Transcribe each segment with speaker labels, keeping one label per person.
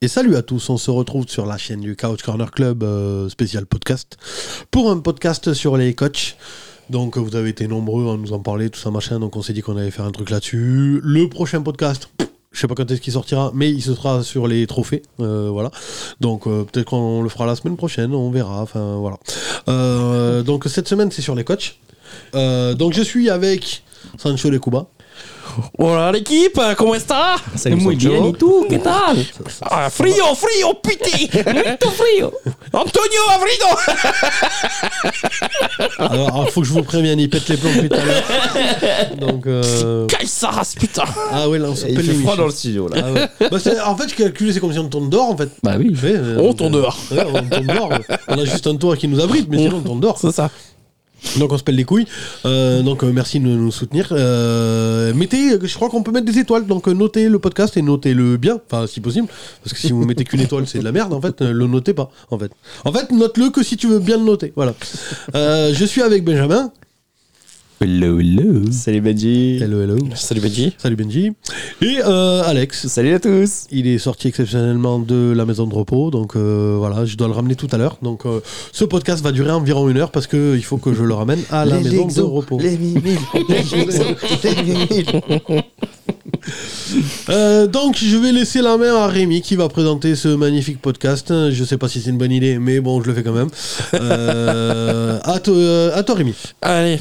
Speaker 1: Et salut à tous, on se retrouve sur la chaîne du Couch Corner Club euh, spécial podcast pour un podcast sur les coachs. Donc vous avez été nombreux à nous en parler, tout ça machin, donc on s'est dit qu'on allait faire un truc là-dessus. Le prochain podcast, pff, je sais pas quand est-ce qu'il sortira, mais il se sera sur les trophées, euh, voilà. Donc euh, peut-être qu'on le fera la semaine prochaine, on verra, enfin voilà. Euh, donc cette semaine c'est sur les coachs. Euh, donc je suis avec Sancho Lekuba.
Speaker 2: Hola l'équipe, euh, comment está?
Speaker 3: Salut,
Speaker 2: Muy
Speaker 3: Sancho.
Speaker 2: bien et tout, que tal? Ah, frio, frio, piti, muito frio. Antonio Avrido.
Speaker 1: Alors il faut que je vous prévienne, il pète les plombs depuis tout à l'heure. Donc euh,
Speaker 2: Caissaras, putain.
Speaker 1: ah ouais là on
Speaker 3: Et
Speaker 1: s'appelle
Speaker 3: il fait
Speaker 1: les
Speaker 3: froid
Speaker 1: Michel.
Speaker 3: dans le studio là.
Speaker 1: Ah ouais. Bah, c'est- en fait, calculer, c'est comme si on tourne dehors, en fait.
Speaker 2: Bah oui,
Speaker 1: Ouais, euh,
Speaker 2: On tourne
Speaker 1: euh,
Speaker 2: dehors.
Speaker 1: ouais, on tourne dehors. On a juste un toit qui nous abrite, mais sinon on tourne dehors.
Speaker 2: c'est ça.
Speaker 1: Donc on se pèle les couilles. Euh, donc euh, merci de nous soutenir. Euh, mettez, euh, je crois qu'on peut mettre des étoiles. Donc euh, notez le podcast et notez-le bien, enfin si possible, parce que si vous mettez qu'une étoile, c'est de la merde. En fait, euh, le notez pas. En fait, en fait, note-le que si tu veux bien le noter. Voilà. Euh, je suis avec Benjamin.
Speaker 2: Hello, hello.
Speaker 3: Salut Benji.
Speaker 1: Hello, hello.
Speaker 2: Salut Benji.
Speaker 1: Salut Benji. Et euh, Alex.
Speaker 3: Salut à tous.
Speaker 1: Il est sorti exceptionnellement de la maison de repos, donc euh, voilà, je dois le ramener tout à l'heure. Donc euh, ce podcast va durer environ une heure parce que il faut que je le ramène à la maison de repos. Euh, donc je vais laisser la main à Rémi qui va présenter ce magnifique podcast. Je sais pas si c'est une bonne idée, mais bon, je le fais quand même. Euh, à, to- euh, à toi Rémi.
Speaker 2: Allez,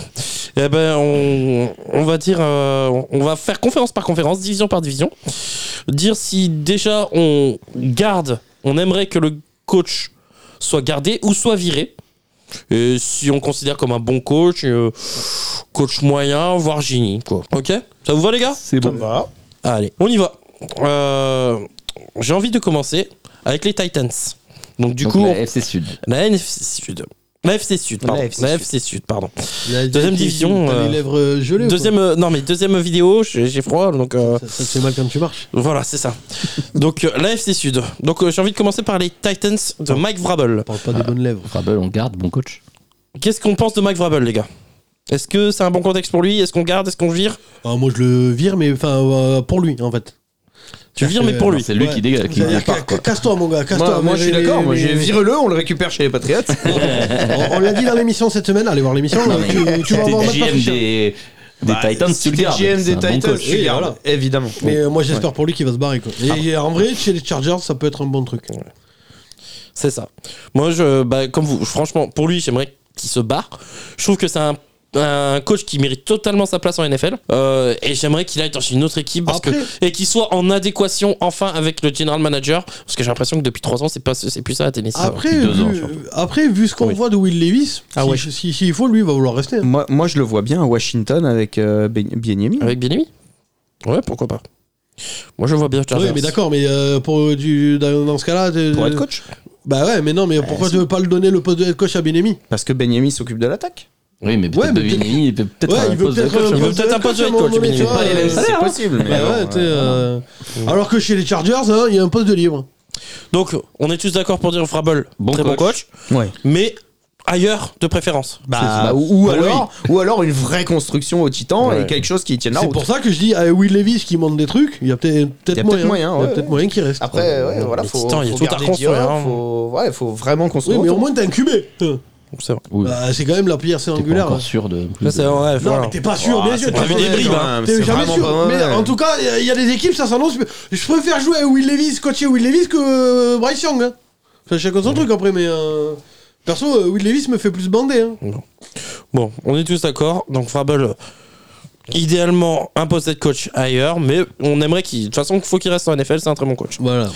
Speaker 2: eh ben on, on va dire, euh, on- on va faire conférence par conférence, division par division, dire si déjà on garde, on aimerait que le coach soit gardé ou soit viré. Et si on considère comme un bon coach, euh, coach moyen, voire génie, quoi. Ok Ça vous va les gars
Speaker 3: C'est bon.
Speaker 2: Allez, on y va. Euh, J'ai envie de commencer avec les Titans. Donc du coup, on- la,
Speaker 3: FC Sud.
Speaker 2: NFC Sud. La FC Sud, pardon.
Speaker 3: La FC
Speaker 2: La
Speaker 3: Sud.
Speaker 2: FC Sud, pardon.
Speaker 1: La-
Speaker 2: Deuxième division,
Speaker 1: T'as
Speaker 2: euh,
Speaker 1: les lèvres euh, gelées. ou quoi
Speaker 2: Deuxième, euh, non mais deuxième vidéo, j'ai j'ai froid donc euh,
Speaker 1: Ça, ça te fait mal quand tu marches.
Speaker 2: voilà c'est ça. Donc euh, la FC Sud. Donc euh, j'ai envie de commencer par les Titans de Mike Vrabel.
Speaker 1: Parle pas des bonnes lèvres.
Speaker 4: Rabel, on garde, bon coach.
Speaker 2: Qu'est-ce qu'on pense de Mike Vrabel les gars Est-ce que c'est un bon contexte pour lui Est-ce qu'on garde Est-ce qu'on vire
Speaker 1: Ah, moi je le vire, mais enfin euh, pour lui en fait.
Speaker 2: Tu vires mais pour lui.
Speaker 4: C'est lui
Speaker 1: Ouais.
Speaker 4: qui dégage. qui
Speaker 1: C'est-à-dire
Speaker 4: part,
Speaker 1: que-
Speaker 4: quoi.
Speaker 1: Casse-toi mon gars, casse-toi.
Speaker 3: Moi, moi,
Speaker 1: Mais-
Speaker 3: je suis d'accord, moi
Speaker 1: mais-
Speaker 3: j'ai
Speaker 1: mais-
Speaker 3: vire-le, on le récupère chez les Patriotes.
Speaker 1: on on l'a dit dans l'émission cette semaine, allez voir l'émission.
Speaker 4: Non,
Speaker 1: euh,
Speaker 4: mais
Speaker 1: tu, tu vas
Speaker 4: t'es
Speaker 1: voir Matt
Speaker 4: GM
Speaker 1: Patricia.
Speaker 4: des, des
Speaker 3: Bah,
Speaker 4: Titans, tu
Speaker 3: si
Speaker 4: le
Speaker 3: t'es
Speaker 4: gardes.
Speaker 3: GM
Speaker 4: C'est
Speaker 3: des
Speaker 4: un bon
Speaker 3: Titans,
Speaker 4: coach.
Speaker 3: tu le
Speaker 1: Oui,
Speaker 3: gardes,
Speaker 1: voilà.
Speaker 3: évidemment.
Speaker 1: Mais euh, moi j'espère pour lui qu'il va se barrer quoi. Et en vrai, chez les Chargers, ça peut être un bon truc.
Speaker 2: C'est ça. Moi, je, bah, comme vous, franchement, pour lui, j'aimerais qu'il se barre. Je trouve que c'est un, un coach qui mérite totalement sa place en NFL. Euh, et j'aimerais qu'il aille dans une autre équipe parce
Speaker 1: Après-
Speaker 2: que, et qu'il soit en adéquation enfin avec le general manager. Parce que j'ai l'impression que depuis trois ans, c'est pas, c'est plus ça à Tennessee.
Speaker 1: Après,
Speaker 4: depuis deux
Speaker 1: vu,
Speaker 4: ans, surtout.
Speaker 1: après, vu ce qu'on
Speaker 2: Oui.
Speaker 1: voit de Will Levis,
Speaker 2: Ah
Speaker 1: si-
Speaker 2: ouais.
Speaker 1: si- s'il faut, lui, il va vouloir rester. hein.
Speaker 3: Moi, moi, je le vois bien à Washington avec euh, Ben- Bieniemy.
Speaker 2: Avec Benemi. Ouais, pourquoi pas. Moi, je vois bien.
Speaker 1: Oui,
Speaker 2: Chargers.
Speaker 1: mais d'accord, mais euh, pour du, dans, dans ce cas-là. t'es-
Speaker 3: Pour être coach.
Speaker 1: Bah ouais, mais non, mais pourquoi
Speaker 3: si.
Speaker 1: tu veux pas le donner le poste de head coach à Benemi
Speaker 3: Parce que Bieniemy s'occupe de l'attaque.
Speaker 4: Oui, mais
Speaker 1: Ouais,
Speaker 4: peut-être
Speaker 1: mais
Speaker 4: Benigni, il peut peut-être
Speaker 1: Ouais, il
Speaker 4: avoir un
Speaker 1: veut
Speaker 4: poste de
Speaker 1: peut-être
Speaker 4: coach.
Speaker 2: il veut peut-être un poste de head coach, mais il est
Speaker 1: pas
Speaker 2: pas les mêmes
Speaker 3: C'est possible. mais
Speaker 1: Bah
Speaker 3: bon,
Speaker 1: ouais,
Speaker 3: euh,
Speaker 1: t'es, euh, Alors que chez les Chargers, hein, il y a un poste de libre.
Speaker 2: Donc, on est tous d'accord pour dire Frabble,
Speaker 4: Bon
Speaker 2: très bon coach,
Speaker 4: coach.
Speaker 3: euh, ouais.
Speaker 2: mais ailleurs de préférence.
Speaker 3: Bah, ou, ou
Speaker 4: oui.
Speaker 3: alors, ou alors une vraie construction au Titan
Speaker 2: Ouais.
Speaker 3: et quelque chose qui tienne la
Speaker 1: C'est
Speaker 3: route.
Speaker 1: pour ça que je dis à Will Levis qui monte des trucs, il y a peut-être
Speaker 3: Il y
Speaker 1: peut
Speaker 3: a peut-être
Speaker 1: moyen. il
Speaker 3: moyen,
Speaker 1: y a
Speaker 3: ouais,
Speaker 1: peut-être
Speaker 3: ouais.
Speaker 1: moyen qu'il reste.
Speaker 3: Après, ouais, voilà,
Speaker 2: mais
Speaker 3: faut,
Speaker 2: putain, il y a
Speaker 3: faut
Speaker 2: tout à
Speaker 3: garder
Speaker 2: reconstruire,
Speaker 3: Dior,
Speaker 2: hein.
Speaker 3: faut, ouais, faut vraiment
Speaker 1: Oui,
Speaker 3: construire.
Speaker 1: mais au
Speaker 3: autour.
Speaker 1: moins t'es incubé. Hein.
Speaker 2: C'est vrai.
Speaker 4: Oui,
Speaker 1: Bah, c'est quand même la pierre, c'est
Speaker 4: t'es pas
Speaker 1: angulaire. hein.
Speaker 4: encore sûr de.
Speaker 2: Ça, c'est- ouais,
Speaker 1: Non,
Speaker 2: voilà.
Speaker 1: mais t'es pas sûr,
Speaker 3: Oh,
Speaker 1: bien
Speaker 3: c'est
Speaker 1: sûr.
Speaker 3: pas
Speaker 1: t'es
Speaker 2: vu des
Speaker 3: mauvais,
Speaker 2: bribes,
Speaker 3: quand
Speaker 2: hein.
Speaker 3: même,
Speaker 1: T'es
Speaker 3: c'est
Speaker 1: jamais
Speaker 3: vraiment
Speaker 1: sûr.
Speaker 3: pas
Speaker 1: mais
Speaker 3: mauvais.
Speaker 1: en tout cas, il y a- il y, a des équipes, ça s'annonce. Je préfère jouer à Will Levis, coacher Will Levis que euh, Bryce Young. Hein. Enfin, chacun son truc après, mais euh, perso, euh, Will Levis me fait plus bander. Hein.
Speaker 2: Bon, on est tous d'accord. Donc Frabble, euh, idéalement un poste de coach ailleurs, mais on aimerait qu'il. De toute façon, il faut qu'il reste en NFL, c'est un très bon coach.
Speaker 1: Voilà.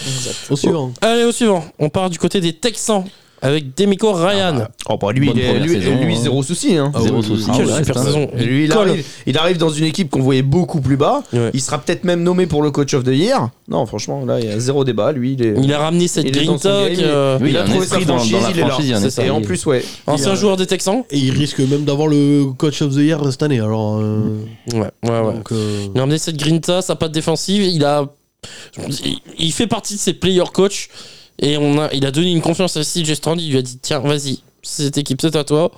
Speaker 1: Au suivant.
Speaker 2: Allez, au suivant. On part du côté des Texans avec Demico Ryan.
Speaker 3: Oh, bah, lui,
Speaker 4: Bonne
Speaker 3: il est-
Speaker 4: première
Speaker 3: lui,
Speaker 4: saison,
Speaker 3: lui,
Speaker 4: hein.
Speaker 3: zéro souci. Hein.
Speaker 1: Ah, oui,
Speaker 4: Zéro
Speaker 1: oui,
Speaker 4: souci.
Speaker 1: oui.
Speaker 2: Quelle
Speaker 4: ouais,
Speaker 2: super
Speaker 4: c'est un-
Speaker 2: saison.
Speaker 3: Lui, il
Speaker 2: Colle.
Speaker 3: arrive, il arrive dans une équipe qu'on voyait beaucoup plus bas.
Speaker 2: Ouais.
Speaker 3: Il sera peut-être même nommé pour le coach of the year. Non, franchement, là, il y a zéro débat. Lui, il est.
Speaker 2: Il a ramené cette
Speaker 3: il est dans
Speaker 2: green
Speaker 3: son
Speaker 2: talk,
Speaker 3: game,
Speaker 2: euh,
Speaker 4: Oui,
Speaker 3: il a
Speaker 4: un
Speaker 3: trouvé sa
Speaker 4: esprit dans-
Speaker 3: franchise,
Speaker 4: dans la
Speaker 3: il est là.
Speaker 4: franchise, il y a un
Speaker 2: C'est ça,
Speaker 3: Et
Speaker 4: esprit.
Speaker 3: en plus, ouais.
Speaker 2: ancien
Speaker 1: il a-
Speaker 2: joueur des Texans.
Speaker 1: Et il risque même d'avoir le coach of the year cette année. Alors, euh,
Speaker 2: Ouais, ouais, Ah ouais.
Speaker 1: donc, euh,
Speaker 2: Il a ramené cette grinta, sa patte défensive. Il a, il, il fait partie de ses player coach et on a, il a donné une confiance à CJ Stroud. Il lui a dit tiens, vas-y, cette équipe c'est à toi.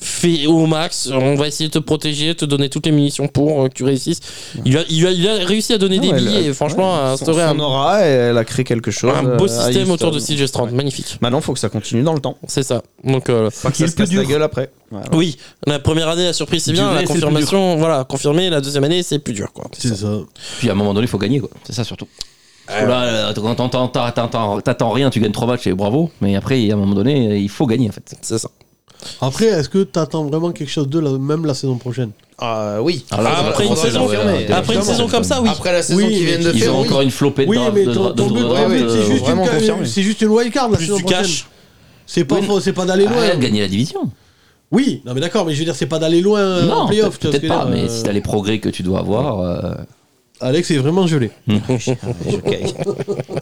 Speaker 2: fais au max. On va essayer de te protéger, te donner toutes les munitions pour euh, que tu réussisses. Il a, il a- il a réussi à donner
Speaker 3: Non,
Speaker 2: des
Speaker 3: elle-
Speaker 2: billets. et franchement, à
Speaker 3: son,
Speaker 2: instaurer
Speaker 3: son
Speaker 2: un,
Speaker 3: aura, elle a créé quelque chose.
Speaker 2: un
Speaker 3: euh,
Speaker 2: beau
Speaker 3: à
Speaker 2: système autour de
Speaker 3: Houston.
Speaker 2: Steel 30
Speaker 3: Ouais.
Speaker 2: Magnifique.
Speaker 3: Maintenant, faut que ça continue dans le temps.
Speaker 2: C'est ça. Donc, euh,
Speaker 3: Pas que ça
Speaker 5: Qu'il
Speaker 3: se
Speaker 5: est plus
Speaker 3: casse la
Speaker 5: dur.
Speaker 3: gueule après. Voilà.
Speaker 2: oui, la première année, la surprise, c'est bien.
Speaker 5: Durer,
Speaker 2: La
Speaker 5: c'est plus dur.
Speaker 2: confirmation, voilà, confirmée. La deuxième année, c'est plus dur. Quoi.
Speaker 1: C'est ça.
Speaker 4: Puis à un moment donné, il faut gagner, quoi. C'est ça surtout. Parce que Là, euh, t'entends- t'entends- t'attends t'attends rien, tu gagnes trois matchs et bravo. Mais après, à un moment donné, il faut gagner en fait.
Speaker 2: C'est ça.
Speaker 1: Après, est-ce que t'attends vraiment quelque chose de même la saison prochaine
Speaker 3: Ah oui.
Speaker 2: Après une
Speaker 4: Bon, c'est
Speaker 2: saison-
Speaker 4: là, ouais,
Speaker 3: après
Speaker 2: Après une
Speaker 4: évidemment.
Speaker 2: saison comme ça, oui.
Speaker 3: Après la saison
Speaker 1: Oui,
Speaker 3: qu'ils viennent de
Speaker 1: mais
Speaker 4: Ils
Speaker 3: faire,
Speaker 4: ont
Speaker 3: oui.
Speaker 4: encore une flopée de
Speaker 1: Oui,
Speaker 4: draft-
Speaker 1: mais
Speaker 4: de- euh,
Speaker 1: ton,
Speaker 4: de-
Speaker 1: ton
Speaker 4: de-
Speaker 1: but,
Speaker 4: de-
Speaker 1: ton
Speaker 4: de-
Speaker 1: but,
Speaker 3: ouais,
Speaker 1: c'est
Speaker 4: de-
Speaker 1: juste,
Speaker 3: vraiment
Speaker 1: une-
Speaker 3: confirmé.
Speaker 1: c'est euh, juste une wildcard la
Speaker 2: Plus
Speaker 1: saison
Speaker 2: du
Speaker 1: prochaine.
Speaker 2: cash.
Speaker 1: C'est pas,
Speaker 4: Oui,
Speaker 1: faut- c'est pas d'aller
Speaker 4: Ah,
Speaker 1: loin.
Speaker 4: gagner la division.
Speaker 1: oui, non mais d'accord, mais je veux dire, c'est pas d'aller loin euh, en
Speaker 4: non,
Speaker 1: playoff.
Speaker 4: peut-être
Speaker 1: tu vois ce que je
Speaker 4: peut-être
Speaker 1: veux
Speaker 4: pas,
Speaker 1: dire,
Speaker 4: mais
Speaker 1: euh,
Speaker 4: si t'as les progrès que tu dois avoir, euh,
Speaker 1: Alex est vraiment gelé.
Speaker 3: Ok.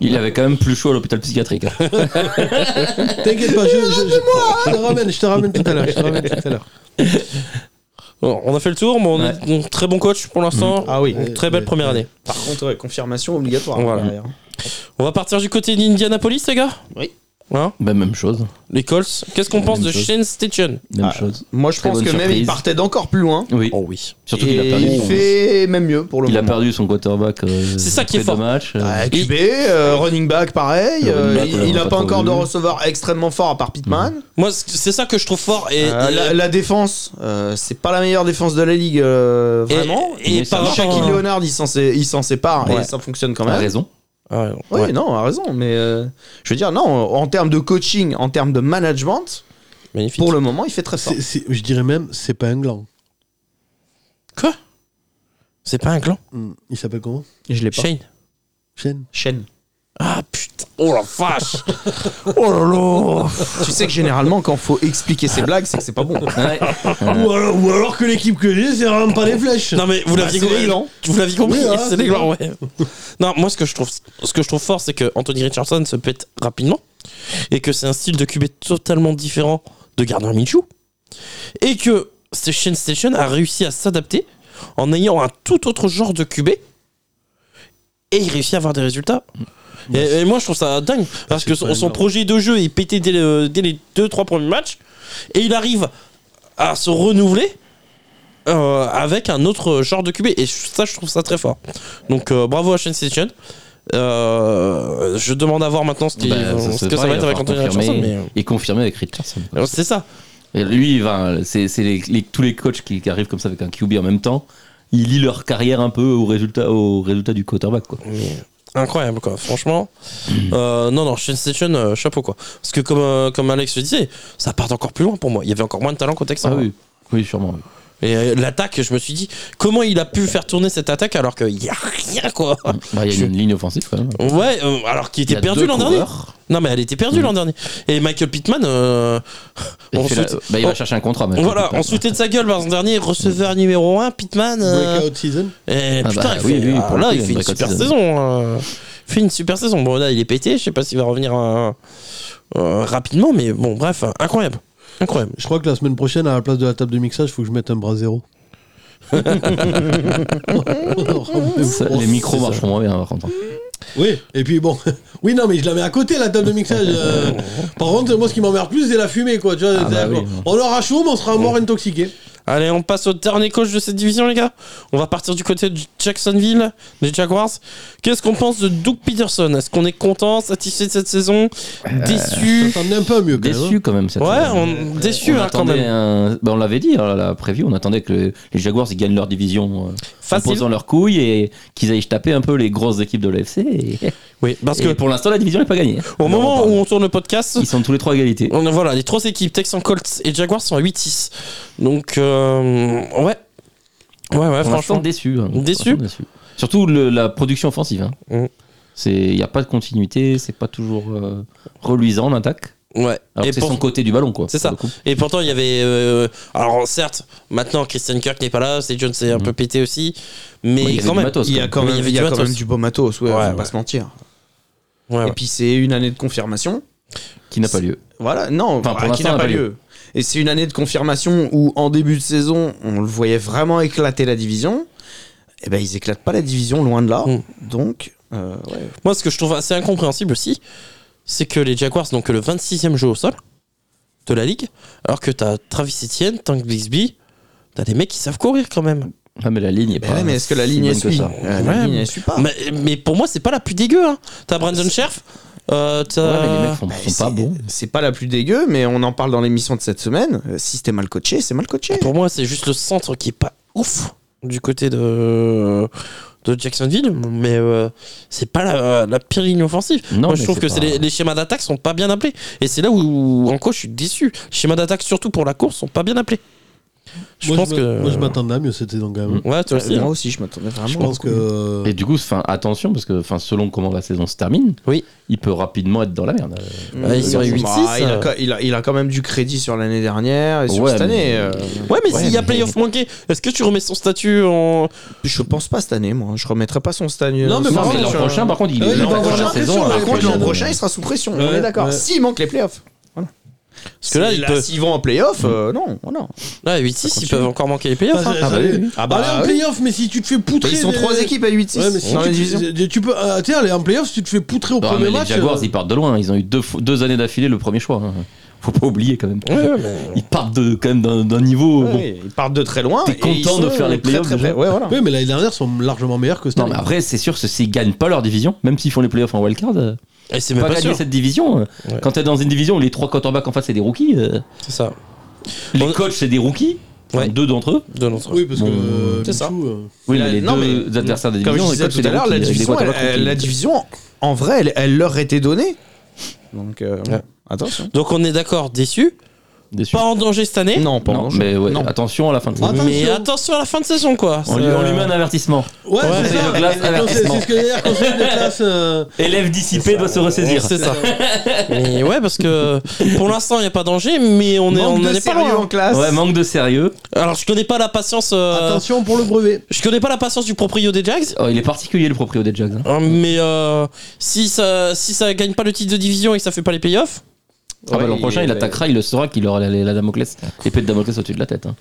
Speaker 4: il avait quand même plus chaud à l'hôpital psychiatrique. hein.
Speaker 1: T'inquiète pas, je, je- je- je te ramène, je te ramène tout à l'heure. Je te ramène tout à l'heure.
Speaker 2: Bon, on a fait le tour, mais on est un très bon coach pour l'instant.
Speaker 3: Ah oui.
Speaker 1: Ouais.
Speaker 2: Très belle première année.
Speaker 3: Par contre, ouais, confirmation obligatoire.
Speaker 2: Voilà.
Speaker 3: derrière.
Speaker 2: On va partir du côté d'Indianapolis, les gars
Speaker 3: Oui.
Speaker 2: Hein
Speaker 4: Ben, même chose.
Speaker 2: les Colts. Qu'est-ce qu'on pense
Speaker 4: Même
Speaker 2: de
Speaker 4: chose.
Speaker 2: Shane Station
Speaker 4: Même
Speaker 3: Ah,
Speaker 4: chose.
Speaker 3: Moi, je
Speaker 4: Très
Speaker 3: pense que
Speaker 4: bonne
Speaker 3: même
Speaker 4: surprise.
Speaker 3: il partait d'encore plus loin.
Speaker 4: Oui. Oh.
Speaker 2: oui.
Speaker 4: Surtout
Speaker 3: Et
Speaker 4: qu'il a perdu.
Speaker 3: Il
Speaker 4: son-
Speaker 3: fait même mieux pour le
Speaker 4: il a
Speaker 3: moment.
Speaker 4: perdu son quarterback. euh,
Speaker 2: C'est ça qui est
Speaker 4: après
Speaker 2: fort.
Speaker 4: deux matchs, euh,
Speaker 3: Ouais,
Speaker 2: Il-
Speaker 3: QB, euh, running back, pareil.
Speaker 4: Le running
Speaker 3: euh,
Speaker 4: back, on l'a
Speaker 3: il n'a
Speaker 4: pas
Speaker 3: pas
Speaker 4: trop
Speaker 3: encore
Speaker 4: vu.
Speaker 3: de receveur extrêmement fort à part Pittman.
Speaker 2: Moi, c- c'est ça que je trouve fort. Et,
Speaker 3: Euh,
Speaker 2: et-
Speaker 3: la, la défense, euh, c'est pas la meilleure défense de la ligue, euh,
Speaker 2: et-
Speaker 3: vraiment.
Speaker 2: et
Speaker 4: Mais ça
Speaker 2: par
Speaker 4: marche.
Speaker 2: rapport
Speaker 3: Shaquille
Speaker 2: à-
Speaker 3: Leonard, il s'en sé- il s'en sépare
Speaker 2: Ouais.
Speaker 3: et ça fonctionne quand
Speaker 4: a
Speaker 3: même.
Speaker 4: raison.
Speaker 2: Ah ouais,
Speaker 3: Oui,
Speaker 2: ouais.
Speaker 3: non, a raison. Mais euh, je veux dire, non, en termes de coaching, en termes de management,
Speaker 2: Magnifique.
Speaker 3: pour le moment, il fait très fort.
Speaker 1: C'est- c'est- je dirais même, c'est pas un gland.
Speaker 2: Quoi C'est pas un clan
Speaker 1: Hmm, Il s'appelle comment
Speaker 3: Je l'ai
Speaker 2: Shane
Speaker 1: Shane
Speaker 3: Chaîne.
Speaker 2: Ah putain. Oh la vache Oh là là
Speaker 3: tu sais que généralement, quand faut expliquer ses blagues, c'est que c'est pas bon.
Speaker 4: Ouais.
Speaker 1: ou, alors, ou alors que l'équipe que j'ai, c'est vraiment pas les flèches.
Speaker 2: Non mais vous
Speaker 3: Bah,
Speaker 2: l'aviez
Speaker 3: c'est
Speaker 2: compris.
Speaker 3: les glands.
Speaker 2: Vous l'aviez compris,
Speaker 1: Oui, hein,
Speaker 2: c'est
Speaker 1: c'est
Speaker 2: les glands, ouais. non, moi ce que je trouve ce que je trouve fort c'est que Anthony Richardson se pète rapidement et que c'est un style de QB totalement différent de Gardner Minshew et que Station Station a réussi à s'adapter en ayant un tout autre genre de QB et il réussit à avoir des résultats. Et, et moi je trouve ça dingue parce
Speaker 1: c'est
Speaker 2: que
Speaker 1: pas
Speaker 2: son, son
Speaker 1: énorme.
Speaker 2: projet de jeu est pété dès, le- dès les 2-3 premiers matchs et il arrive à se renouveler euh, avec un autre genre de QB. Et ça, je trouve ça très fort. Donc euh, bravo à Shane Station. Euh, je demande à voir maintenant ce, qui-
Speaker 4: Bah,
Speaker 2: euh, ce
Speaker 4: se
Speaker 2: que
Speaker 4: fera,
Speaker 2: ça va
Speaker 4: il
Speaker 2: être
Speaker 4: va
Speaker 2: avec Anthony
Speaker 4: falloir
Speaker 2: Richardson.
Speaker 4: confirmer
Speaker 2: Mais,
Speaker 4: Et confirmer avec euh. Richardson.
Speaker 2: euh, c'est ça.
Speaker 4: Et lui, il va- c'est c'est les- les- tous les coachs qui, qui arrivent comme ça avec un QB en même temps. Ils lient leur carrière un peu au résultat, au résultat du quarterback. Quoi.
Speaker 2: Mais incroyable, quoi. Franchement. Euh, non, non, Shane Station, euh, chapeau, quoi. Parce que comme, euh, comme Alex le disait, ça part encore plus loin pour moi. Il y avait encore moins de talent qu'au Texan.
Speaker 4: Ah oui, oui, sûrement. oui.
Speaker 2: Et euh, l'attaque, je me suis dit, comment il a pu faire tourner cette attaque alors qu'il n'y a rien, quoi.
Speaker 4: Bah, il y a une ligne offensive quand même.
Speaker 2: Ouais, euh, alors qu'il
Speaker 4: Il y
Speaker 2: était
Speaker 4: a
Speaker 2: perdu
Speaker 4: deux
Speaker 2: l'an dernier.
Speaker 4: coureurs.
Speaker 2: Non, mais elle était perdue
Speaker 4: Mhm.
Speaker 2: l'an dernier. Et Michael Pittman, euh,
Speaker 4: Et
Speaker 2: on
Speaker 4: tu fais la-
Speaker 2: souhait-
Speaker 4: bah, il
Speaker 2: on-
Speaker 4: va chercher un contrat. mais-
Speaker 2: Voilà, on se foutait de sa gueule l'an dernier, receveur numéro 1, Pittman. euh,
Speaker 1: Breakout season.
Speaker 2: et
Speaker 4: Ah
Speaker 2: putain,
Speaker 4: bah
Speaker 2: il
Speaker 4: oui,
Speaker 2: fait,
Speaker 4: oui,
Speaker 2: ah
Speaker 4: pour le
Speaker 2: là,
Speaker 4: coup,
Speaker 2: il
Speaker 4: il y a
Speaker 2: fait
Speaker 4: une
Speaker 2: une
Speaker 4: breakout
Speaker 2: super
Speaker 4: season.
Speaker 2: saison. euh, il fait une super saison. Bon, là, il est pété, je sais pas s'il va revenir euh, euh, rapidement, mais bon, bref, euh, incroyable. Incroyable.
Speaker 1: Je crois que la semaine prochaine, à la place de la table de mixage, faut que je mette un bras zéro.
Speaker 4: Ça, les micros marcheront moins bien par contre. hein.
Speaker 1: Oui, et puis bon. Oui, non, mais je la mets à côté, la table de mixage. euh. Par contre, moi, ce qui m'emmerde plus, c'est la fumée, quoi. Tu vois,
Speaker 4: Ah
Speaker 1: c'est-
Speaker 4: bah oui,
Speaker 1: quoi.
Speaker 4: non. Mm.
Speaker 1: On aura chaud, mais on sera mort intoxiqué.
Speaker 2: Allez, on passe au dernier coach de cette division, les gars. On va partir du côté de Jacksonville, des Jaguars. Qu'est-ce qu'on pense de Doug Peterson Est-ce qu'on est content, satisfait de cette saison
Speaker 4: Euh,
Speaker 2: Déçu
Speaker 1: T'en es un peu mieux, quand même, hein.
Speaker 4: Déçu quand même cette
Speaker 2: Ouais,
Speaker 4: saison.
Speaker 2: on, déçu
Speaker 4: euh, On
Speaker 2: hein, quand
Speaker 4: attendait
Speaker 2: même.
Speaker 4: un- bah, on l'avait dit à la preview, on attendait que le- les Jaguars ils gagnent leur division euh, en
Speaker 2: Facile.
Speaker 4: posant leurs couilles et qu'ils aillent taper un peu les grosses équipes de l'AFC. Et,
Speaker 2: Oui, parce
Speaker 4: et
Speaker 2: que
Speaker 4: pour l'instant, la division n'est pas gagnée.
Speaker 2: au
Speaker 4: On en
Speaker 2: moment
Speaker 4: parle.
Speaker 2: où on tourne le podcast,
Speaker 4: ils sont tous les trois à égalité.
Speaker 2: on a, voilà, les trois équipes, Texans, Colts et Jaguars sont à 8-6. Donc, euh, ouais. Ouais, ouais,
Speaker 4: Pour l'instant,
Speaker 2: franchement.
Speaker 4: déçu. hein.
Speaker 2: Déçu.
Speaker 4: Pour l'instant, Surtout le- la production offensive. hein.
Speaker 2: Mm.
Speaker 4: C'est il n'y a pas de continuité, c'est pas toujours euh, reluisant en attaque.
Speaker 2: Ouais.
Speaker 4: Alors
Speaker 2: Et,
Speaker 4: que c'est
Speaker 2: pour-
Speaker 4: son côté du ballon, quoi.
Speaker 2: C'est ça.
Speaker 4: pour le coup.
Speaker 2: et pourtant, il y avait. euh, alors, certes, maintenant, Christian Kirk n'est pas là, c'est Jones s'est un peu pété aussi. Mais
Speaker 4: Mm. Ouais, il y avait
Speaker 2: quand
Speaker 4: du
Speaker 2: même.
Speaker 4: matos,
Speaker 3: Il y
Speaker 4: quoi.
Speaker 3: a quand
Speaker 2: Oui, il
Speaker 3: même,
Speaker 2: y avait
Speaker 3: il y a
Speaker 2: du
Speaker 3: quand
Speaker 2: matos.
Speaker 3: même du beau matos, ouais,
Speaker 2: Ouais,
Speaker 3: on va
Speaker 2: ouais. Ah
Speaker 3: pas se mentir.
Speaker 2: Ouais, ouais.
Speaker 3: Et puis c'est une année de confirmation.
Speaker 4: Qui n'a pas lieu.
Speaker 3: Voilà, non,
Speaker 4: Enfin, pour
Speaker 3: voilà, qui
Speaker 4: l'instant,
Speaker 3: n'a
Speaker 4: elle
Speaker 3: pas
Speaker 4: a
Speaker 3: lieu. Et c'est une année de confirmation où, en début de saison, on le voyait vraiment éclater la division. Eh ben, ils éclatent pas la division, loin de là.
Speaker 2: Mm.
Speaker 3: Donc, euh, ouais.
Speaker 2: Moi, ce que je trouve assez incompréhensible aussi, c'est que les Jaguars n'ont que le 26 e jeu au sol. de la ligue. Alors que t'as Travis Etienne, Tank Bixby, t'as des mecs qui savent courir quand même.
Speaker 4: Ah, mais la ligne est
Speaker 3: Mais,
Speaker 4: pas.
Speaker 3: Eh ouais, mais est-ce que la
Speaker 4: si
Speaker 3: ligne est
Speaker 4: bonne que
Speaker 3: suit
Speaker 4: ça.
Speaker 3: Euh, La
Speaker 2: Ouais,
Speaker 3: ligne
Speaker 2: mais-
Speaker 3: elle suit pas.
Speaker 2: Mais, mais pour moi, c'est pas la plus dégueu. Hein. T'as Brandon Scherf. Euh,
Speaker 4: Ouais,
Speaker 2: t'as-
Speaker 4: mais les mecs sont,
Speaker 3: Bah,
Speaker 4: sont pas
Speaker 3: c'est-
Speaker 4: bons.
Speaker 3: C'est pas la plus dégueu, mais on en parle dans l'émission de cette semaine. Euh, Si c'était mal coaché, c'est mal coaché.
Speaker 2: Pour moi, c'est juste le centre qui est pas ouf du côté de, de Jacksonville, mais euh, c'est pas la, la pire ligne offensive.
Speaker 4: Non,
Speaker 2: moi,
Speaker 4: mais
Speaker 2: je trouve
Speaker 4: c'est
Speaker 2: que
Speaker 4: pas-
Speaker 2: c'est les, les schémas d'attaque sont pas bien appelés. Et c'est là où, en coach, je suis déçu. Les schémas d'attaque, surtout pour la course, sont pas bien appelés. Je
Speaker 1: Moi,
Speaker 2: pense
Speaker 1: m'a-
Speaker 2: que.
Speaker 1: moi, je m'attendais à mieux, c'était donc quand même.
Speaker 2: Ouais, toi aussi.
Speaker 3: Euh,
Speaker 2: hein.
Speaker 3: Moi aussi, je m'attendais vraiment.
Speaker 1: Je pense
Speaker 3: beaucoup.
Speaker 1: que.
Speaker 4: Mm. Et du coup, enfin, attention, parce que enfin, selon comment la saison se termine,
Speaker 2: Oui.
Speaker 4: il peut rapidement être dans la merde.
Speaker 2: Ouais, ils sont
Speaker 3: Bah,
Speaker 2: 8-6,
Speaker 3: il, a,
Speaker 2: euh.
Speaker 3: quand- il, a, il a quand même du crédit sur l'année dernière et sur
Speaker 4: Ouais,
Speaker 3: cette
Speaker 4: mais-
Speaker 3: année. euh,
Speaker 2: Ouais, mais
Speaker 4: Ouais,
Speaker 2: s'il y a
Speaker 4: mais-
Speaker 2: playoff manqué, est-ce que tu remets son statut en.
Speaker 3: Je pense pas cette année, moi. Je remettrai pas son statut.
Speaker 1: Non, mais
Speaker 4: Non,
Speaker 1: par
Speaker 4: mais l'an
Speaker 1: contre,
Speaker 4: prochain, par contre, il
Speaker 3: euh,
Speaker 1: Ouais,
Speaker 4: est
Speaker 1: il
Speaker 4: l'an
Speaker 1: va avoir
Speaker 4: prochain,
Speaker 1: la
Speaker 4: la
Speaker 1: pression,
Speaker 4: saison.
Speaker 1: là,
Speaker 4: alors
Speaker 1: il
Speaker 4: que
Speaker 1: va avoir
Speaker 4: le-
Speaker 1: la
Speaker 3: l'an prochain, il sera sous pression. on
Speaker 1: Ouais,
Speaker 3: est d'accord.
Speaker 1: ouais.
Speaker 3: S'il manque les playoffs. Voilà. Parce
Speaker 2: que là, il peut-
Speaker 3: S'ils vont en playoffs, euh, non, voilà.
Speaker 2: Ouais, 8-6, ils peuvent encore manquer les playoffs.
Speaker 1: Ah,
Speaker 2: hein.
Speaker 1: ça- ça-
Speaker 4: bah oui, oui. Bah,
Speaker 3: Ah
Speaker 1: Allez en playoff, mais si tu te fais poutrer.
Speaker 3: Ils sont
Speaker 1: des-
Speaker 3: trois équipes à 8-6
Speaker 1: Ouais, mais si
Speaker 3: dans la
Speaker 1: tu,
Speaker 3: division.
Speaker 1: tu- tu peux. ah, tiens, aller en playoff, si tu te fais poutrer au
Speaker 4: Non, mais
Speaker 1: premier
Speaker 4: les
Speaker 1: match.
Speaker 4: Jaguars,
Speaker 1: euh,
Speaker 4: ils partent de loin. Ils ont eu deux, fo- deux années d'affilée le premier choix. hein. Faut pas oublier quand même.
Speaker 2: Ah, bah Ouais, ouais, mais-
Speaker 4: Ils partent de, quand même d'un d'un niveau.
Speaker 3: Ouais,
Speaker 4: bon.
Speaker 3: ouais, Ils partent de très loin.
Speaker 4: T'es
Speaker 3: et
Speaker 4: content
Speaker 3: ils sont
Speaker 4: de faire les
Speaker 3: très,
Speaker 4: playoffs,
Speaker 3: très, très-
Speaker 4: déjà
Speaker 3: Ouais, voilà.
Speaker 1: Oui, mais l'année dernière, ils sont largement meilleurs que cette
Speaker 4: Non,
Speaker 1: année.
Speaker 4: mais après, c'est sûr que s'ils gagnent pas leur division, même s'ils font les playoffs en wildcard, euh,
Speaker 2: Et Eh, c'est
Speaker 4: pas,
Speaker 2: même pas,
Speaker 4: gagner
Speaker 2: sûr.
Speaker 4: cette division. euh,
Speaker 2: Ouais.
Speaker 4: Quand t'es dans une division où les trois quarterbacks en face, c'est des rookies, euh,
Speaker 2: C'est ça.
Speaker 4: les
Speaker 2: On-
Speaker 4: coachs, c'est des rookies, enfin,
Speaker 2: Ouais.
Speaker 4: deux d'entre eux.
Speaker 2: De notre.
Speaker 1: Oui, parce que.
Speaker 4: Bon,
Speaker 1: euh,
Speaker 2: c'est ça.
Speaker 1: Minshew, euh,
Speaker 4: Oui,
Speaker 3: La-
Speaker 4: mais les
Speaker 3: non,
Speaker 4: deux
Speaker 3: mais-
Speaker 4: adversaires de
Speaker 3: Comme je
Speaker 4: division, les
Speaker 3: disais
Speaker 4: coachs,
Speaker 3: tout
Speaker 4: c'est des
Speaker 3: à l'heure,
Speaker 4: rookies.
Speaker 3: la
Speaker 4: euh, des
Speaker 3: division,
Speaker 4: quarterbacks
Speaker 3: elle-
Speaker 4: rookies.
Speaker 3: la division, en vrai, elle, elle leur était donnée. Donc, euh,
Speaker 2: Ouais.
Speaker 3: attention.
Speaker 2: Donc on est d'accord, déçu.
Speaker 4: Déçu.
Speaker 2: Pas en danger cette année.
Speaker 3: Non, pas en
Speaker 4: Non,
Speaker 3: danger.
Speaker 4: mais ouais,
Speaker 3: Non.
Speaker 4: attention à la fin de saison.
Speaker 1: Attention.
Speaker 2: Mais attention à la fin de saison, quoi.
Speaker 4: On lui,
Speaker 2: Ça-
Speaker 4: on lui met un avertissement.
Speaker 1: Ouais,
Speaker 2: Ouais,
Speaker 1: c'est
Speaker 2: c'est
Speaker 1: ça.
Speaker 4: le classe
Speaker 1: C'est- C'est c'est ce que d'ailleurs conseil de classe. euh,
Speaker 4: Élève dissipé doit se
Speaker 2: Ouais,
Speaker 4: ressaisir.
Speaker 2: C'est ça. Mais ouais, parce que pour l'instant, il n'y a pas de danger, mais on est,
Speaker 3: Manque
Speaker 2: on
Speaker 3: de
Speaker 2: en est pas
Speaker 3: sérieux
Speaker 2: loin.
Speaker 3: en classe.
Speaker 4: Ouais, manque de sérieux.
Speaker 2: Alors, je connais pas la patience. euh,
Speaker 1: Attention pour le brevet.
Speaker 2: je connais pas la patience du proprio des Jags.
Speaker 4: Oh, il est particulier le proprio des Jags. hein.
Speaker 2: hein, Mais euh, si ça si ça gagne pas le titre de division et que ça fait pas les playoffs,
Speaker 4: Ah bah,
Speaker 3: Ouais,
Speaker 4: l'an prochain, il attaquera, il le saura qu'il aura la, la, la Damoclès, l'épée de Damoclès au-dessus de la tête. hein.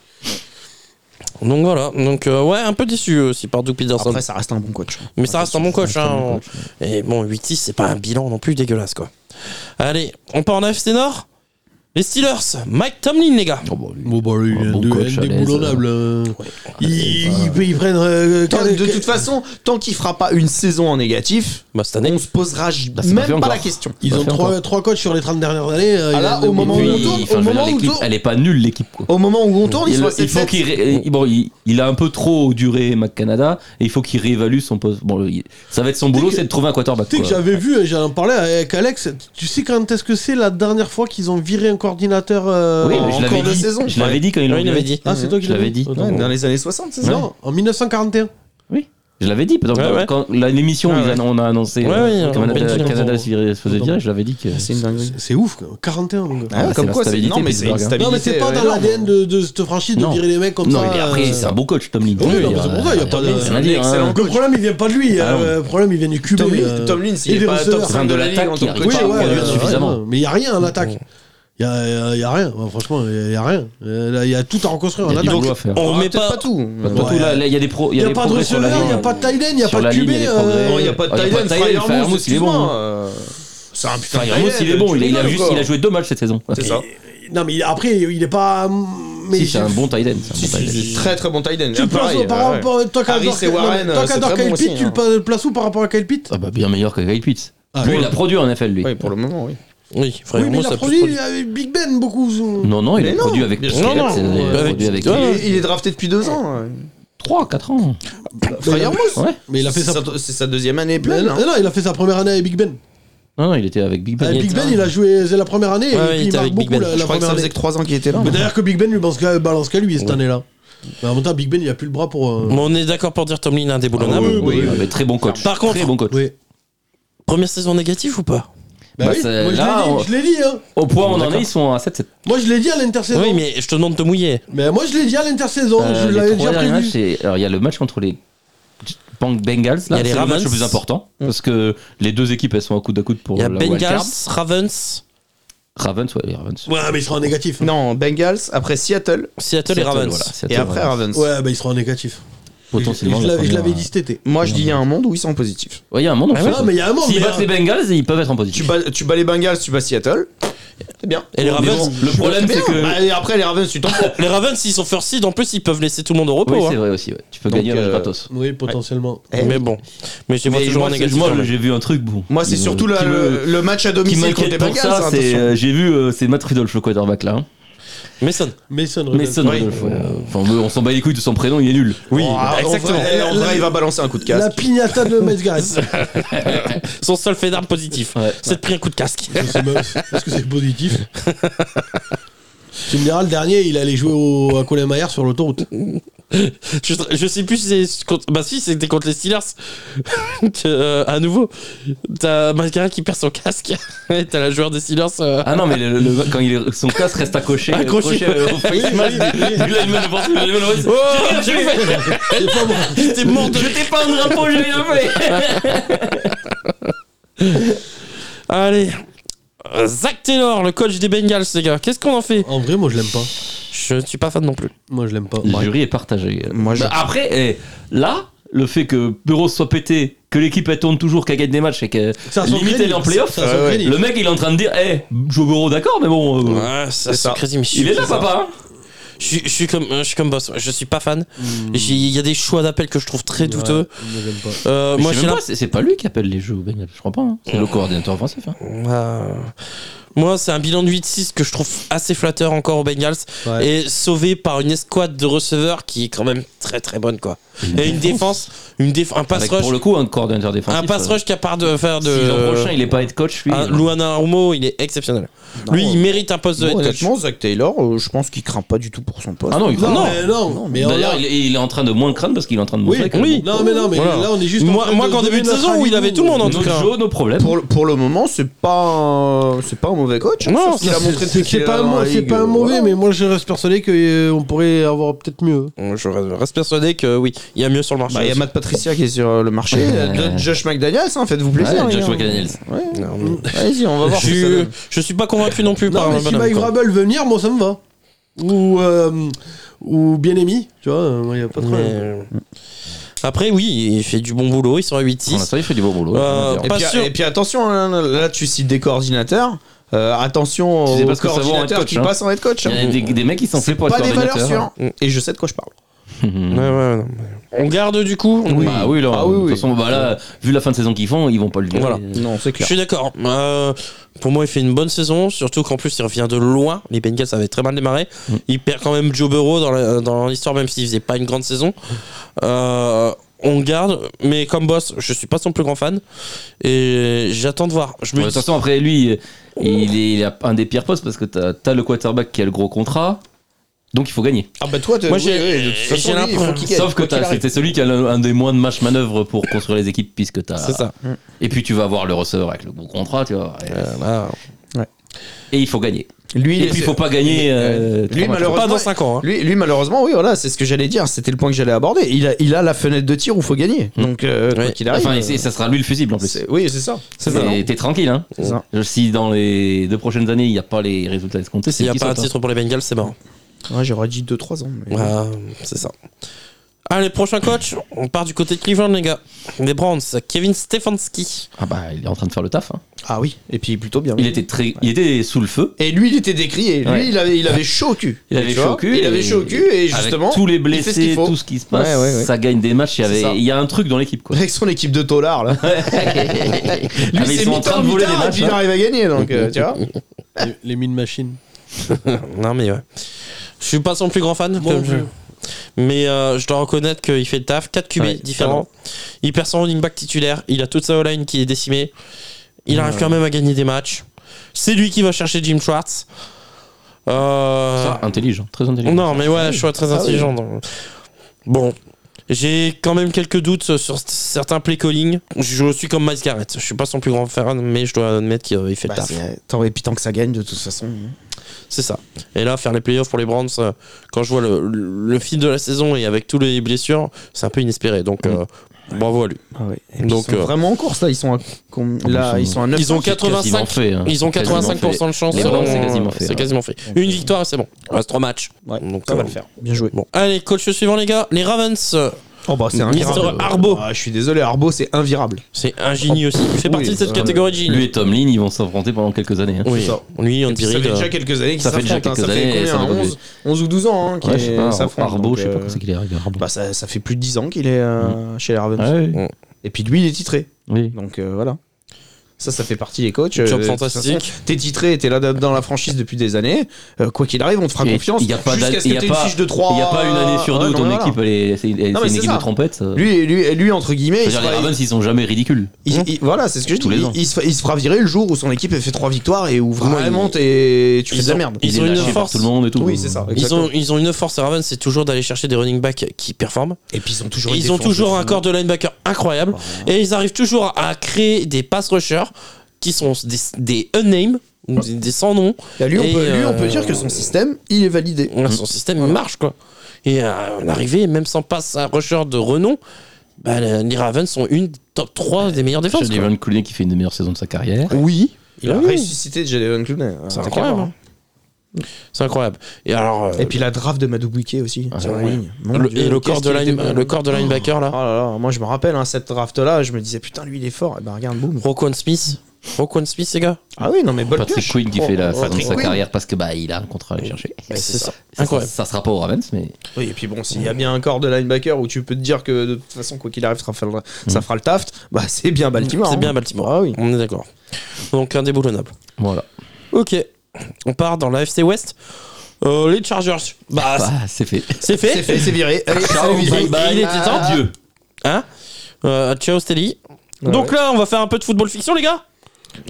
Speaker 2: donc voilà. Donc euh, ouais, un peu déçu aussi par Doug Peterson.
Speaker 3: Après, ça reste un bon coach.
Speaker 2: mais
Speaker 4: Ah,
Speaker 2: ça reste un bon coach.
Speaker 4: Très bon
Speaker 2: Hein.
Speaker 4: coach.
Speaker 2: Et bon, 8-6, c'est pas un bilan non plus dégueulasse quoi. Allez, on part en AFC Nord. Les Steelers, Mike Tomlin les gars.
Speaker 4: Oh, bah, lui.
Speaker 1: Bon, bah, lui,
Speaker 4: Un
Speaker 1: il est
Speaker 4: bon
Speaker 1: indé-
Speaker 4: coach à l'aise, hein.
Speaker 1: indéboulonnable. euh. Ils ils- ils prennent. euh,
Speaker 3: Tant-
Speaker 1: quel-
Speaker 3: de toute façon, tant qu'il fera pas une saison en négatif,
Speaker 2: Bah cette année.
Speaker 3: on se posera j-
Speaker 4: Bah, c'est pas fait
Speaker 3: même pas
Speaker 4: encore.
Speaker 3: la question.
Speaker 1: Ils
Speaker 4: Ça
Speaker 1: ont
Speaker 4: fait
Speaker 1: trois, trois coachs sur les 30 dernières années. euh,
Speaker 3: Ah
Speaker 1: il
Speaker 3: là,
Speaker 1: y a-
Speaker 3: au moment où
Speaker 4: Puis,
Speaker 3: on
Speaker 4: enfin,
Speaker 3: tourne, au
Speaker 4: je veux dire,
Speaker 3: moment où
Speaker 4: l'équipe,
Speaker 3: tourne-
Speaker 4: elle est pas nulle l'équipe. quoi.
Speaker 3: Au moment où on tourne, ils
Speaker 4: Il,
Speaker 3: sont à
Speaker 4: il faut
Speaker 3: 7-7.
Speaker 4: qu'il ré- il- bon, il, il a un peu trop duré Mac Canada et il faut qu'il réévalue son poste. Bon, il- ça va être son boulot,
Speaker 1: que-
Speaker 4: c'est de trouver un quarterback.
Speaker 1: Tu sais que
Speaker 4: quoi.
Speaker 1: j'avais vu, et j'en parlais avec Alex. Tu sais quand est-ce que c'est la dernière fois qu'ils ont viré un coordinateur euh,
Speaker 4: Oui, mais
Speaker 3: en
Speaker 4: je l'avais
Speaker 3: cours de
Speaker 4: dit.
Speaker 3: saison,
Speaker 4: Je l'avais
Speaker 3: ouais.
Speaker 4: dit quand il
Speaker 2: Ouais,
Speaker 4: l'a
Speaker 2: il l'avait dit.
Speaker 1: Ah, c'est toi qui
Speaker 4: Je l'avais
Speaker 1: l'avais
Speaker 4: dit. Oh,
Speaker 1: Autant
Speaker 3: Ouais,
Speaker 1: pour moi.
Speaker 3: dans les années 60, c'est ça
Speaker 1: Non, en 1941.
Speaker 4: Je l'avais dit. Donc,
Speaker 2: Ouais, ouais.
Speaker 4: Quand la- l'émission,
Speaker 2: Ouais,
Speaker 4: ils
Speaker 2: ouais.
Speaker 4: an- on a annoncé
Speaker 2: Ouais,
Speaker 4: euh,
Speaker 2: ouais,
Speaker 4: que
Speaker 2: on
Speaker 4: Canada,
Speaker 2: a dit,
Speaker 4: Canada
Speaker 2: on-
Speaker 4: se virait- se faisait virer. Je l'avais dit que.
Speaker 3: C'est une dinguerie.
Speaker 1: C'est ouf, quoi. 41, mon gars.
Speaker 3: Ah,
Speaker 4: Ouais, c'est
Speaker 3: comme
Speaker 4: la
Speaker 3: quoi, c'est-
Speaker 4: stabilité
Speaker 3: non, mais
Speaker 4: de
Speaker 3: c'est une
Speaker 4: Pittsburgh, hein.
Speaker 1: Non,
Speaker 3: stabilité.
Speaker 1: mais c'est pas dans
Speaker 3: énorme.
Speaker 1: l'ADN de, de cette franchise de
Speaker 4: Non.
Speaker 1: virer les mecs comme
Speaker 4: Non,
Speaker 1: ça.
Speaker 4: mais après,
Speaker 1: euh,
Speaker 4: c'est un bon coach, Tom Lee.
Speaker 1: Oui, non, mais c'est pour ça, il y a pas de-
Speaker 4: Rien à dire, hein.
Speaker 3: Excellent.
Speaker 1: Le problème, il vient pas de lui.
Speaker 4: Ah,
Speaker 1: euh, le problème, il vient du QB. euh,
Speaker 3: Tomlin, Tomlin,
Speaker 1: et
Speaker 3: s'il
Speaker 1: des
Speaker 3: est pas
Speaker 1: receveurs.
Speaker 3: top 5 de la ligue en tant que
Speaker 4: Oui,
Speaker 1: Oui,
Speaker 3: coach,
Speaker 1: ouais,
Speaker 4: Pas
Speaker 1: ouais,
Speaker 4: produire
Speaker 1: ouais,
Speaker 4: suffisamment.
Speaker 1: ouais, Mais il n'y a rien en attaque. Il n'y a, euh, y a rien. Ouais, franchement, il n'y a rien. Il y a tout à reconstruire en
Speaker 4: Il y a du
Speaker 1: attaque.
Speaker 4: boulot à faire.
Speaker 2: On remet
Speaker 3: peut-être
Speaker 2: pas-
Speaker 3: pas tout.
Speaker 4: Bah,
Speaker 1: Ouais.
Speaker 4: surtout, là, là, il y a des pro, il y a,
Speaker 1: Il n'y
Speaker 4: des
Speaker 1: a pas de
Speaker 4: progrès sur la
Speaker 1: receveur, il
Speaker 4: ligne.
Speaker 1: n'y a pas de tight end, il n'y a
Speaker 4: Sur
Speaker 1: pas de
Speaker 4: la ligne,
Speaker 1: QB.
Speaker 4: il y a des
Speaker 1: euh,
Speaker 4: progrès.
Speaker 3: Non, il n'y a pas de
Speaker 4: Ah, il y a pas de
Speaker 3: Tyden,
Speaker 4: tight end,
Speaker 3: Fryer
Speaker 4: Fryer Moose,
Speaker 3: Moose,
Speaker 4: il est bon,
Speaker 3: excuse-moi,
Speaker 4: hein.
Speaker 3: euh, C'est un putain
Speaker 4: Enfin,
Speaker 3: de
Speaker 4: Ramos,
Speaker 3: tight end,
Speaker 4: il est bon,
Speaker 3: tu
Speaker 4: il a, il a
Speaker 3: rigoles
Speaker 4: juste,
Speaker 3: ou quoi
Speaker 4: il a joué deux matchs cette saison.
Speaker 3: C'est ça.
Speaker 1: Non, mais il- après, il n'est pas. euh, Mais
Speaker 4: Si, c'est un bon tight end.
Speaker 3: Si,
Speaker 4: c'est un bon
Speaker 3: si,
Speaker 4: tight end.
Speaker 3: si, Très très bon tight end.
Speaker 1: Tu
Speaker 3: Ah,
Speaker 1: places
Speaker 3: pareil,
Speaker 1: au- par
Speaker 3: ouais.
Speaker 1: rapport à toi qui
Speaker 3: Harris
Speaker 1: adore-
Speaker 3: et Warren,
Speaker 1: non, toi qui
Speaker 3: euh, c'est
Speaker 1: adores
Speaker 3: très
Speaker 1: Kyle
Speaker 3: bon
Speaker 1: Pitt,
Speaker 3: aussi,
Speaker 1: tu
Speaker 3: hein.
Speaker 1: le pla- places où par rapport à Kyle Pitt
Speaker 4: Ah bah bien meilleur que Kyle Pitts.
Speaker 1: Ah,
Speaker 4: lui,
Speaker 1: oui.
Speaker 4: il a produit en NFL, lui.
Speaker 3: Oui, pour le moment, oui.
Speaker 2: Oui,
Speaker 1: Oui,
Speaker 2: vraiment,
Speaker 1: mais il
Speaker 2: ça
Speaker 1: a
Speaker 2: a plus
Speaker 1: produit
Speaker 2: produit.
Speaker 1: avec Big Ben beaucoup. son-
Speaker 4: Non, non, il
Speaker 3: Mais
Speaker 4: a
Speaker 3: non,
Speaker 4: produit avec
Speaker 3: bien
Speaker 4: Pitt,
Speaker 3: sûr.
Speaker 2: Non, non,
Speaker 4: il a
Speaker 2: avec-
Speaker 4: produit avec
Speaker 3: Il
Speaker 2: Ouais,
Speaker 3: est- il est drafté depuis deux ans. ouais.
Speaker 4: 3, 4 ans.
Speaker 1: Ben, hein.
Speaker 3: Fryer Moose
Speaker 4: Ouais.
Speaker 1: Mais il a fait
Speaker 3: C'est
Speaker 1: sa.
Speaker 3: sa- C'est sa deuxième année
Speaker 1: Non,
Speaker 3: pleine. hein.
Speaker 1: non, il a fait sa première année avec Big Ben.
Speaker 4: Non, non, il était avec Big Ben.
Speaker 1: Avec Big Ben, il a joué c'est la première année
Speaker 2: Ouais,
Speaker 1: et
Speaker 2: il
Speaker 1: puis il
Speaker 2: était
Speaker 1: marque
Speaker 2: avec Big
Speaker 1: beaucoup
Speaker 2: Ben.
Speaker 1: la, la
Speaker 3: Je crois que
Speaker 1: première
Speaker 3: ça
Speaker 1: année.
Speaker 3: faisait que trois ans qu'il était là.
Speaker 1: Mais d'ailleurs que Big Ben lui balance qu'à- balance qu'à lui cette année-là. Mais en même temps, Big Ben, il a plus le bras pour. euh,
Speaker 2: Mais on est d'accord pour dire Tomlin indéboulonnable.
Speaker 4: Ah, Oui,
Speaker 3: oui, oui.
Speaker 4: mais très bon coach.
Speaker 2: Par contre-
Speaker 4: très bon coach.
Speaker 1: Oui.
Speaker 2: Première saison négative ou pas
Speaker 1: Bah
Speaker 4: Bah,
Speaker 1: oui,
Speaker 4: c'est-
Speaker 1: moi, je
Speaker 4: là,
Speaker 1: l'ai dit,
Speaker 4: on-
Speaker 1: je l'ai dit, hein.
Speaker 4: Au point où on en
Speaker 2: D'accord.
Speaker 4: est, ils sont à 7-7.
Speaker 1: Moi, je l'ai dit à l'intersaison.
Speaker 2: Oui,
Speaker 1: mais...
Speaker 2: mais je te demande de te mouiller.
Speaker 1: moi, je l'ai dit à l'intersaison.
Speaker 4: Euh,
Speaker 1: Oh, je
Speaker 4: les
Speaker 1: l'avais déjà
Speaker 4: trois derniers matchs,
Speaker 1: prévu.
Speaker 4: c'est- alors, il y a le match contre les Bank Bengals.
Speaker 2: Il y a
Speaker 4: Là,
Speaker 2: les
Speaker 4: c'est le
Speaker 2: Ravens.
Speaker 4: match le plus important. Parce que les deux équipes, elles sont à coude à coude pour
Speaker 2: Il y a
Speaker 4: la wildcard.
Speaker 2: Bengals, Ravens,
Speaker 4: Ravens, ouais, les Ravens.
Speaker 1: Ouais, mais il sera en négatif.
Speaker 3: Non, Bengals, après Seattle,
Speaker 2: Seattle et Ravens.
Speaker 4: voilà, Seattle,
Speaker 3: et après
Speaker 4: Ravens.
Speaker 3: Ravens.
Speaker 1: Ouais, bah il sera en négatif.
Speaker 4: Potentiellement,
Speaker 1: Je-
Speaker 4: la
Speaker 1: je l'avais- je
Speaker 4: première-
Speaker 1: l'avais dit cet été.
Speaker 3: Moi, je dis il y a un monde où ils sont positifs.
Speaker 4: Ouais, il y a un monde. en
Speaker 2: Ah
Speaker 4: fait.
Speaker 1: Non, mais il y a un moment.
Speaker 4: S'ils
Speaker 1: mais,
Speaker 4: battent
Speaker 1: euh,
Speaker 4: les Bengals, ils peuvent être en
Speaker 3: Tu
Speaker 4: positif.
Speaker 3: bats, tu bats les Bengals, tu bats Seattle. C'est bien.
Speaker 2: Et les
Speaker 3: Mais
Speaker 2: Ravens,
Speaker 3: bon,
Speaker 4: le
Speaker 3: je
Speaker 4: problème,
Speaker 3: l'aime
Speaker 4: c'est que-
Speaker 3: bien. Bah, et après, les Ravens, tu t'en fous.
Speaker 2: Les Ravens, s'ils sont first seed, en plus, ils peuvent laisser tout le monde au repos.
Speaker 4: Oui,
Speaker 2: hein.
Speaker 4: c'est vrai aussi. ouais. Tu peux
Speaker 3: Donc,
Speaker 4: gagner
Speaker 3: euh,
Speaker 4: un gratos.
Speaker 1: Oui, potentiellement.
Speaker 3: Eh
Speaker 2: Mais bon, mais je les vois
Speaker 4: Mais
Speaker 2: toujours
Speaker 4: moi,
Speaker 2: en
Speaker 4: c'est-
Speaker 2: négatif.
Speaker 4: moi,
Speaker 2: quand même.
Speaker 4: j'ai vu un truc bon.
Speaker 3: Moi, c'est
Speaker 4: qui me-
Speaker 3: surtout
Speaker 4: qui me-
Speaker 3: le, le match à
Speaker 4: qui
Speaker 3: domicile contre les
Speaker 4: m'inquiète pour
Speaker 3: Bengals.
Speaker 4: ça,
Speaker 3: hein,
Speaker 4: c'est
Speaker 3: attention.
Speaker 4: euh, j'ai vu euh, c'est Matt Rudolph le quarterback là. Hein.
Speaker 2: Mason.
Speaker 1: Mason euh, Rudolph.
Speaker 4: Mason
Speaker 3: Oui.
Speaker 4: Rudolph. ouais. Enfin on, on s'en bat les couilles de son prénom, il est nul.
Speaker 2: Oui,
Speaker 3: Oh, en vrai-
Speaker 2: exactement.
Speaker 3: En vrai, il va balancer un coup de
Speaker 1: La
Speaker 3: casque.
Speaker 1: pignata de Mets Garrett.
Speaker 2: Son seul fait d'arme positif, c'est de pris un coup de casque.
Speaker 1: Je sais même- Est-ce que c'est positif Tu me diras, le dernier, il allait jouer au, à Colin Maillard sur l'autoroute.
Speaker 2: Je, je sais plus si c'est contre. Bah, si, c'était contre les Steelers. Que, euh, à nouveau, t'as Mascara qui perd son casque. Et t'as la joueur des Steelers. euh,
Speaker 4: Ah non mais le, le- quand il est- son casque reste accroché
Speaker 2: Accroché.
Speaker 4: accroché euh, au face mask du- du lineman offensif, du lineman offensif.
Speaker 2: Oh, j'ai rien fait. J'étais mort de.
Speaker 4: Je t'ai pas un drapeau, j'ai rien fait.
Speaker 2: Allez. Euh, Zach Taylor, le coach des Bengals, les gars. Qu'est-ce qu'on en fait
Speaker 1: En vrai, moi, je l'aime pas.
Speaker 2: Je suis pas fan non plus.
Speaker 1: Moi, je l'aime pas.
Speaker 4: Le jury est partagé.
Speaker 3: Moi, je-
Speaker 4: Bah, après eh, là le fait que Bureau soit pété, que l'équipe elle tourne toujours, qu'elle gagne des matchs et que
Speaker 1: Ça a son
Speaker 4: limite elle est en
Speaker 1: crédit.
Speaker 4: playoff,
Speaker 1: Ça a son
Speaker 3: Ah ouais.
Speaker 1: crédit.
Speaker 4: le mec il est en train de dire eh Joe Burrow d'accord mais bon euh,
Speaker 2: Ouais, ça,
Speaker 3: ça.
Speaker 2: crazy, mais je suis-
Speaker 4: il est là papa. Mm. hein.
Speaker 2: Je suis- je suis comme, euh, je suis comme boss. Je suis pas fan. J'ai- Il y a des choix d'appels que je trouve très douteux.
Speaker 1: Ouais, moi, j'aime pas.
Speaker 2: Euh,
Speaker 4: Mais
Speaker 2: moi,
Speaker 4: je sais
Speaker 2: j'ai
Speaker 4: même pas, c'est c'est pas lui qui appelle les jeux au Bengals, je crois pas. hein. C'est le coordinateur offensif. hein.
Speaker 2: Euh, Moi, c'est un bilan de 8-6 que je trouve assez flatteur encore aux Bengals.
Speaker 1: Ouais.
Speaker 2: Et sauvé par une escouade de receveurs qui est quand même très très bonne, quoi. Et une défense, une déf- un pass
Speaker 4: Avec,
Speaker 2: rush.
Speaker 4: pour le coup, un coordinateur défensif.
Speaker 2: Un pass rush qui a part de faire
Speaker 4: euh, si l'an prochain,
Speaker 2: de.
Speaker 4: il hein. est pas head coach, lui.
Speaker 2: Ah, Luana Armo, il est exceptionnel.
Speaker 3: Non,
Speaker 2: Lui,
Speaker 3: euh,
Speaker 2: il mérite un poste de
Speaker 3: Bon,
Speaker 2: head coach.
Speaker 3: honnêtement, Zach Taylor, euh, je pense qu'il craint pas du tout pour son poste.
Speaker 4: Ah non, il
Speaker 1: Non,
Speaker 4: non.
Speaker 1: mais non, mais on
Speaker 4: D'ailleurs,
Speaker 1: a-
Speaker 4: il, est- il est en train de moins craindre parce qu'il est en train de montrer que
Speaker 1: oui. Non, mais non, mais
Speaker 2: Voilà.
Speaker 1: là, on est juste. en
Speaker 2: Moi-
Speaker 1: train
Speaker 2: moi, qu'en début de
Speaker 1: donner
Speaker 2: saison,
Speaker 1: notre
Speaker 2: où il
Speaker 1: avis,
Speaker 2: avait tout le monde en
Speaker 4: nos
Speaker 2: tout cas.
Speaker 4: jeux, nos problèmes.
Speaker 3: Pour, le- pour le moment, c'est pas un, c'est pas un mauvais coach.
Speaker 2: Non,
Speaker 3: Sauf qu'il a montré
Speaker 1: C'est
Speaker 3: depuis
Speaker 1: c'est
Speaker 3: qu'il est
Speaker 1: pas,
Speaker 3: là
Speaker 1: un
Speaker 3: dans
Speaker 1: mo-
Speaker 3: la
Speaker 1: c'est
Speaker 3: ligue,
Speaker 1: pas un
Speaker 3: euh,
Speaker 1: mauvais,
Speaker 3: voilà.
Speaker 1: mais moi, je reste persuadé qu'on pourrait avoir peut-être mieux.
Speaker 2: Euh, Je reste persuadé que oui, il y a mieux sur le marché.
Speaker 3: Bah, Il y a Matt Patricia qui est sur euh, le marché.
Speaker 4: Ouais.
Speaker 3: Euh, Josh McDaniels, hein, faites-vous plaisir.
Speaker 4: Ouais,
Speaker 3: les
Speaker 4: Josh
Speaker 3: gars.
Speaker 4: McDaniels.
Speaker 3: Ouais.
Speaker 2: Non, mais-
Speaker 3: Allez-y, on va voir.
Speaker 2: je,
Speaker 3: ce que ça
Speaker 2: suis,
Speaker 3: donne.
Speaker 2: je suis pas convaincu non plus. par
Speaker 1: Non,
Speaker 2: un
Speaker 1: mais si
Speaker 2: bonhomme,
Speaker 1: Mike
Speaker 2: quoi.
Speaker 1: Vrabel veut venir, moi, ça me va. Ou. euh, Ou bien Amy, tu vois, euh, moi, y a pas de problème.
Speaker 2: Mais- euh, Après, oui, il fait du bon boulot, il sera
Speaker 4: Pour
Speaker 2: 8-6.
Speaker 4: l'instant, il fait du bon boulot.
Speaker 2: Euh,
Speaker 4: on va
Speaker 3: Et
Speaker 4: dire.
Speaker 2: pas
Speaker 3: puis,
Speaker 2: sûr.
Speaker 3: et puis attention, hein, là, là, tu cites des coordinateurs. Euh, attention
Speaker 4: Tu sais
Speaker 3: aux
Speaker 4: pas ce que ça vaut en head
Speaker 3: coordinateurs
Speaker 4: coach,
Speaker 3: qui
Speaker 4: hein.
Speaker 3: passent en head coach.
Speaker 4: Il y a des, des mecs qui sont faits pour être
Speaker 3: Pas des valeurs
Speaker 4: coordinateurs. hein. Mm.
Speaker 3: sûres. Et je sais de quoi je parle.
Speaker 2: Ouais, ouais, non, mais- Mm. On garde du coup on-
Speaker 4: Oui. Bah oui, là,
Speaker 3: Ah oui,
Speaker 4: de
Speaker 3: oui.
Speaker 4: toute façon, bah là, vu la fin de saison qu'ils font, ils vont pas le dire.
Speaker 2: Voilà.
Speaker 3: Non, c'est
Speaker 2: Je suis d'accord. Euh, pour moi, il fait une bonne saison, surtout qu'en plus, il revient de loin. Les Bengals avaient très mal démarré.
Speaker 4: Mm.
Speaker 2: Il perd quand même Joe Burrow dans la- dans l'histoire, même s'il faisait pas une grande saison. Euh, on garde, mais comme boss, je suis pas son plus grand fan. Et j'attends de voir. Je me
Speaker 4: Ouais, de
Speaker 2: dis-
Speaker 4: toute façon, après lui, euh, il est, il a un des pires postes parce que t'as as le quarterback qui a le gros contrat, donc il faut gagner.
Speaker 3: Ah bah toi, t'es-
Speaker 2: Moi,
Speaker 3: oui,
Speaker 2: j'ai-
Speaker 3: oui, de toute façon,
Speaker 2: j'ai
Speaker 3: lui, il faut qu'il gagne,
Speaker 4: Sauf que
Speaker 3: quoi qu'il
Speaker 4: t'as-
Speaker 3: arrive.
Speaker 4: c'est celui qui a le- un des moins de matchs manœuvres pour construire les équipes, puisque t'as.
Speaker 2: C'est ça.
Speaker 4: Et puis tu vas avoir le receveur avec le gros contrat, tu vois. Et,
Speaker 3: Euh,
Speaker 2: ah,
Speaker 4: et il faut gagner.
Speaker 3: Lui,
Speaker 4: et puis il faut pas gagner. euh,
Speaker 3: Lui,
Speaker 4: trois matchs.
Speaker 3: malheureusement,
Speaker 2: Pas dans 5 ans. hein.
Speaker 3: Lui, lui, malheureusement, oui, voilà, c'est ce que j'allais dire. C'était le point que j'allais aborder. Il a, il a la fenêtre de tir où faut gagner. Donc, euh, quoi
Speaker 2: Ouais.
Speaker 3: qu'il arrive.
Speaker 4: Mm. Enfin, et
Speaker 3: euh,
Speaker 4: c'est- ça sera lui le fusible en plus.
Speaker 3: c'est- oui, c'est ça.
Speaker 4: Et
Speaker 3: ça.
Speaker 4: T'es tranquille, hein.
Speaker 3: C'est ça.
Speaker 4: Si dans les deux prochaines années il n'y a pas les résultats escomptés, c'est
Speaker 2: S'il n'y a
Speaker 4: qui
Speaker 2: pas un
Speaker 4: saute, hein.
Speaker 2: titre pour les Bengals, c'est mort.
Speaker 3: Ouais, j'aurais dit 2-3 ans. mais-
Speaker 2: Ah, c'est ça. Allez, prochain coach, on part du côté de Cleveland, les gars. Les Browns, Kevin Stefanski.
Speaker 4: Ah bah, il est en train de faire le taf. hein.
Speaker 3: Ah oui, et puis plutôt bien.
Speaker 4: Il était très, il était sous le feu.
Speaker 3: Et lui, il était décrié. Lui,
Speaker 4: Ouais.
Speaker 3: il, avait, il avait chaud au cul.
Speaker 4: Il avait
Speaker 3: Tu vois
Speaker 4: chaud au cul.
Speaker 3: Il avait chaud au cul et
Speaker 4: avec
Speaker 3: justement.
Speaker 4: tous les
Speaker 3: il fait ce qu'il
Speaker 4: blessés,
Speaker 3: faut.
Speaker 4: tout ce qui se passe,
Speaker 3: Ouais, ouais, ouais.
Speaker 4: ça gagne des matchs. Il y,
Speaker 3: C'est ça.
Speaker 4: avait, il y a un truc dans l'équipe, quoi.
Speaker 3: Avec son équipe de taulards, là. Lui,
Speaker 4: Ah, mais
Speaker 3: c'est
Speaker 4: ils sont en train de voler des
Speaker 3: et
Speaker 4: matchs.
Speaker 3: puis il
Speaker 4: hein.
Speaker 3: arrive à gagner. Donc, euh, tu vois.
Speaker 1: Les- Les mines machines.
Speaker 2: non, mais ouais. Je suis pas son plus grand fan.
Speaker 1: Moi non plus.
Speaker 2: Mais euh, je dois reconnaître qu'il fait le taf. 4 QB
Speaker 4: Ouais,
Speaker 2: différents. Il perd son running back titulaire. Il a toute sa O-line qui est décimée. Il arrive quand même à gagner des matchs. C'est lui qui va chercher Jim Schwartz. Euh,
Speaker 4: Ça, intelligent, très intelligent.
Speaker 2: Non, mais ouais, je suis très intelligent. donc. Bon, j'ai quand même quelques doutes sur c- certains play calling. Je suis comme Miles Garrett. Je suis pas son plus grand fan, mais je dois admettre qu'il euh, fait
Speaker 3: Bah,
Speaker 2: le taf.
Speaker 3: c'est- tant- et puis tant que ça gagne, de toute façon. hein.
Speaker 2: C'est ça. Et là, faire les playoffs pour les Browns, euh, quand je vois le, le, le fil de la saison et avec tous les blessures, c'est un peu inespéré.
Speaker 4: Mm.
Speaker 2: Donc, euh, bravo à lui.
Speaker 3: Ah ouais. Et puis,
Speaker 2: Donc,
Speaker 3: ils sont
Speaker 2: euh,
Speaker 3: vraiment en course, là. Ils sont à, com-
Speaker 4: ils
Speaker 3: là,
Speaker 4: sont-
Speaker 3: ils sont à 9
Speaker 2: Ils ont
Speaker 4: C'est
Speaker 2: 85.
Speaker 4: quasiment fait, hein.
Speaker 2: Ils ont
Speaker 4: Quasiment
Speaker 2: 85% de chance.
Speaker 4: Les
Speaker 2: selon-
Speaker 4: Browns, c'est quasiment fait,
Speaker 2: c'est
Speaker 4: hein.
Speaker 2: quasiment fait. Une victoire, c'est bon. Il reste 3 matchs.
Speaker 3: Ouais,
Speaker 2: Donc,
Speaker 3: ça
Speaker 2: euh,
Speaker 3: va le faire. Bien joué.
Speaker 2: Bon, allez, coach suivant, les gars. Les Ravens, euh,
Speaker 3: Oh bah c'est
Speaker 2: Mister
Speaker 3: invirable.
Speaker 2: Arbo.
Speaker 3: Ah, je suis désolé, Arbo c'est invirable.
Speaker 2: C'est un génie aussi. Il fait
Speaker 3: Oui,
Speaker 2: partie de cette
Speaker 3: euh,
Speaker 2: catégorie de génie.
Speaker 4: Ah. Lui et Tomlin, ils vont s'affronter pendant quelques années. hein.
Speaker 2: Oui,
Speaker 3: ça.
Speaker 2: lui, on
Speaker 3: Ça fait
Speaker 2: dirait.
Speaker 3: déjà quelques années qu'ils
Speaker 4: euh, Ça fait déjà
Speaker 3: s'affrontent. hein. Ça
Speaker 4: quelques
Speaker 3: fait
Speaker 4: années, ça
Speaker 3: combien
Speaker 4: va pas
Speaker 3: 11, 11 ou 12 ans hein, qu'ils
Speaker 4: Ouais, je sais pas,
Speaker 3: s'affrontent.
Speaker 4: Arbo,
Speaker 3: donc,
Speaker 4: je sais pas
Speaker 3: euh,
Speaker 4: quand c'est qu'il est arrivé. Arbo.
Speaker 3: bah, ça, ça fait plus de 10 ans qu'il est euh, chez les Ravens.
Speaker 4: Ouais, Ah oui.
Speaker 3: Et puis lui il est titré.
Speaker 4: Oui.
Speaker 3: Donc euh, voilà. Ça, ça fait partie des coachs. euh,
Speaker 2: Job
Speaker 3: de toute
Speaker 2: fantastique.
Speaker 3: façon, T'es titré, t'es là dans la franchise depuis des années. Euh, quoi qu'il arrive, on te fera
Speaker 4: Et
Speaker 3: confiance.
Speaker 4: il y a pas
Speaker 3: jusqu'à
Speaker 4: d'a-
Speaker 3: ce que
Speaker 4: il y a
Speaker 3: t'aies une
Speaker 4: pas-
Speaker 3: fiche de euh, 3.
Speaker 4: Il n'y a pas une année sur deux où ton équipe, elle est, c'est c'est
Speaker 3: Non, mais
Speaker 4: une
Speaker 3: c'est
Speaker 4: équipe
Speaker 3: ça.
Speaker 4: de trompette. ça.
Speaker 3: Lui, lui, lui, entre guillemets,
Speaker 4: Je
Speaker 3: il
Speaker 4: veux
Speaker 3: se
Speaker 4: dire, les
Speaker 3: fera-
Speaker 4: Ravens, ils sont jamais ridicules.
Speaker 3: il-
Speaker 2: Mmh.
Speaker 3: il- voilà, c'est ce que je
Speaker 4: Tous
Speaker 3: dis.
Speaker 4: les
Speaker 3: Il,
Speaker 4: ans.
Speaker 3: il se, fera- il se fera virer le jour où son équipe elle fait 3 victoires et où vraiment t'es- tu fais de la
Speaker 2: ont-
Speaker 3: merde.
Speaker 2: Ils
Speaker 4: Il
Speaker 2: ont
Speaker 4: est
Speaker 2: une
Speaker 4: lâché par
Speaker 2: force.
Speaker 4: Tout le monde et tout.
Speaker 3: Oui, c'est ça.
Speaker 2: Ils
Speaker 3: exactement.
Speaker 2: ont, ils ont une force, les Ravens, c'est toujours d'aller chercher des running backs qui performent.
Speaker 3: Et puis ils ont toujours
Speaker 2: Et
Speaker 3: une
Speaker 2: ils ont
Speaker 3: défense
Speaker 2: toujours
Speaker 3: de
Speaker 2: un
Speaker 3: fou.
Speaker 2: corps de linebacker incroyable. Et ils arrivent toujours à créer des pass rushers qui sont des, des unnamed, ou des, des sans nom.
Speaker 3: Et lui, on
Speaker 2: Et,
Speaker 3: peut, lui, on peut
Speaker 2: euh,
Speaker 3: dire que son système, il est validé.
Speaker 2: Là, Son système il marche quoi. Et euh, en arrivée, même sans pass à rusher de renom, bah, les les Ravens sont une top 3 des meilleures défenses.
Speaker 4: J'ai
Speaker 2: quoi.
Speaker 4: Devon Clooney qui fait une des meilleures saisons de sa carrière.
Speaker 2: Oui,
Speaker 3: Il a
Speaker 2: oui.
Speaker 3: ressuscité Jalen Clooney.
Speaker 2: C'est incroyable. hein. C'est incroyable. Et alors, euh,
Speaker 3: Et puis la draft de Madou Bouiké aussi. sur la
Speaker 2: Ah, ouais.
Speaker 3: ligne. Mon
Speaker 2: le,
Speaker 3: Dieu,
Speaker 2: et le corps,
Speaker 3: qu'est-ce
Speaker 2: de
Speaker 3: qu'il était
Speaker 2: line-
Speaker 3: bon.
Speaker 2: le corps de linebacker
Speaker 3: Oh
Speaker 2: là,
Speaker 3: là là, moi je me rappelle, hein, cette draft-là, je me disais putain, lui il est fort. Et ben regarde, boum.
Speaker 2: Roquan Smith. Roquan Smith, les gars.
Speaker 3: Ah oui, non mais bonne
Speaker 4: Patrick
Speaker 3: pioche.
Speaker 4: Quinn qui
Speaker 3: Oh,
Speaker 4: fait la
Speaker 3: oh,
Speaker 4: fin de
Speaker 3: Patrick
Speaker 4: sa
Speaker 3: Quinn.
Speaker 4: carrière parce que bah il a un contrat à aller chercher.
Speaker 2: Ouais, c'est ça.
Speaker 4: Ça, ça,
Speaker 2: Incroyable.
Speaker 4: ça sera pas aux Ravens, mais
Speaker 3: Oui, et puis bon, s'il y a bien un corps de linebacker où tu peux te dire que de toute façon, quoi qu'il arrive, ça fera, le- ça fera le taft, bah c'est bien Baltimore.
Speaker 2: Mm. C'est
Speaker 3: hein.
Speaker 2: bien Baltimore.
Speaker 3: Ah oui.
Speaker 2: On est d'accord. Donc indéboulonnable.
Speaker 4: voilà.
Speaker 2: Ok. On part dans la FC West. Euh, les Chargers. Bah,
Speaker 4: Bah, c'est fait.
Speaker 2: c'est fait.
Speaker 3: Ah, C'est fait, c'est viré.
Speaker 2: Ah,
Speaker 3: Allez, salut,
Speaker 2: il-
Speaker 3: bye
Speaker 2: il
Speaker 3: bye.
Speaker 2: était temps.
Speaker 3: Ah,
Speaker 4: Dieu.
Speaker 2: Hein Euh, Ciao Stelly. Donc là, on va faire un peu de football fiction, les gars.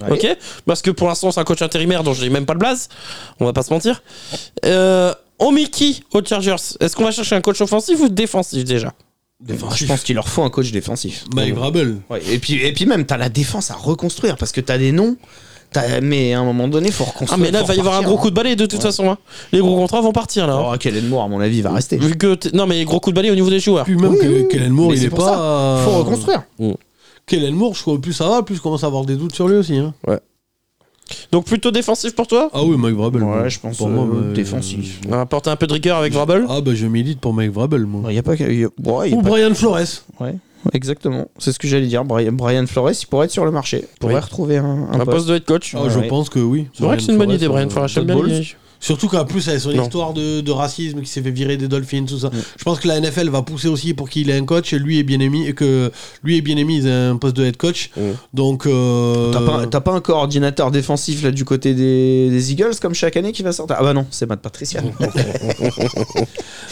Speaker 3: Allez.
Speaker 2: Ok Parce que pour l'instant, c'est un coach intérimaire dont je n'ai même pas le blaze. On va pas se mentir. Euh, on met qui aux Chargers Est-ce qu'on va chercher un coach offensif ou défensif déjà
Speaker 3: Je pense qu'il leur faut un coach défensif.
Speaker 1: Mike Vrabel.
Speaker 3: Ouais, et, puis, et puis même, t'as la défense à reconstruire parce que t'as des noms. T'as, mais à un moment donné, faut
Speaker 2: Ah,
Speaker 3: reconstruire.
Speaker 2: mais là, il va y avoir un gros coup de balai de toute façon. hein. Les gros contrats vont partir là. hein.
Speaker 3: Oh, Kellen Moore, à mon avis, va rester.
Speaker 2: Vu que t'es- non mais les gros coups de balai au niveau des joueurs.
Speaker 1: Puis même
Speaker 3: Oui,
Speaker 1: que-
Speaker 3: oui, oui.
Speaker 1: Kellen Moore,
Speaker 3: Mais
Speaker 1: il
Speaker 3: c'est
Speaker 1: est
Speaker 3: pour
Speaker 1: pas.
Speaker 2: euh,
Speaker 3: Faut reconstruire.
Speaker 1: Kellen Moore, je crois, plus ça va, plus je commence à avoir des doutes sur lui aussi. hein.
Speaker 2: Donc plutôt défensif pour toi
Speaker 1: Ah oui, Mike Vrabel.
Speaker 3: Ouais,
Speaker 1: moi.
Speaker 3: je pense
Speaker 1: Pour moi,
Speaker 3: euh,
Speaker 1: bah,
Speaker 3: défensif.
Speaker 2: On va apporter un peu de rigueur avec Vrabel.
Speaker 1: Ah bah je milite pour Mike Vrabel, moi.
Speaker 3: Il y a pas que- y a- ouais, y a
Speaker 1: Ou
Speaker 3: pas-
Speaker 1: Brian Flores.
Speaker 3: ouais, exactement. C'est ce que j'allais dire. Brian, Brian Flores, il pourrait être sur le marché. Il pourrait
Speaker 2: Oui.
Speaker 3: retrouver un, un
Speaker 2: Un
Speaker 3: poste.
Speaker 2: poste de head coach.
Speaker 1: Ah, je
Speaker 3: ouais.
Speaker 1: pense que oui.
Speaker 2: C'est vrai que c'est une bonne idée, Brian Flores. J'aime
Speaker 1: Todd
Speaker 2: bien
Speaker 1: Bowles.
Speaker 2: l'idée.
Speaker 1: Surtout qu'en plus, avec son
Speaker 2: Non.
Speaker 1: histoire de, de racisme qui s'est fait virer des Dolphins, tout ça. Je pense que la NFL va pousser aussi pour qu'il ait un coach et lui est bien aimé, et que lui est bien aimé, il a un poste de head coach.
Speaker 2: Mm.
Speaker 1: Donc. euh,
Speaker 3: T'as pas, t'as pas un coordinateur défensif là du côté des, des Eagles comme chaque année qui va sortir Ah bah non, c'est Matt Patricia.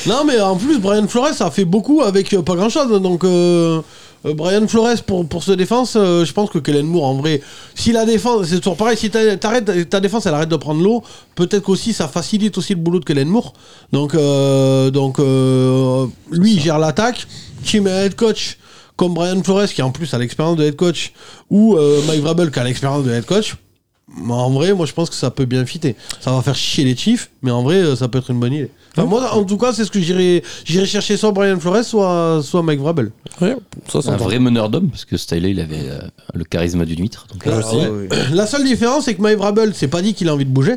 Speaker 1: Non, mais en plus, Brian Flores a fait beaucoup avec euh, pas grand chose. Donc, euh, euh, Brian Flores, pour, pour ce défense, euh, je pense que Kellen Moore, en vrai, si la défense, c'est toujours pareil, si t'a- t'arrêtes- ta défense, elle arrête de prendre l'eau, peut-être qu'aussi ça facilite aussi le boulot de Kellen Moore. Donc, euh, donc euh, lui, il gère l'attaque. Qui met un head coach comme Brian Flores, qui en plus a l'expérience de head coach, ou euh, Mike Vrabel, qui a l'expérience de head coach. Mais Bah, En vrai, moi je pense que ça peut bien fitter. Ça va faire chier les Chiefs, mais en vrai, euh, ça peut être une bonne idée. Enfin, moi, en tout cas, c'est ce que j'irai j'irai chercher soit Brian Flores, soit, soit Mike Vrabel.
Speaker 2: Ouais, ça
Speaker 4: Un
Speaker 2: s'entend.
Speaker 4: vrai meneur d'homme parce que Staley il avait euh, le charisme d'une huître. Donc,
Speaker 3: Ah
Speaker 4: euh,
Speaker 1: Ouais. La seule différence, c'est que Mike Vrabel, c'est pas dit qu'il a envie de bouger,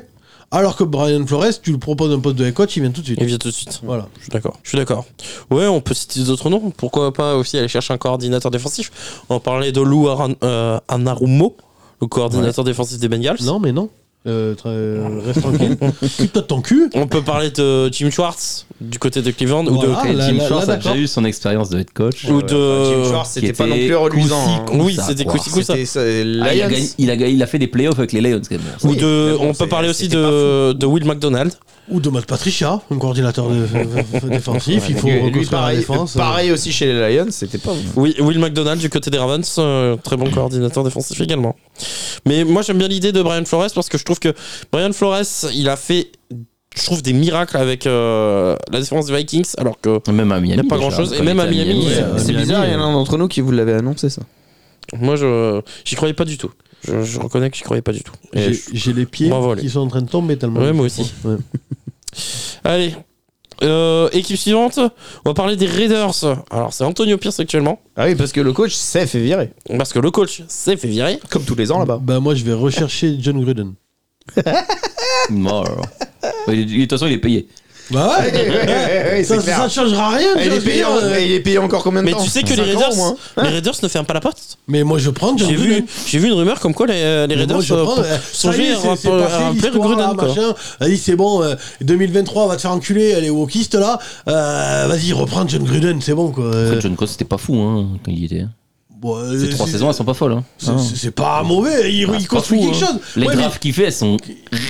Speaker 1: alors que Brian Flores, tu le proposes un poste de head coach, il vient tout de suite.
Speaker 2: Il vient tout de suite.
Speaker 1: Voilà.
Speaker 2: Je suis d'accord. Je suis d'accord. Ouais, on peut citer d'autres noms. Pourquoi pas aussi aller chercher un coordinateur défensif On parlait de Lou Aran- euh, Anarumo, le coordinateur défensif des Bengals.
Speaker 1: Non, mais non. Euh, tra- euh, reste tranquille. Occupe-toi de ton cul.
Speaker 2: On peut parler de Jim Schwartz du côté de Cleveland ou de
Speaker 1: Voilà.
Speaker 4: ok,
Speaker 1: Ah là,
Speaker 4: Jim
Speaker 1: là,
Speaker 4: Schwartz
Speaker 1: là,
Speaker 4: a déjà
Speaker 1: d'accord.
Speaker 4: eu son expérience de head coach.
Speaker 2: ou
Speaker 3: Tim
Speaker 2: de
Speaker 3: Schwartz, Euh, c'était
Speaker 4: qui
Speaker 3: pas non
Speaker 4: était
Speaker 3: plus reluisant.
Speaker 4: coussi-
Speaker 3: hein.
Speaker 2: oui,
Speaker 4: ça,
Speaker 2: c'était
Speaker 4: quoi.
Speaker 2: Koussikou ça.
Speaker 3: C'était c'est
Speaker 4: Ah, il, a gagné-
Speaker 3: Lions.
Speaker 4: il a gagné- il a fait des playoffs avec les Lions quand même.
Speaker 2: Ou de,
Speaker 3: mais bon,
Speaker 2: on peut
Speaker 3: c'est-
Speaker 2: parler aussi
Speaker 3: c'était
Speaker 2: de, de Will McDonald.
Speaker 1: Ou de Matt Patricia, un coordinateur de- défensif. Il faut
Speaker 3: Lui, lui,
Speaker 1: reconstruire la
Speaker 3: pareil,
Speaker 1: défense. euh.
Speaker 3: pareil aussi chez les Lions, c'était pas
Speaker 2: Oui, Will McDonald du côté des Ravens, euh, très bon coordinateur défensif également. Mais moi j'aime bien l'idée de Brian Flores parce que je trouve que Brian Flores, il a fait, je trouve, des miracles avec euh, la défense des Vikings, alors que
Speaker 4: Même à Miami.
Speaker 2: Il y a pas
Speaker 4: déjà,
Speaker 2: grand-chose.
Speaker 4: quand
Speaker 2: Et
Speaker 4: il
Speaker 2: même
Speaker 4: était
Speaker 2: à Miami,
Speaker 4: euh,
Speaker 1: euh,
Speaker 3: C'est
Speaker 1: Miami,
Speaker 3: bizarre, il y en a
Speaker 1: euh,
Speaker 3: un d'entre nous qui vous l'avait annoncé ça.
Speaker 2: moi je j'y croyais pas du tout. Je, je reconnais que j'y croyais pas du tout. Et
Speaker 1: J'ai-
Speaker 2: je-
Speaker 1: J'ai les pieds
Speaker 2: Bravo, allez.
Speaker 1: qui sont en train de tomber tellement.
Speaker 2: Ouais, moi aussi.
Speaker 1: Ouais.
Speaker 2: Allez, Euh, équipe suivante, on va parler des Raiders. Alors c'est Antonio Pierce actuellement,
Speaker 3: Ah oui, parce que le coach s'est fait virer,
Speaker 2: parce que le coach s'est fait virer.
Speaker 3: comme tous les ans là-bas.
Speaker 1: Bah moi je vais rechercher John Gruden.
Speaker 4: Bon, alors. Il- De toute façon, il est payé.
Speaker 1: Bah ouais, ça, ça
Speaker 3: c'est clair.
Speaker 1: ne changera rien.
Speaker 3: Et
Speaker 1: tu
Speaker 3: Il
Speaker 1: vois ce que
Speaker 3: est
Speaker 1: je
Speaker 3: payé
Speaker 1: veux
Speaker 3: en-
Speaker 1: dire, euh.
Speaker 3: et il est payé encore combien de
Speaker 2: Mais
Speaker 3: temps
Speaker 2: tu sais que les
Speaker 3: 5 ans,
Speaker 2: Raiders,
Speaker 3: au moins.
Speaker 2: les Raiders ne ferment pas la porte.
Speaker 1: Mais moi je prends,
Speaker 2: J'ai
Speaker 1: j'en veux,
Speaker 2: vu,
Speaker 1: hein.
Speaker 2: j'ai vu une rumeur comme quoi les, les
Speaker 1: Mais
Speaker 2: Raiders
Speaker 1: moi, je
Speaker 2: euh,
Speaker 1: prends,
Speaker 2: pour-
Speaker 1: euh, ça y est,
Speaker 2: songeaient à
Speaker 1: c'est- c'est
Speaker 2: rappeler- à
Speaker 1: passé,
Speaker 2: rappeler le
Speaker 1: l'histoire, là,
Speaker 2: Gruden. quoi.
Speaker 1: machin. Elle dit c'est bon, euh, 2023 va te faire enculer, les wokistes là. Euh, Vas-y, reprends John Gruden, c'est bon quoi. Euh,
Speaker 4: Après, John Cos, c'était pas fou hein, quand il y était.
Speaker 1: bon, euh,
Speaker 4: Ces trois
Speaker 1: c'est-
Speaker 4: saisons, elles sont pas folles. Hein.
Speaker 1: c'est- C'est c'est pas mauvais, il,
Speaker 4: Ah,
Speaker 1: il
Speaker 4: c'est pas
Speaker 1: construit
Speaker 4: fou,
Speaker 1: quelque
Speaker 4: hein.
Speaker 1: chose.
Speaker 4: Les
Speaker 1: Ouais, mais
Speaker 4: drafts qu'il fait, elles sont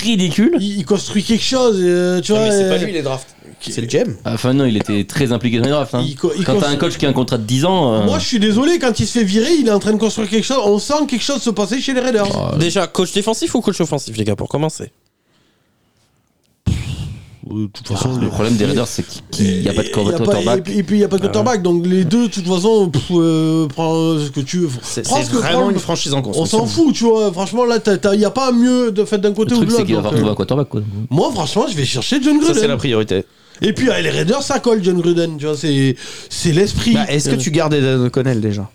Speaker 4: ridicules.
Speaker 1: il, il construit quelque chose, euh, tu vois.
Speaker 3: Ah, Mais c'est pas
Speaker 1: euh,
Speaker 3: lui les drafts. C'est le gem.
Speaker 4: Enfin, non, il était très impliqué dans les drafts. hein.
Speaker 1: Il co- il
Speaker 4: quand t'as
Speaker 1: constru-
Speaker 4: un coach qui a un contrat de 10 ans. euh,
Speaker 3: Ah.
Speaker 1: Moi je suis désolé, quand il se fait virer, il est en train de construire quelque chose. On sent quelque chose se passer chez les Raiders.
Speaker 4: Ah,
Speaker 2: Déjà, coach défensif ou coach offensif, les gars, pour commencer
Speaker 1: de toute
Speaker 4: ah, le problème des Raiders, c'est qu'il n'y a pas de
Speaker 1: Et y a pas- Et
Speaker 4: quarterback.
Speaker 1: puis- et puis il n'y a pas de
Speaker 3: Ah
Speaker 1: quarterback. Donc les deux, de toute façon, pff, euh, prends euh, ce que tu veux.
Speaker 3: C'est
Speaker 1: Prends
Speaker 3: c'est
Speaker 1: ce que
Speaker 3: vraiment
Speaker 1: prends-
Speaker 3: une franchise en
Speaker 1: On
Speaker 3: construction.
Speaker 1: s'en fout, tu vois. Franchement, là, il n'y a pas mieux de fait d'un
Speaker 4: Le
Speaker 1: côté ou
Speaker 4: truc,
Speaker 1: de
Speaker 4: c'est
Speaker 1: l'autre.
Speaker 4: qu'il va falloir
Speaker 1: donc,
Speaker 4: trouver
Speaker 1: euh,
Speaker 4: un quarterback. Quoi.
Speaker 1: Moi, franchement, je vais chercher John
Speaker 3: Ça
Speaker 1: Gruden.
Speaker 3: c'est la priorité.
Speaker 1: Et puis, ah, les Raiders, ça colle, John Gruden. Tu vois, c'est c'est l'esprit. Euh,
Speaker 3: Bah, Est-ce que tu gardes Eden O'Connell déjà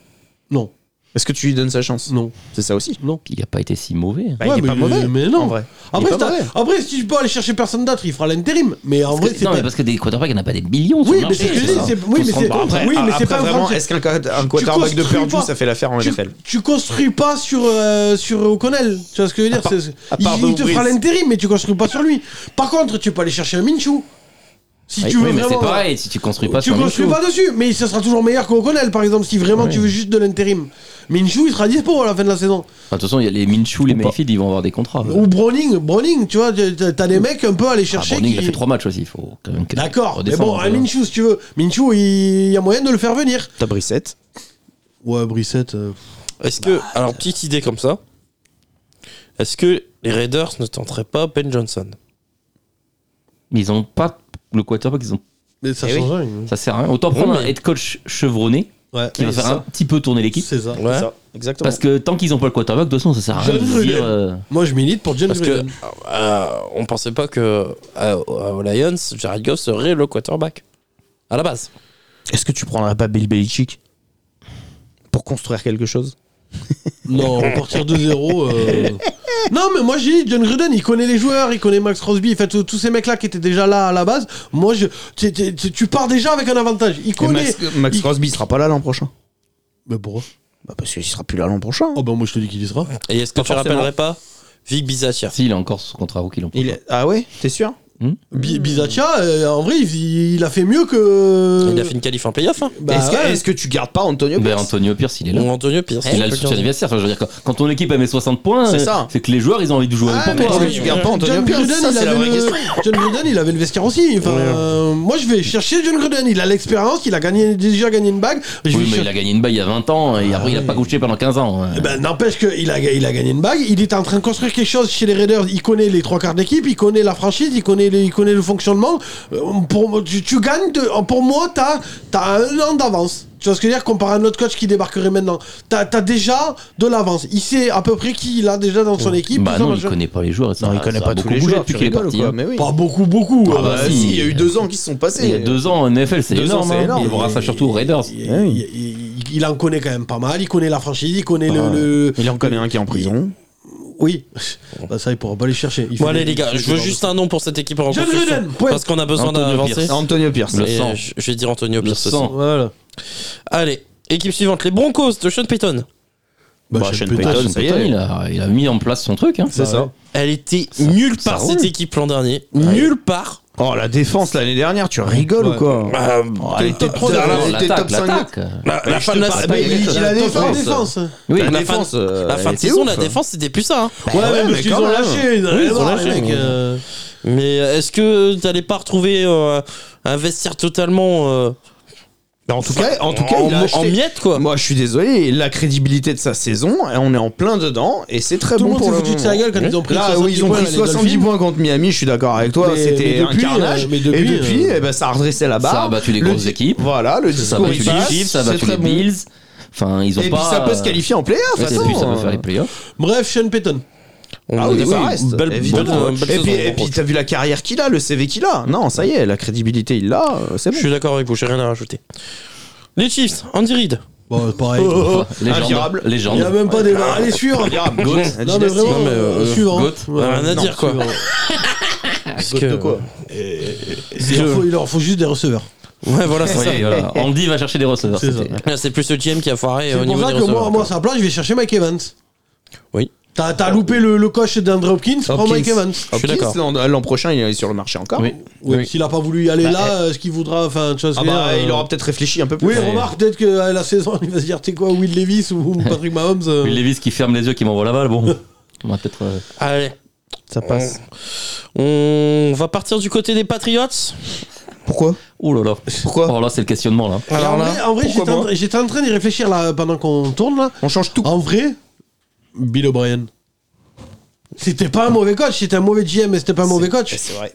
Speaker 1: Non,
Speaker 3: Est-ce que tu lui donnes sa chance
Speaker 1: non.
Speaker 3: C'est ça aussi.
Speaker 1: Non.
Speaker 4: Il n'a pas été si mauvais.
Speaker 3: Bah, il
Speaker 1: Ouais,
Speaker 3: est
Speaker 1: mais-
Speaker 3: pas mauvais.
Speaker 1: mais non.
Speaker 3: En vrai. Il est
Speaker 1: Après,
Speaker 3: pas
Speaker 1: si t'as-
Speaker 3: mauvais.
Speaker 1: après, si tu peux aller chercher personne d'autre, il fera l'intérim. Mais en
Speaker 4: Parce
Speaker 1: vrai,
Speaker 4: que-
Speaker 1: c'est
Speaker 4: non,
Speaker 1: pas.
Speaker 4: mais parce que des quarterbacks, il n'y en a pas des millions. sur
Speaker 1: Oui,
Speaker 4: le
Speaker 1: mais c'est
Speaker 4: marché,
Speaker 1: ce que je
Speaker 4: c'est
Speaker 1: dis,
Speaker 4: ça.
Speaker 1: c'est- oui,
Speaker 4: Faut se
Speaker 1: mais
Speaker 4: rendre
Speaker 1: c'est-
Speaker 4: compte.
Speaker 1: Après, Oui, mais c'est
Speaker 3: Ah, après,
Speaker 1: pas un
Speaker 3: vraiment,
Speaker 1: franchise.
Speaker 3: est-ce qu'un quart- un quarterback de
Speaker 1: construis
Speaker 3: Purdue,
Speaker 1: pas.
Speaker 3: ça fait l'affaire en
Speaker 1: Tu,
Speaker 3: NFL
Speaker 1: tu construis pas sur, euh, sur O'Connell. Tu vois ce que je veux dire
Speaker 3: part-
Speaker 1: c'est-
Speaker 3: à
Speaker 1: Il,
Speaker 3: part
Speaker 1: il te
Speaker 3: Dobriz.
Speaker 1: fera l'intérim, mais tu construis pas sur lui. Par contre, tu peux aller chercher un Minshew. Si tu
Speaker 4: Oui,
Speaker 1: veux
Speaker 4: mais c'est
Speaker 1: vraiment.
Speaker 4: pareil, si tu construis pas
Speaker 1: tu
Speaker 4: sur un
Speaker 1: construis
Speaker 4: Minshew.
Speaker 1: pas dessus, mais ce sera toujours meilleur qu'O'Connell, par exemple, si vraiment tu veux juste de l'intérim. Minshew, il sera dispo à la fin de la saison.
Speaker 4: Enfin, De toute façon, il y a les Minshew, les Mayfield, ils vont avoir des contrats.
Speaker 1: Ou Browning, Browning, tu vois, t'as t'as des mecs un peu à aller
Speaker 4: Ah,
Speaker 1: chercher.
Speaker 4: Browning, il a
Speaker 1: qui-
Speaker 4: fait 3 matchs aussi. Il faut quand même
Speaker 1: D'accord, mais
Speaker 4: redescendre,
Speaker 1: bon,
Speaker 4: euh.
Speaker 1: un Minshew, si tu veux. Minshew, il y a moyen de le faire venir.
Speaker 3: T'as Brissette.
Speaker 1: Ouais, Brissette. euh,
Speaker 2: Est-ce que, alors petite idée comme ça, est-ce que les Raiders ne tenteraient pas Ben Johnson
Speaker 4: Mais ils ont pas le quarterback, ils ont...
Speaker 1: Mais ça
Speaker 3: Eh oui.
Speaker 1: change rien.
Speaker 4: ça sert à rien. Autant prendre un head coach chevronné
Speaker 1: Ouais,
Speaker 4: qui va
Speaker 1: c'est
Speaker 4: faire un
Speaker 1: ça.
Speaker 4: petit peu tourner l'équipe.
Speaker 1: C'est ça.
Speaker 2: Ouais.
Speaker 3: exactement.
Speaker 4: Parce que tant qu'ils n'ont pas le quarterback, de toute façon, ça sert à rien de
Speaker 1: John
Speaker 4: se dire.
Speaker 1: Gruden.
Speaker 4: euh,
Speaker 1: Moi, je milite pour John
Speaker 2: Parce que
Speaker 1: Gruden.
Speaker 2: euh, on pensait pas que euh, aux Lions, Jared Goff serait le quarterback à la base.
Speaker 3: Est-ce que tu prendrais pas Bill Belichick pour construire quelque chose
Speaker 1: Non, partir de zéro. euh, Non, mais moi j'ai dit, John Gruden, il connaît les joueurs, il connaît Max Crosby, en fait, tous tous ces mecs-là qui étaient déjà là à la base. Moi, je... tu, tu- tu- tu pars déjà avec un avantage. Il
Speaker 3: Et
Speaker 1: connaît.
Speaker 3: Max, Max
Speaker 1: il-
Speaker 3: Crosby sera pas là l'an prochain.
Speaker 1: Mais pourquoi
Speaker 3: Bah parce qu'il sera plus là l'an prochain.
Speaker 1: Oh, ben moi je te dis qu'il y sera.
Speaker 2: Et est-ce que
Speaker 3: Pas
Speaker 2: tu
Speaker 3: forcément.
Speaker 2: rappellerais pas Vic Bizatia
Speaker 4: Si, il a encore ce contrat rookie. l'an
Speaker 3: Il
Speaker 4: prochain.
Speaker 3: est- Ah ouais, t'es sûr
Speaker 1: Bi- Bizatia, euh, en vrai, il, il a fait mieux que.
Speaker 2: Il a fait une qualif en playoff hein
Speaker 1: Euh, Bah
Speaker 3: Est-ce que,
Speaker 1: ouais.
Speaker 3: est-ce que tu gardes pas Antonio
Speaker 4: Ben,
Speaker 3: Pierce
Speaker 4: Antonio Pierce, il est là.
Speaker 2: Ou Antonio Pierce.
Speaker 1: Eh,
Speaker 4: Il a le soutien adversaire. Enfin, je veux dire, quand- quand ton équipe elle met 60 points,
Speaker 3: C'est
Speaker 4: euh,
Speaker 3: ça.
Speaker 4: c'est que les joueurs ils ont envie de jouer
Speaker 1: Ah,
Speaker 4: avec
Speaker 1: mais
Speaker 4: toi.
Speaker 1: est-ce
Speaker 4: hein.
Speaker 1: que
Speaker 3: tu gardes pas Antonio
Speaker 1: John
Speaker 3: Pierce
Speaker 1: Gruden,
Speaker 3: Ça,
Speaker 1: il
Speaker 3: c'est la
Speaker 1: avait
Speaker 3: vraie
Speaker 1: le...
Speaker 3: question.
Speaker 1: John Gruden, il avait le vestiaire aussi. Enfin,
Speaker 2: Ouais.
Speaker 1: euh, moi, je vais chercher John Gruden. Il a l'expérience, il a gagné, déjà gagné une bague. Je vais
Speaker 4: Oui, mais
Speaker 1: chercher-
Speaker 4: il a gagné une baille il y a 20 ans et après il a pas coaché pendant 15 ans. hein.
Speaker 1: Eh Ben, n'empêche qu'il a, il a gagné une bague, il est en train de construire quelque chose chez les Raiders, il connaît les trois quarts d'équipe, il connaît la franchise, il connaît, les- il connaît le fonctionnement. Euh, Pour, tu, tu gagnes, de- euh, pour moi, t'as as un an d'avance. Tu vois ce que je veux dire comparé à notre coach qui débarquerait maintenant T'as as déjà de l'avance. Il sait à peu près qui il a déjà dans son équipe.
Speaker 4: Bah
Speaker 1: tout ça,
Speaker 4: non, il
Speaker 1: machin.
Speaker 4: connaît pas les joueurs. et ça-
Speaker 3: Non, il
Speaker 4: ça
Speaker 3: connaît
Speaker 4: a
Speaker 3: pas tous
Speaker 4: beaucoup
Speaker 3: les
Speaker 4: bougé
Speaker 3: joueurs.
Speaker 4: depuis
Speaker 3: Tu
Speaker 4: qu'il est
Speaker 3: rigoles ou
Speaker 4: parti.
Speaker 3: quoi
Speaker 4: hein.
Speaker 3: Mais oui.
Speaker 1: Pas beaucoup, beaucoup.
Speaker 4: Ah bah
Speaker 1: euh,
Speaker 3: Ah,
Speaker 4: si,
Speaker 3: si, il y a eu deux ans qui se sont passés.
Speaker 4: Il y a deux ans en NFL, c'est
Speaker 3: Deux ans,
Speaker 4: énorme.
Speaker 3: c'est
Speaker 4: hein.
Speaker 3: énorme.
Speaker 4: Il aura ça surtout aux Raiders.
Speaker 1: il, il- il- il en connaît quand même pas mal, il connaît la franchise, il connaît le, le-
Speaker 3: Il en connaît un qui est en prison.
Speaker 1: Oui, bah ça, il pourra pas les chercher. Il
Speaker 2: Bon
Speaker 1: fait
Speaker 2: allez
Speaker 1: des-
Speaker 2: les gars, je veux juste un nom pour cette équipe en
Speaker 1: John
Speaker 2: construction,
Speaker 1: Gruden, point.
Speaker 2: Parce qu'on a besoin
Speaker 4: Antonio
Speaker 2: d'avancer.
Speaker 4: Pierce.
Speaker 3: Antonio Pierce.
Speaker 4: Le
Speaker 2: Et,
Speaker 4: sang.
Speaker 2: euh, Je je vais dire Antonio
Speaker 4: Le
Speaker 2: Pierce. aussi.
Speaker 4: sang.
Speaker 1: Voilà.
Speaker 2: Allez, équipe suivante, les Broncos de Sean Payton.
Speaker 1: Bah,
Speaker 3: Bah,
Speaker 1: Sean
Speaker 3: Sean
Speaker 1: Payton,
Speaker 4: Ah,
Speaker 3: Payton,
Speaker 4: Sean
Speaker 3: ça y
Speaker 4: Payton,
Speaker 3: est.
Speaker 4: il a, il a mis en place son truc. hein.
Speaker 3: C'est ça.
Speaker 2: Elle était nulle part
Speaker 3: roule.
Speaker 2: cette équipe l'an dernier. Nulle part.
Speaker 3: Oh, la défense l'année dernière, tu rigoles
Speaker 1: Ouais.
Speaker 3: ou quoi Oh,
Speaker 2: Euh,
Speaker 3: Elle était
Speaker 2: top-
Speaker 3: pro-
Speaker 2: top-
Speaker 3: alors,
Speaker 4: Non,
Speaker 3: elle était
Speaker 4: L'attaque,
Speaker 3: top cinq.
Speaker 4: l'attaque.
Speaker 2: la, la
Speaker 3: je
Speaker 2: fin
Speaker 3: te
Speaker 2: de la
Speaker 3: parle-
Speaker 1: Mais
Speaker 3: mais
Speaker 1: Eh ben, il, il a
Speaker 3: la
Speaker 1: défense.
Speaker 3: défense.
Speaker 1: défense.
Speaker 4: Oui,
Speaker 3: La
Speaker 2: la
Speaker 3: défense,
Speaker 2: fin,
Speaker 3: euh,
Speaker 2: la fin
Speaker 3: elle
Speaker 2: de
Speaker 3: était
Speaker 2: saison,
Speaker 3: ouf.
Speaker 2: la défense, c'était plus ça. hein.
Speaker 1: Ah Ouais,
Speaker 3: ouais,
Speaker 1: mais
Speaker 3: mais
Speaker 1: parce qu'ils
Speaker 3: quand
Speaker 1: ont
Speaker 3: même.
Speaker 1: lâché. Ils en
Speaker 2: Oui,
Speaker 1: avaient
Speaker 2: ils ont
Speaker 1: marre,
Speaker 2: lâché,
Speaker 1: les mecs,
Speaker 2: mais-
Speaker 1: euh.
Speaker 2: Mais euh, est-ce que t'allais pas retrouver euh, un vestiaire totalement euh,
Speaker 3: Bah, en tout cas, en tout cas,
Speaker 2: en,
Speaker 3: il a
Speaker 2: en
Speaker 3: acheté- Ah
Speaker 2: miettes quoi
Speaker 3: Moi, je suis désolé, la crédibilité de sa saison, on est en plein dedans et c'est très
Speaker 1: Tout le
Speaker 3: bon
Speaker 1: monde
Speaker 3: pour
Speaker 1: s'est
Speaker 3: le
Speaker 1: foutu de
Speaker 3: moment.
Speaker 1: sa gueule quand
Speaker 2: Oui.
Speaker 1: ils ont pris
Speaker 3: Là,
Speaker 1: 70
Speaker 3: oui, ils ont
Speaker 1: points,
Speaker 3: pris
Speaker 1: les
Speaker 3: 70
Speaker 1: Dolphins.
Speaker 3: points contre Miami, je suis d'accord avec toi,
Speaker 1: Mais- mais
Speaker 3: c'était un
Speaker 1: depuis,
Speaker 3: carnage.
Speaker 1: euh, mais depuis,
Speaker 3: et depuis,
Speaker 1: euh,
Speaker 3: eh ben, ça a redressé la barre.
Speaker 4: Ça a battu les
Speaker 3: Le
Speaker 4: grosses
Speaker 3: di-
Speaker 4: équipes.
Speaker 3: Voilà, le
Speaker 4: Ça a
Speaker 3: discours
Speaker 4: battu
Speaker 3: il
Speaker 4: les
Speaker 3: passe,
Speaker 4: Chiefs, ça a
Speaker 3: c'est
Speaker 4: battu
Speaker 3: très
Speaker 4: les
Speaker 3: bon.
Speaker 4: Bills. Enfin, ils ont
Speaker 3: Et
Speaker 4: pas.
Speaker 3: puis ça peut se qualifier en playoff,
Speaker 4: Ouais,
Speaker 3: de toute
Speaker 4: et puis ça
Speaker 3: façon.
Speaker 4: peut faire les playoffs.
Speaker 1: Bref, Sean Payton.
Speaker 2: On
Speaker 3: Ah
Speaker 2: a
Speaker 3: oui,
Speaker 2: des-
Speaker 3: ça reste,
Speaker 2: belle-
Speaker 3: évidemment.
Speaker 2: belle- belle saison
Speaker 3: et puis,
Speaker 2: pour
Speaker 3: et puis,
Speaker 2: Brock.
Speaker 3: t'as vu la carrière qu'il a, le CV qu'il a. Non, ça y est, la crédibilité il l'a, euh, c'est
Speaker 2: Je
Speaker 3: bon.
Speaker 2: suis d'accord avec vous, j'ai rien à rajouter. Les Chiefs, Andy Reid.
Speaker 1: Bon, c'est bah, pareil.
Speaker 4: Légende.
Speaker 3: Ingérable.
Speaker 1: Il n'y a
Speaker 4: Légende.
Speaker 1: même pas des.
Speaker 3: Ah,
Speaker 1: Allez, suivre.
Speaker 3: Regarde, Goat, la
Speaker 1: Non, mais
Speaker 3: dynastie.
Speaker 1: vraiment,
Speaker 2: Non, mais,
Speaker 1: euh,
Speaker 2: euh,
Speaker 3: hein.
Speaker 1: suivant.
Speaker 4: Goat.
Speaker 1: Ouais,
Speaker 2: Rien à
Speaker 1: non,
Speaker 2: dire, quoi.
Speaker 1: suivant.
Speaker 2: Parce
Speaker 3: Goat de
Speaker 2: que-
Speaker 3: quoi
Speaker 1: Il leur, faut, il leur faut juste des receveurs.
Speaker 2: Ouais, voilà, c'est ça.
Speaker 4: Oui, voilà. Andy va chercher des receveurs.
Speaker 1: C'est
Speaker 4: c'était-
Speaker 1: ça.
Speaker 2: Là, C'est plus le GM qui a foiré euh,
Speaker 1: C'est
Speaker 2: au
Speaker 1: pour
Speaker 2: niveau
Speaker 1: ça
Speaker 2: des
Speaker 1: que moi,
Speaker 2: receveurs.
Speaker 1: moi, à sa place, je vais chercher Mike Evans.
Speaker 2: Oui.
Speaker 1: T'as t'as loupé le, le coach d'André Hopkins, prends
Speaker 3: Hopkins.
Speaker 1: Mike Evans.
Speaker 2: Je suis
Speaker 3: Hopkins,
Speaker 2: d'accord.
Speaker 3: L'an l'an prochain, il est sur le marché encore.
Speaker 4: Oui.
Speaker 1: Oui,
Speaker 2: Oui.
Speaker 1: S'il a pas voulu y aller
Speaker 3: Bah,
Speaker 1: là, euh, ce qu'il voudra, enfin, tu vois ce
Speaker 3: Ah
Speaker 1: que je veux
Speaker 3: bah,
Speaker 1: dire, euh,
Speaker 3: il aura peut-être réfléchi un peu plus.
Speaker 1: Oui, remarque, peut-être que à la saison, il va se dire, t'es quoi, Will Levis ou Patrick Mahomes euh,
Speaker 4: Will Levis qui ferme les yeux, qui m'envoie la balle. Bon, on va peut-être. euh,
Speaker 2: Allez,
Speaker 3: Ça
Speaker 2: passe. on va partir du côté des Patriots.
Speaker 3: Pourquoi
Speaker 4: Ouh là là.
Speaker 3: Pourquoi
Speaker 4: Oh là, c'est le questionnement là.
Speaker 1: Et en
Speaker 2: Alors
Speaker 1: vrai,
Speaker 2: là,
Speaker 1: en vrai,
Speaker 3: pourquoi
Speaker 1: j'étais en-
Speaker 3: moi
Speaker 1: j'étais en train d'y réfléchir là pendant qu'on tourne là.
Speaker 3: On change tout.
Speaker 1: En vrai, Bill O'Brien. C'était pas un mauvais coach, c'était un mauvais GM, mais c'était pas un mauvais coach.
Speaker 3: C'est vrai.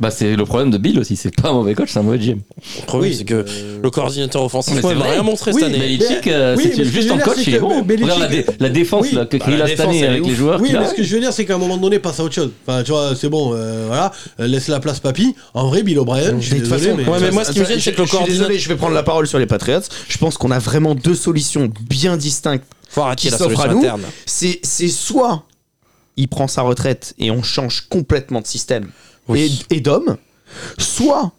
Speaker 4: Bah, c'est le problème de Bill aussi. C'est pas un mauvais coach, c'est un mauvais GM.
Speaker 2: le problème, c'est que le coordinateur offensif,
Speaker 4: Mais
Speaker 2: moi,
Speaker 4: c'est
Speaker 2: il m'a
Speaker 4: vrai.
Speaker 2: rien montré
Speaker 1: Oui,
Speaker 2: cette année.
Speaker 4: Belichick, euh,
Speaker 1: Oui,
Speaker 4: c'est
Speaker 1: mais ce que je
Speaker 4: juste
Speaker 1: veux
Speaker 4: en
Speaker 1: dire, c'est
Speaker 4: coach, il
Speaker 1: que
Speaker 4: est bon.
Speaker 1: Belichick-
Speaker 4: Regarde la, dé- la défense
Speaker 1: Oui,
Speaker 4: là, que
Speaker 3: bah,
Speaker 4: qu'il
Speaker 3: la
Speaker 4: a cette
Speaker 3: défense,
Speaker 4: année
Speaker 3: elle est
Speaker 4: avec les
Speaker 3: ouf.
Speaker 4: joueurs.
Speaker 1: Oui,
Speaker 4: qu'il a.
Speaker 1: mais ce que je veux dire, c'est qu'à un moment donné, passe à autre chose. Enfin, tu vois, c'est bon, euh, voilà. Euh, Laisse la place, papy. En vrai, Bill O'Brien, je suis
Speaker 3: Mais de toute
Speaker 1: désolé,
Speaker 3: façon,
Speaker 1: mais.
Speaker 2: Ouais, mais moi, ce qui me gêne,
Speaker 3: je-
Speaker 2: c'est que le
Speaker 3: je suis
Speaker 2: coordinateur-
Speaker 3: Désolé, je vais prendre la parole sur les Patriots. Je pense qu'on a vraiment deux solutions bien distinctes
Speaker 2: Faut arrêter
Speaker 3: qui
Speaker 2: la
Speaker 3: s'offrent
Speaker 2: solution
Speaker 3: à nous.
Speaker 2: interne.
Speaker 3: C'est c'est soit il prend sa retraite et on change complètement de système
Speaker 2: Oui.
Speaker 3: et, et d'homme, soit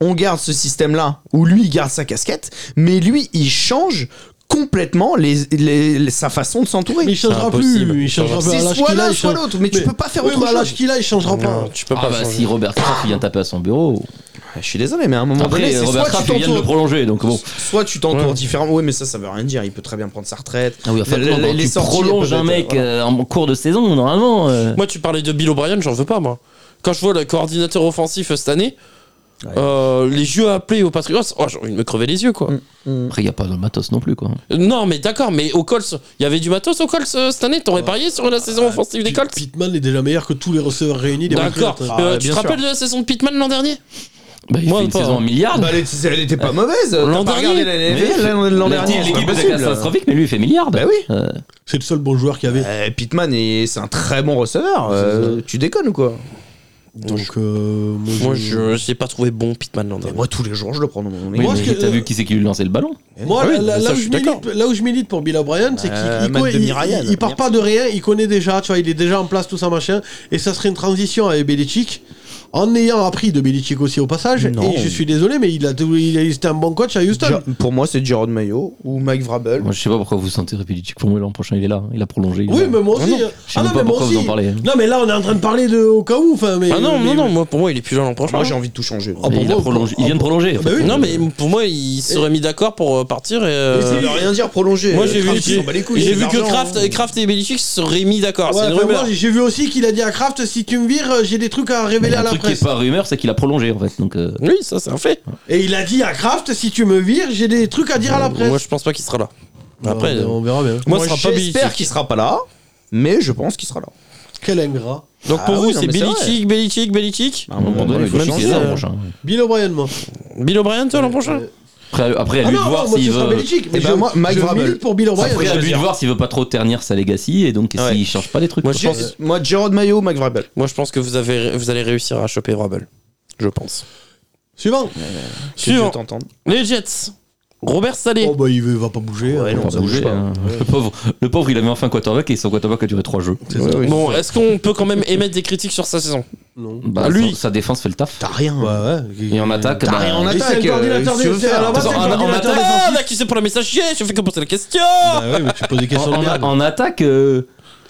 Speaker 3: on garde ce système-là où lui il garde sa casquette, mais lui il change complètement les, les- les- sa façon de s'entourer.
Speaker 1: Mais il changera
Speaker 2: C'est impossible.
Speaker 1: plus, il changera plus.
Speaker 3: C'est
Speaker 1: À l'âge
Speaker 3: soit
Speaker 1: qu'il
Speaker 3: l'un,
Speaker 1: a, il
Speaker 3: soit
Speaker 1: change-
Speaker 3: l'autre, mais tu peux pas faire
Speaker 1: Oui,
Speaker 3: autre
Speaker 1: mais à
Speaker 3: chose.
Speaker 1: l'âge qu'il a, il changera pas.
Speaker 2: hein. Non, tu peux
Speaker 4: Ah
Speaker 2: pas.
Speaker 4: bah
Speaker 2: changer.
Speaker 4: si Robert Kraft il vient taper à son bureau.
Speaker 3: Je suis désolé, mais à un moment donné,
Speaker 4: Après
Speaker 3: c'est
Speaker 4: Robert
Speaker 3: soit
Speaker 4: Kraft
Speaker 3: tu
Speaker 4: il vient de le
Speaker 3: t'entoures-
Speaker 4: prolonger donc bon.
Speaker 3: Soit tu t'entoures
Speaker 2: Ouais.
Speaker 3: différemment. Oui, mais ça, ça veut rien dire. Il peut très bien prendre sa retraite.
Speaker 4: Ah oui, enfin,
Speaker 3: Les-
Speaker 4: quand
Speaker 3: les- les
Speaker 4: tu
Speaker 3: sorties,
Speaker 4: prolonges
Speaker 3: elles
Speaker 4: un
Speaker 3: peuvent être-
Speaker 4: mec euh, en cours de saison normalement. euh,
Speaker 2: Moi, tu parlais de Bill O'Brien, j'en veux pas, moi. Quand je vois le coordinateur offensif euh, cette année,
Speaker 3: Ouais.
Speaker 2: euh, les yeux appelés aux Patriots, oh, j'ai envie de me crever les yeux, quoi.
Speaker 4: Après il y a pas de matos non plus quoi.
Speaker 2: Euh, Non, mais d'accord, mais aux Colts, il y avait du matos aux Colts euh, cette année T'aurais parié sur la saison offensive des
Speaker 1: Pit-
Speaker 2: Colts
Speaker 1: Pittman est déjà meilleur que tous les receveurs réunis des
Speaker 2: D'accord.
Speaker 1: Patriots.
Speaker 2: Euh, tu
Speaker 3: Ah,
Speaker 2: te
Speaker 3: bien sûr.
Speaker 2: rappelles de la saison de Pittman l'an dernier
Speaker 4: Bah, il
Speaker 2: Moi,
Speaker 4: fait une
Speaker 2: pas,
Speaker 4: saison
Speaker 2: hein.
Speaker 4: en milliard.
Speaker 3: Bah, elle, était- elle était pas mauvaise.
Speaker 2: L'an
Speaker 3: L'an dernier,
Speaker 2: dernier.
Speaker 3: l'an dernier, c'est
Speaker 4: l'équipe
Speaker 3: pas
Speaker 4: était
Speaker 3: possible.
Speaker 4: catastrophique mais lui il fait milliard.
Speaker 3: Bah oui.
Speaker 4: Euh,
Speaker 1: C'est le seul bon joueur qu'il y avait.
Speaker 3: Euh, Pittman, est- c'est un très bon receveur. Euh, tu déconnes ou quoi
Speaker 1: Donc, euh,
Speaker 2: Moi, je je l'ai pas trouvé bon Pittman l'an
Speaker 3: Mais
Speaker 2: dernier.
Speaker 3: Moi, tous les jours, je le prends dans mon
Speaker 4: Oui,
Speaker 1: Moi,
Speaker 4: mais
Speaker 1: je-
Speaker 4: t'as vu qui c'est qui lui lançait le ballon
Speaker 1: Moi,
Speaker 2: Ah oui,
Speaker 1: là- là,
Speaker 2: ça,
Speaker 1: là où
Speaker 2: je
Speaker 1: je
Speaker 2: suis d'accord.
Speaker 1: milite, là où je milite pour Bill O'Brien, c'est qu'il
Speaker 3: Euh,
Speaker 1: il-
Speaker 3: Matt
Speaker 1: il-
Speaker 3: Demi Ryan,
Speaker 1: il- il part
Speaker 3: merde.
Speaker 1: pas de rien, il connaît déjà, tu vois, il est déjà en place, tout ça, machin. Et ça serait une transition avec Belichick, en ayant appris de Belichick aussi au passage.
Speaker 3: Non.
Speaker 1: Et je suis désolé, mais il a, il a- c'était un bon coach à Houston.
Speaker 3: Ja- Pour moi, c'est Jared Mayo ou Mike Vrabel.
Speaker 4: Moi je sais pas pourquoi vous sentez Belichick pour moi l'an prochain il est là, il a prolongé. il est
Speaker 1: oui,
Speaker 4: là.
Speaker 1: mais moi aussi.
Speaker 2: non,
Speaker 1: hein.
Speaker 4: je sais même pas
Speaker 1: moi
Speaker 4: pourquoi vous en parlez.
Speaker 1: Non, mais là, on est en train de parler de au cas où. enfin, Mais,
Speaker 2: Ah non,
Speaker 1: mais-
Speaker 2: non, non, moi, pour moi, il est plus là l'an prochain. hein.
Speaker 3: Moi, j'ai envie de tout changer.
Speaker 1: Ah, pour
Speaker 4: il, a
Speaker 1: moi,
Speaker 4: prolongé-
Speaker 1: pour-
Speaker 4: il vient de prolonger. en
Speaker 1: Bah
Speaker 4: fait.
Speaker 1: oui.
Speaker 2: Non, mais pour moi, il serait mis d'accord pour euh, partir et. euh,
Speaker 3: Mais Ça veut rien dire prolonger.
Speaker 2: Moi j'ai vu,
Speaker 3: Kraft, il s'en bat les couilles,
Speaker 2: j'ai
Speaker 3: il a
Speaker 2: vu
Speaker 3: de
Speaker 2: que
Speaker 3: l'argent.
Speaker 2: Kraft, euh, Kraft et Belichick se seraient mis d'accord.
Speaker 1: Ouais,
Speaker 2: c'est une
Speaker 1: enfin, moi,
Speaker 2: rumeur.
Speaker 1: j'ai vu aussi qu'il a dit à Kraft si tu me vires, j'ai des trucs à
Speaker 4: Mais
Speaker 1: révéler à
Speaker 4: le
Speaker 1: la
Speaker 4: truc qui
Speaker 1: presse.
Speaker 4: est pas rumeur c'est qu'il a prolongé en fait donc. euh,
Speaker 2: Oui, ça c'est un fait.
Speaker 1: Et il a dit à Kraft si tu me vires, j'ai des trucs à dire à la presse.
Speaker 2: Moi je pense pas qu'il sera là.
Speaker 1: Bah,
Speaker 2: Après,
Speaker 1: on-
Speaker 2: euh,
Speaker 1: on verra bien.
Speaker 2: moi,
Speaker 3: Moi,
Speaker 2: ce sera pas
Speaker 3: j'espère
Speaker 2: Belichick.
Speaker 3: qu'il sera pas là, mais je pense qu'il sera là.
Speaker 1: Quel ingrat.
Speaker 2: Donc
Speaker 3: Ah
Speaker 2: pour
Speaker 3: oui,
Speaker 2: vous,
Speaker 3: non,
Speaker 2: c'est
Speaker 3: mais c'est
Speaker 2: Belichick, Belichick, Belichick.
Speaker 3: À un moment donné, il faut
Speaker 2: même si,
Speaker 4: Belichick,
Speaker 3: changer.
Speaker 4: il est là,
Speaker 2: euh,
Speaker 4: l'an prochain.
Speaker 1: Bill O'Brien, moi. Euh,
Speaker 2: Bill O'Brien, toi l'an prochain
Speaker 4: Après, après, à
Speaker 1: Ah
Speaker 4: lui de
Speaker 1: non,
Speaker 4: voir
Speaker 1: non, moi,
Speaker 4: s'il
Speaker 1: ce sera
Speaker 4: veut.
Speaker 1: Belichick. Mais
Speaker 3: Eh ben,
Speaker 1: je,
Speaker 3: moi, Mike
Speaker 1: je
Speaker 3: Vrabel.
Speaker 1: milite pour Bill O'Brien.
Speaker 4: Après, à lui de voir s'il veut pas trop ternir sa legacy et donc
Speaker 3: Ouais.
Speaker 4: s'il change pas des trucs.
Speaker 2: Moi,
Speaker 4: quoi.
Speaker 2: je pense-
Speaker 3: J'ai- Moi, Jared Mayo, Mike Vrabel.
Speaker 2: Moi je pense que vous, avez, vous allez réussir à choper Vrabel. Je pense.
Speaker 1: Suivant.
Speaker 3: Que Dieu
Speaker 2: Suivant,
Speaker 3: t'entende.
Speaker 2: les Jets. Robert Salé.
Speaker 1: Oh, bah, il veut- il va pas bouger.
Speaker 3: Ouais,
Speaker 1: hein.
Speaker 3: non,
Speaker 4: Pas
Speaker 3: ça
Speaker 4: bouger,
Speaker 3: bouge pas.
Speaker 4: hein. le, pauvre, le pauvre, il avait enfin un quarterback et son quarterback a duré 3 jeux.
Speaker 1: C'est ça.
Speaker 2: Bon, est-ce qu'on peut quand même émettre des critiques sur sa saison
Speaker 1: Non.
Speaker 4: Bah,
Speaker 2: lui.
Speaker 4: Sa, sa défense fait le taf.
Speaker 3: T'as rien.
Speaker 1: Bah, ouais.
Speaker 4: Et en attaque,
Speaker 3: T'as
Speaker 4: bah,
Speaker 3: rien Ah, en
Speaker 1: Et c'est
Speaker 3: attaque.
Speaker 1: le coordinateur
Speaker 3: euh, qu'est-ce que tu veux
Speaker 1: des- c'est à la
Speaker 3: faire
Speaker 1: base, c'est le
Speaker 4: Attends, en- en
Speaker 1: coordinateur
Speaker 4: attaque-
Speaker 1: défensif.
Speaker 2: Ah, l'accusé pour la messagerie, je fais que poser la question
Speaker 1: Bah ouais, mais tu poses des
Speaker 4: en,
Speaker 1: questions
Speaker 4: en-
Speaker 1: de merde.
Speaker 4: en attaque, euh,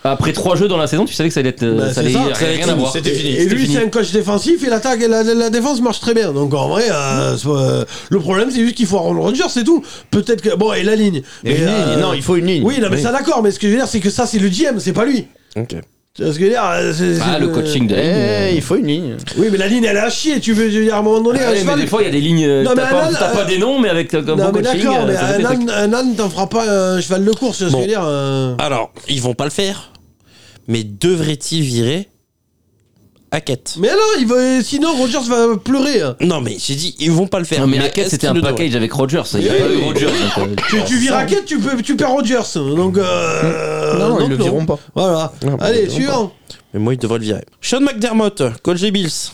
Speaker 4: après 3 jeux dans la saison, tu savais que ça allait être. euh,
Speaker 1: Bah,
Speaker 4: ça
Speaker 1: c'est
Speaker 4: allait
Speaker 1: ça,
Speaker 4: rien
Speaker 1: ça
Speaker 2: allait
Speaker 4: rien
Speaker 2: être-
Speaker 4: à voir.
Speaker 1: Et- Et lui, c'est un coach défensif et l'attaque et la, la- la défense marche très bien. Donc en vrai, euh, c'est, euh, le problème, c'est juste qu'il faut Aaron Rodgers, c'est tout. Peut-être que. Bon, et la ligne.
Speaker 3: Et une
Speaker 1: Mais, euh,
Speaker 3: ligne. Non, il faut une ligne.
Speaker 1: Oui, non, mais ça d'accord, mais ce que je veux dire, c'est que ça, c'est le GM, c'est pas lui.
Speaker 2: Ok.
Speaker 1: Tu vois ce que je veux dire euh, c'est-
Speaker 4: Ah,
Speaker 1: c'est
Speaker 4: le coaching de.
Speaker 3: Eh, il faut une ligne.
Speaker 1: Oui, mais la ligne, elle est à chier. Tu veux, je veux dire, à un moment donné,
Speaker 4: Ouais,
Speaker 1: un
Speaker 4: Ah mais
Speaker 1: cheval-
Speaker 4: des fois, il y a des lignes. euh,
Speaker 1: Non, mais
Speaker 4: T'as pas,
Speaker 1: Alan,
Speaker 4: t'as pas
Speaker 1: euh,
Speaker 4: des noms, mais avec un
Speaker 1: Non,
Speaker 4: bon
Speaker 1: mais
Speaker 4: coaching.
Speaker 1: d'accord,
Speaker 4: euh,
Speaker 1: mais
Speaker 4: ça fait des
Speaker 1: un
Speaker 4: trucs.
Speaker 1: âne, un âne, t'en feras pas un cheval de course, tu vois ce que je veux dire. euh. un-
Speaker 2: Alors, ils vont pas le faire. Mais devrait-il virer Hackett
Speaker 1: Mais alors, il va- sinon, Rodgers va pleurer. hein.
Speaker 2: Non, mais j'ai dit, ils vont pas le faire.
Speaker 4: Non, mais
Speaker 2: est-ce
Speaker 4: Hackett, c'était
Speaker 2: qu'ils
Speaker 4: un
Speaker 2: le
Speaker 4: package avec Rogers. Il n'y a
Speaker 1: Oui,
Speaker 4: pas
Speaker 1: oui.
Speaker 4: eu Rogers. donc, euh,
Speaker 1: Tu, tu vires Hackett, tu, peux, tu perds Rodgers. Donc, euh,
Speaker 3: Non, non,
Speaker 1: donc
Speaker 3: ils le
Speaker 1: non.
Speaker 3: diront pas.
Speaker 1: Voilà.
Speaker 2: Non, bah, ils
Speaker 1: Allez,
Speaker 2: le diront
Speaker 1: suivant.
Speaker 2: devraient- Mais moi, ils devraient le virer. Sean McDermott, Colgé Bills.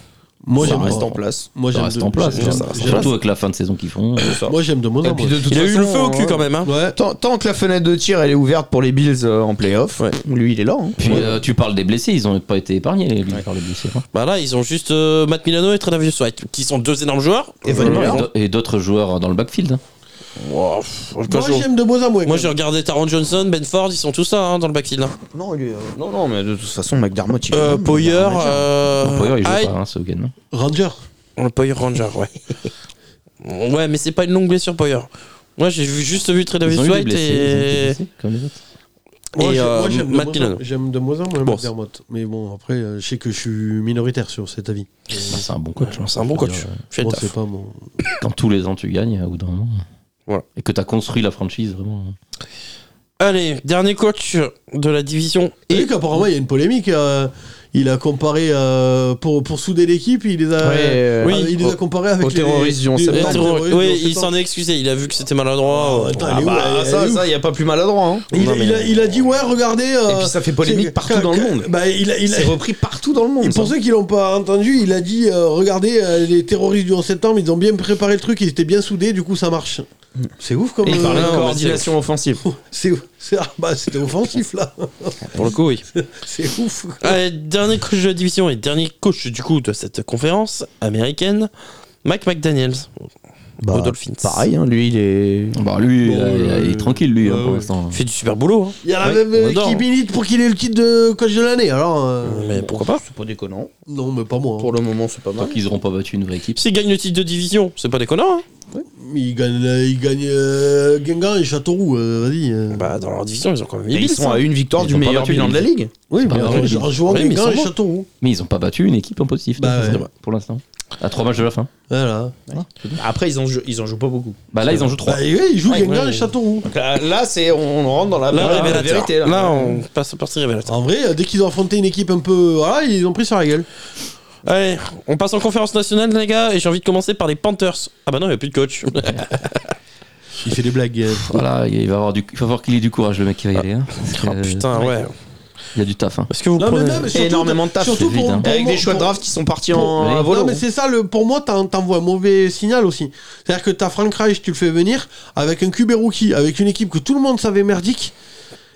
Speaker 1: Moi,
Speaker 3: ça
Speaker 1: j'aime
Speaker 3: reste
Speaker 1: pas.
Speaker 3: en place.
Speaker 1: Moi,
Speaker 4: Ça
Speaker 1: j'aime
Speaker 4: reste
Speaker 1: de-
Speaker 4: en place.
Speaker 1: j'aime-
Speaker 4: ça
Speaker 3: reste en
Speaker 1: j'aime-
Speaker 4: Surtout avec la fin de saison qu'ils font.
Speaker 1: Moi, j'aime de moins
Speaker 3: Et
Speaker 1: en
Speaker 3: puis
Speaker 1: moins.
Speaker 3: de toute
Speaker 2: Il a eu
Speaker 3: façon,
Speaker 2: le feu au cul
Speaker 3: euh,
Speaker 2: quand même. Hein.
Speaker 1: Ouais.
Speaker 3: Tant, tant que la fenêtre de tir elle est ouverte pour les Bills euh, en playoff,
Speaker 2: Ouais.
Speaker 3: lui il est là. hein.
Speaker 4: Puis euh, tu parles des blessés, ils ont pas été épargnés les, par les blessés. hein.
Speaker 2: Bah là, ils ont juste euh, Matt Milano et Tredavious White, qui sont deux énormes joueurs.
Speaker 3: Et Von Miller.
Speaker 4: Et d'au- Et d'autres joueurs dans le backfield. hein.
Speaker 2: Wow, pff, quand
Speaker 1: Moi,
Speaker 2: je-
Speaker 1: j'aime de moins en moins.
Speaker 2: Moi,
Speaker 1: quand
Speaker 2: j'ai regardé Taron Johnson, Ben Ford, ils sont tous ça hein, dans le backfield. hein.
Speaker 3: Non, il est, euh, non, non, mais de toute façon, McDermott il est
Speaker 2: Euh,
Speaker 3: là,
Speaker 2: Poyer,
Speaker 3: McDermott, il est là.
Speaker 2: euh,
Speaker 4: Poyer, il joue
Speaker 2: Hyde-
Speaker 4: pas hein, ce week-end. non
Speaker 1: même. Ranger.
Speaker 2: Le Poyer Ranger, ouais. ouais, mais c'est pas une longue blessure, Poyer. Moi, j'ai vu- juste vu Tredavious
Speaker 4: Ils ont eu des
Speaker 2: White
Speaker 4: blessés, ils ont été
Speaker 2: et.
Speaker 4: blessés, comme les autres.
Speaker 1: Moi,
Speaker 2: Et,
Speaker 1: j'ai-
Speaker 2: euh,
Speaker 1: moi, j'aime de
Speaker 2: Matt
Speaker 1: moins en-
Speaker 2: Milano.
Speaker 1: J'aime de moins en moins
Speaker 2: Bon,
Speaker 1: McDermott. Mais bon, après, euh, je sais que je suis minoritaire sur cet avis.
Speaker 4: Ah, C'est un bon
Speaker 2: Ouais,
Speaker 4: coach.
Speaker 2: C'est un bon
Speaker 4: Poyer,
Speaker 2: coach.
Speaker 4: euh,
Speaker 2: Fais le
Speaker 1: Moi,
Speaker 2: taf.
Speaker 1: c'est pas mon.
Speaker 4: Quand tous les ans tu gagnes, au bout d'un moment.
Speaker 2: Voilà.
Speaker 4: Et que tu as construit la franchise vraiment.
Speaker 2: Allez, dernier coach de la division.
Speaker 1: Et
Speaker 2: Et
Speaker 1: vu qu'apparemment, il y a une polémique. euh, il a comparé euh, pour, pour souder l'équipe, il les a,
Speaker 3: Ouais, euh,
Speaker 1: ah,
Speaker 2: oui,
Speaker 1: il les a comparés avec
Speaker 3: aux
Speaker 1: les-
Speaker 3: terroristes du 11
Speaker 1: les-
Speaker 2: Et-
Speaker 1: les
Speaker 3: septembre.
Speaker 1: terroristes du 11
Speaker 2: oui, il
Speaker 1: septembre.
Speaker 2: s'en est excusé. Il a vu que c'était maladroit.
Speaker 1: Ah, attends, elle est où,
Speaker 3: bah,
Speaker 1: elle-
Speaker 3: ça,
Speaker 1: elle est où
Speaker 3: ça, il n'y a pas plus maladroit. hein.
Speaker 1: Il,
Speaker 2: Non,
Speaker 1: il
Speaker 2: mais-
Speaker 1: a, il a dit ouais, regardez. euh,
Speaker 3: Et puis ça fait polémique
Speaker 1: c'est-
Speaker 3: partout dans le monde.
Speaker 1: Bah, il a, il a-
Speaker 3: C'est repris partout dans le monde.
Speaker 1: et pour
Speaker 3: ça.
Speaker 1: ceux qui l'ont pas entendu, il a dit euh, regardez euh, les terroristes du 11 septembre, ils ont bien préparé le truc, ils étaient bien soudés, du coup ça marche. C'est ouf comme.
Speaker 3: Et il
Speaker 1: euh,
Speaker 3: parlait de
Speaker 2: non, mais
Speaker 3: coordination offensive.
Speaker 1: c'est c'est- ah, bah c'était offensif là.
Speaker 2: Pour le coup, oui.
Speaker 1: C'est ouf.
Speaker 2: Allez, dernier coach de la division et dernier coach du coup de cette conférence américaine, Mike McDaniels aux Dolphins.
Speaker 3: Pareil, hein, lui il est.
Speaker 4: Bah, lui,
Speaker 1: Bon,
Speaker 4: euh, il est- il est
Speaker 1: euh,
Speaker 4: tranquille, lui, hein,
Speaker 1: ouais,
Speaker 4: pour
Speaker 1: ouais.
Speaker 4: l'instant.
Speaker 2: Il fait du super boulot. hein.
Speaker 1: Il y a la
Speaker 2: Ouais,
Speaker 1: même euh,
Speaker 2: on adore.
Speaker 1: qui milite pour qu'il ait le titre de coach de l'année. Alors euh,
Speaker 2: Mais pourquoi pas
Speaker 3: C'est pas déconnant.
Speaker 1: non, mais pas moi. hein.
Speaker 3: Pour le moment, c'est pas
Speaker 4: Tant
Speaker 3: mal.
Speaker 4: qu'ils n'auront pas battu une vraie équipe.
Speaker 2: S'il gagne le titre de division, c'est pas déconnant. hein.
Speaker 1: Il gagne, euh, il gagne euh, Guingamp et Châteauroux. euh, Vas-y. euh.
Speaker 2: Bah, dans leur division, ils ont quand même
Speaker 3: Et
Speaker 2: mis
Speaker 3: ils sont à une victoire
Speaker 4: Ils
Speaker 3: du
Speaker 4: ont pas
Speaker 3: meilleur
Speaker 4: battu
Speaker 3: bilan de
Speaker 4: les
Speaker 3: la
Speaker 4: Bills.
Speaker 3: ligue.
Speaker 1: oui, mais
Speaker 4: pas
Speaker 1: en,
Speaker 4: vrai.
Speaker 1: en jouant
Speaker 2: Oui, mais
Speaker 1: Guingamp
Speaker 2: ils
Speaker 1: et
Speaker 2: sont bons.
Speaker 1: Châteauroux.
Speaker 4: Mais ils n'ont pas battu une équipe en positif
Speaker 1: Bah,
Speaker 4: donc,
Speaker 1: ouais.
Speaker 4: pour l'instant. À trois matchs de la fin.
Speaker 1: Voilà.
Speaker 3: Après, ils en jouent, ils en jouent pas beaucoup.
Speaker 4: Bah là, ils en jouent trois.
Speaker 1: Bah, oui, il joue
Speaker 2: Ouais,
Speaker 1: Guingamp
Speaker 2: ouais.
Speaker 1: et Châteauroux.
Speaker 3: Donc là, là, c'est on rentre dans la,
Speaker 2: Là,
Speaker 3: dans la
Speaker 2: révélateur.
Speaker 3: vérité.
Speaker 2: Là,
Speaker 3: Là.
Speaker 2: on passe au parti révélateur.
Speaker 1: En vrai, euh, dès qu'ils ont affronté une équipe un peu. Voilà, ils ont pris sur la gueule.
Speaker 2: Allez, on passe en conférence nationale, les gars, et j'ai envie de commencer par les Panthers. Ah bah non, il n'y a plus de coach.
Speaker 1: Il fait des blagues. euh.
Speaker 4: Voilà, il va avoir du, il va falloir qu'il ait du courage, le mec qui va y aller. hein. Parce que,
Speaker 2: Ah, putain, ouais.
Speaker 4: Il y a du taf. hein.
Speaker 2: Est-ce que vous
Speaker 1: Non, mais
Speaker 2: prenez.
Speaker 1: non, mais
Speaker 3: Il y a énormément de taf,
Speaker 1: Surtout
Speaker 4: c'est vide,
Speaker 1: pour,
Speaker 4: hein.
Speaker 1: pour
Speaker 3: Avec
Speaker 1: moi-
Speaker 3: des choix de
Speaker 1: pour-
Speaker 3: draft qui sont partis en
Speaker 4: Oui.
Speaker 3: à
Speaker 1: Non,
Speaker 3: volant.
Speaker 1: mais c'est ça, le, pour moi, t'en- t'envoies un mauvais signal aussi. C'est-à-dire que ta Frank Reich, tu le fais venir avec un QB rookie, avec une équipe que tout le monde savait merdique,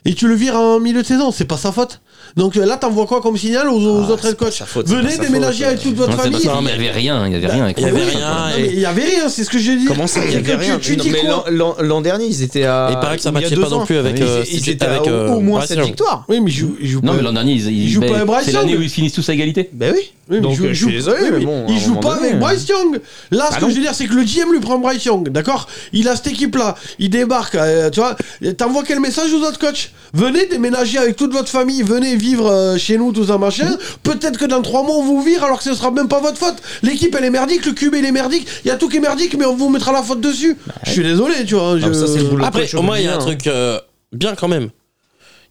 Speaker 1: et tu le vires en milieu de saison, c'est pas sa faute. Donc euh, là, t'envoies quoi comme signal aux, aux
Speaker 3: Ah,
Speaker 1: autres head
Speaker 3: c'est pas
Speaker 1: coachs
Speaker 3: sa faute, c'est pas
Speaker 1: Venez
Speaker 3: sa
Speaker 1: déménager
Speaker 3: faute,
Speaker 1: avec toute votre Bah,
Speaker 4: Non, c'est parce
Speaker 1: famille.
Speaker 4: qu'il y avait rien, il y avait rien. avec
Speaker 2: Il y avait
Speaker 4: Romain.
Speaker 2: rien.
Speaker 1: Non,
Speaker 2: et-
Speaker 1: mais il y avait rien, c'est ce que je dis.
Speaker 3: Comment ça Il y
Speaker 1: C'est que
Speaker 3: avait rien.
Speaker 1: Tu, tu
Speaker 3: Non,
Speaker 1: dis
Speaker 3: mais
Speaker 1: quoi
Speaker 3: l'an- l'an l'an dernier, ils étaient à.
Speaker 2: Et il paraît que ça
Speaker 3: il y a
Speaker 2: matchait
Speaker 3: deux
Speaker 2: pas non
Speaker 3: ans.
Speaker 2: plus avec,
Speaker 3: Ils-
Speaker 2: euh,
Speaker 3: Ils
Speaker 2: c'était
Speaker 3: étaient
Speaker 2: avec,
Speaker 3: avec
Speaker 2: euh,
Speaker 3: au moins cette
Speaker 2: Bryce Young.
Speaker 3: victoire.
Speaker 1: Oui, mais je joue, il joue
Speaker 4: Non,
Speaker 1: pas-
Speaker 4: mais l'an dernier, ils, ils-
Speaker 1: jouent pas
Speaker 4: bah,
Speaker 1: avec Bryce
Speaker 4: C'est l'année
Speaker 1: Young.
Speaker 4: où ils finissent tous à égalité.
Speaker 1: Bah.
Speaker 3: Ben oui.
Speaker 1: Oui, mais
Speaker 3: Donc,
Speaker 1: joue-
Speaker 3: euh, je
Speaker 1: joue-
Speaker 3: suis désolé,
Speaker 1: oui,
Speaker 3: mais bon, à un
Speaker 1: Il joue
Speaker 3: moment
Speaker 1: pas
Speaker 3: donné,
Speaker 1: avec
Speaker 3: euh,
Speaker 1: Bryce Young. Là, ce
Speaker 3: Bah
Speaker 1: que
Speaker 3: non.
Speaker 1: je veux dire, c'est que le GM lui prend Bryce Young, d'accord Il a cette équipe-là, il débarque, euh, tu vois. Et T'envoies quel message aux autres coachs Venez déménager avec toute votre famille, venez vivre euh, chez nous, tout ça, machin. Peut-être que dans trois mois, on vous vire alors que ce sera même pas votre faute. L'équipe, elle est merdique, le QB, il est merdique, il y a tout qui est merdique, mais on vous mettra la faute dessus.
Speaker 3: Bah
Speaker 1: Je suis désolé, tu vois. hein, je-
Speaker 3: ça, c'est le boulot.
Speaker 2: Après,
Speaker 3: coach
Speaker 2: au moins, il y a un
Speaker 3: bien, hein.
Speaker 2: truc euh, bien quand même.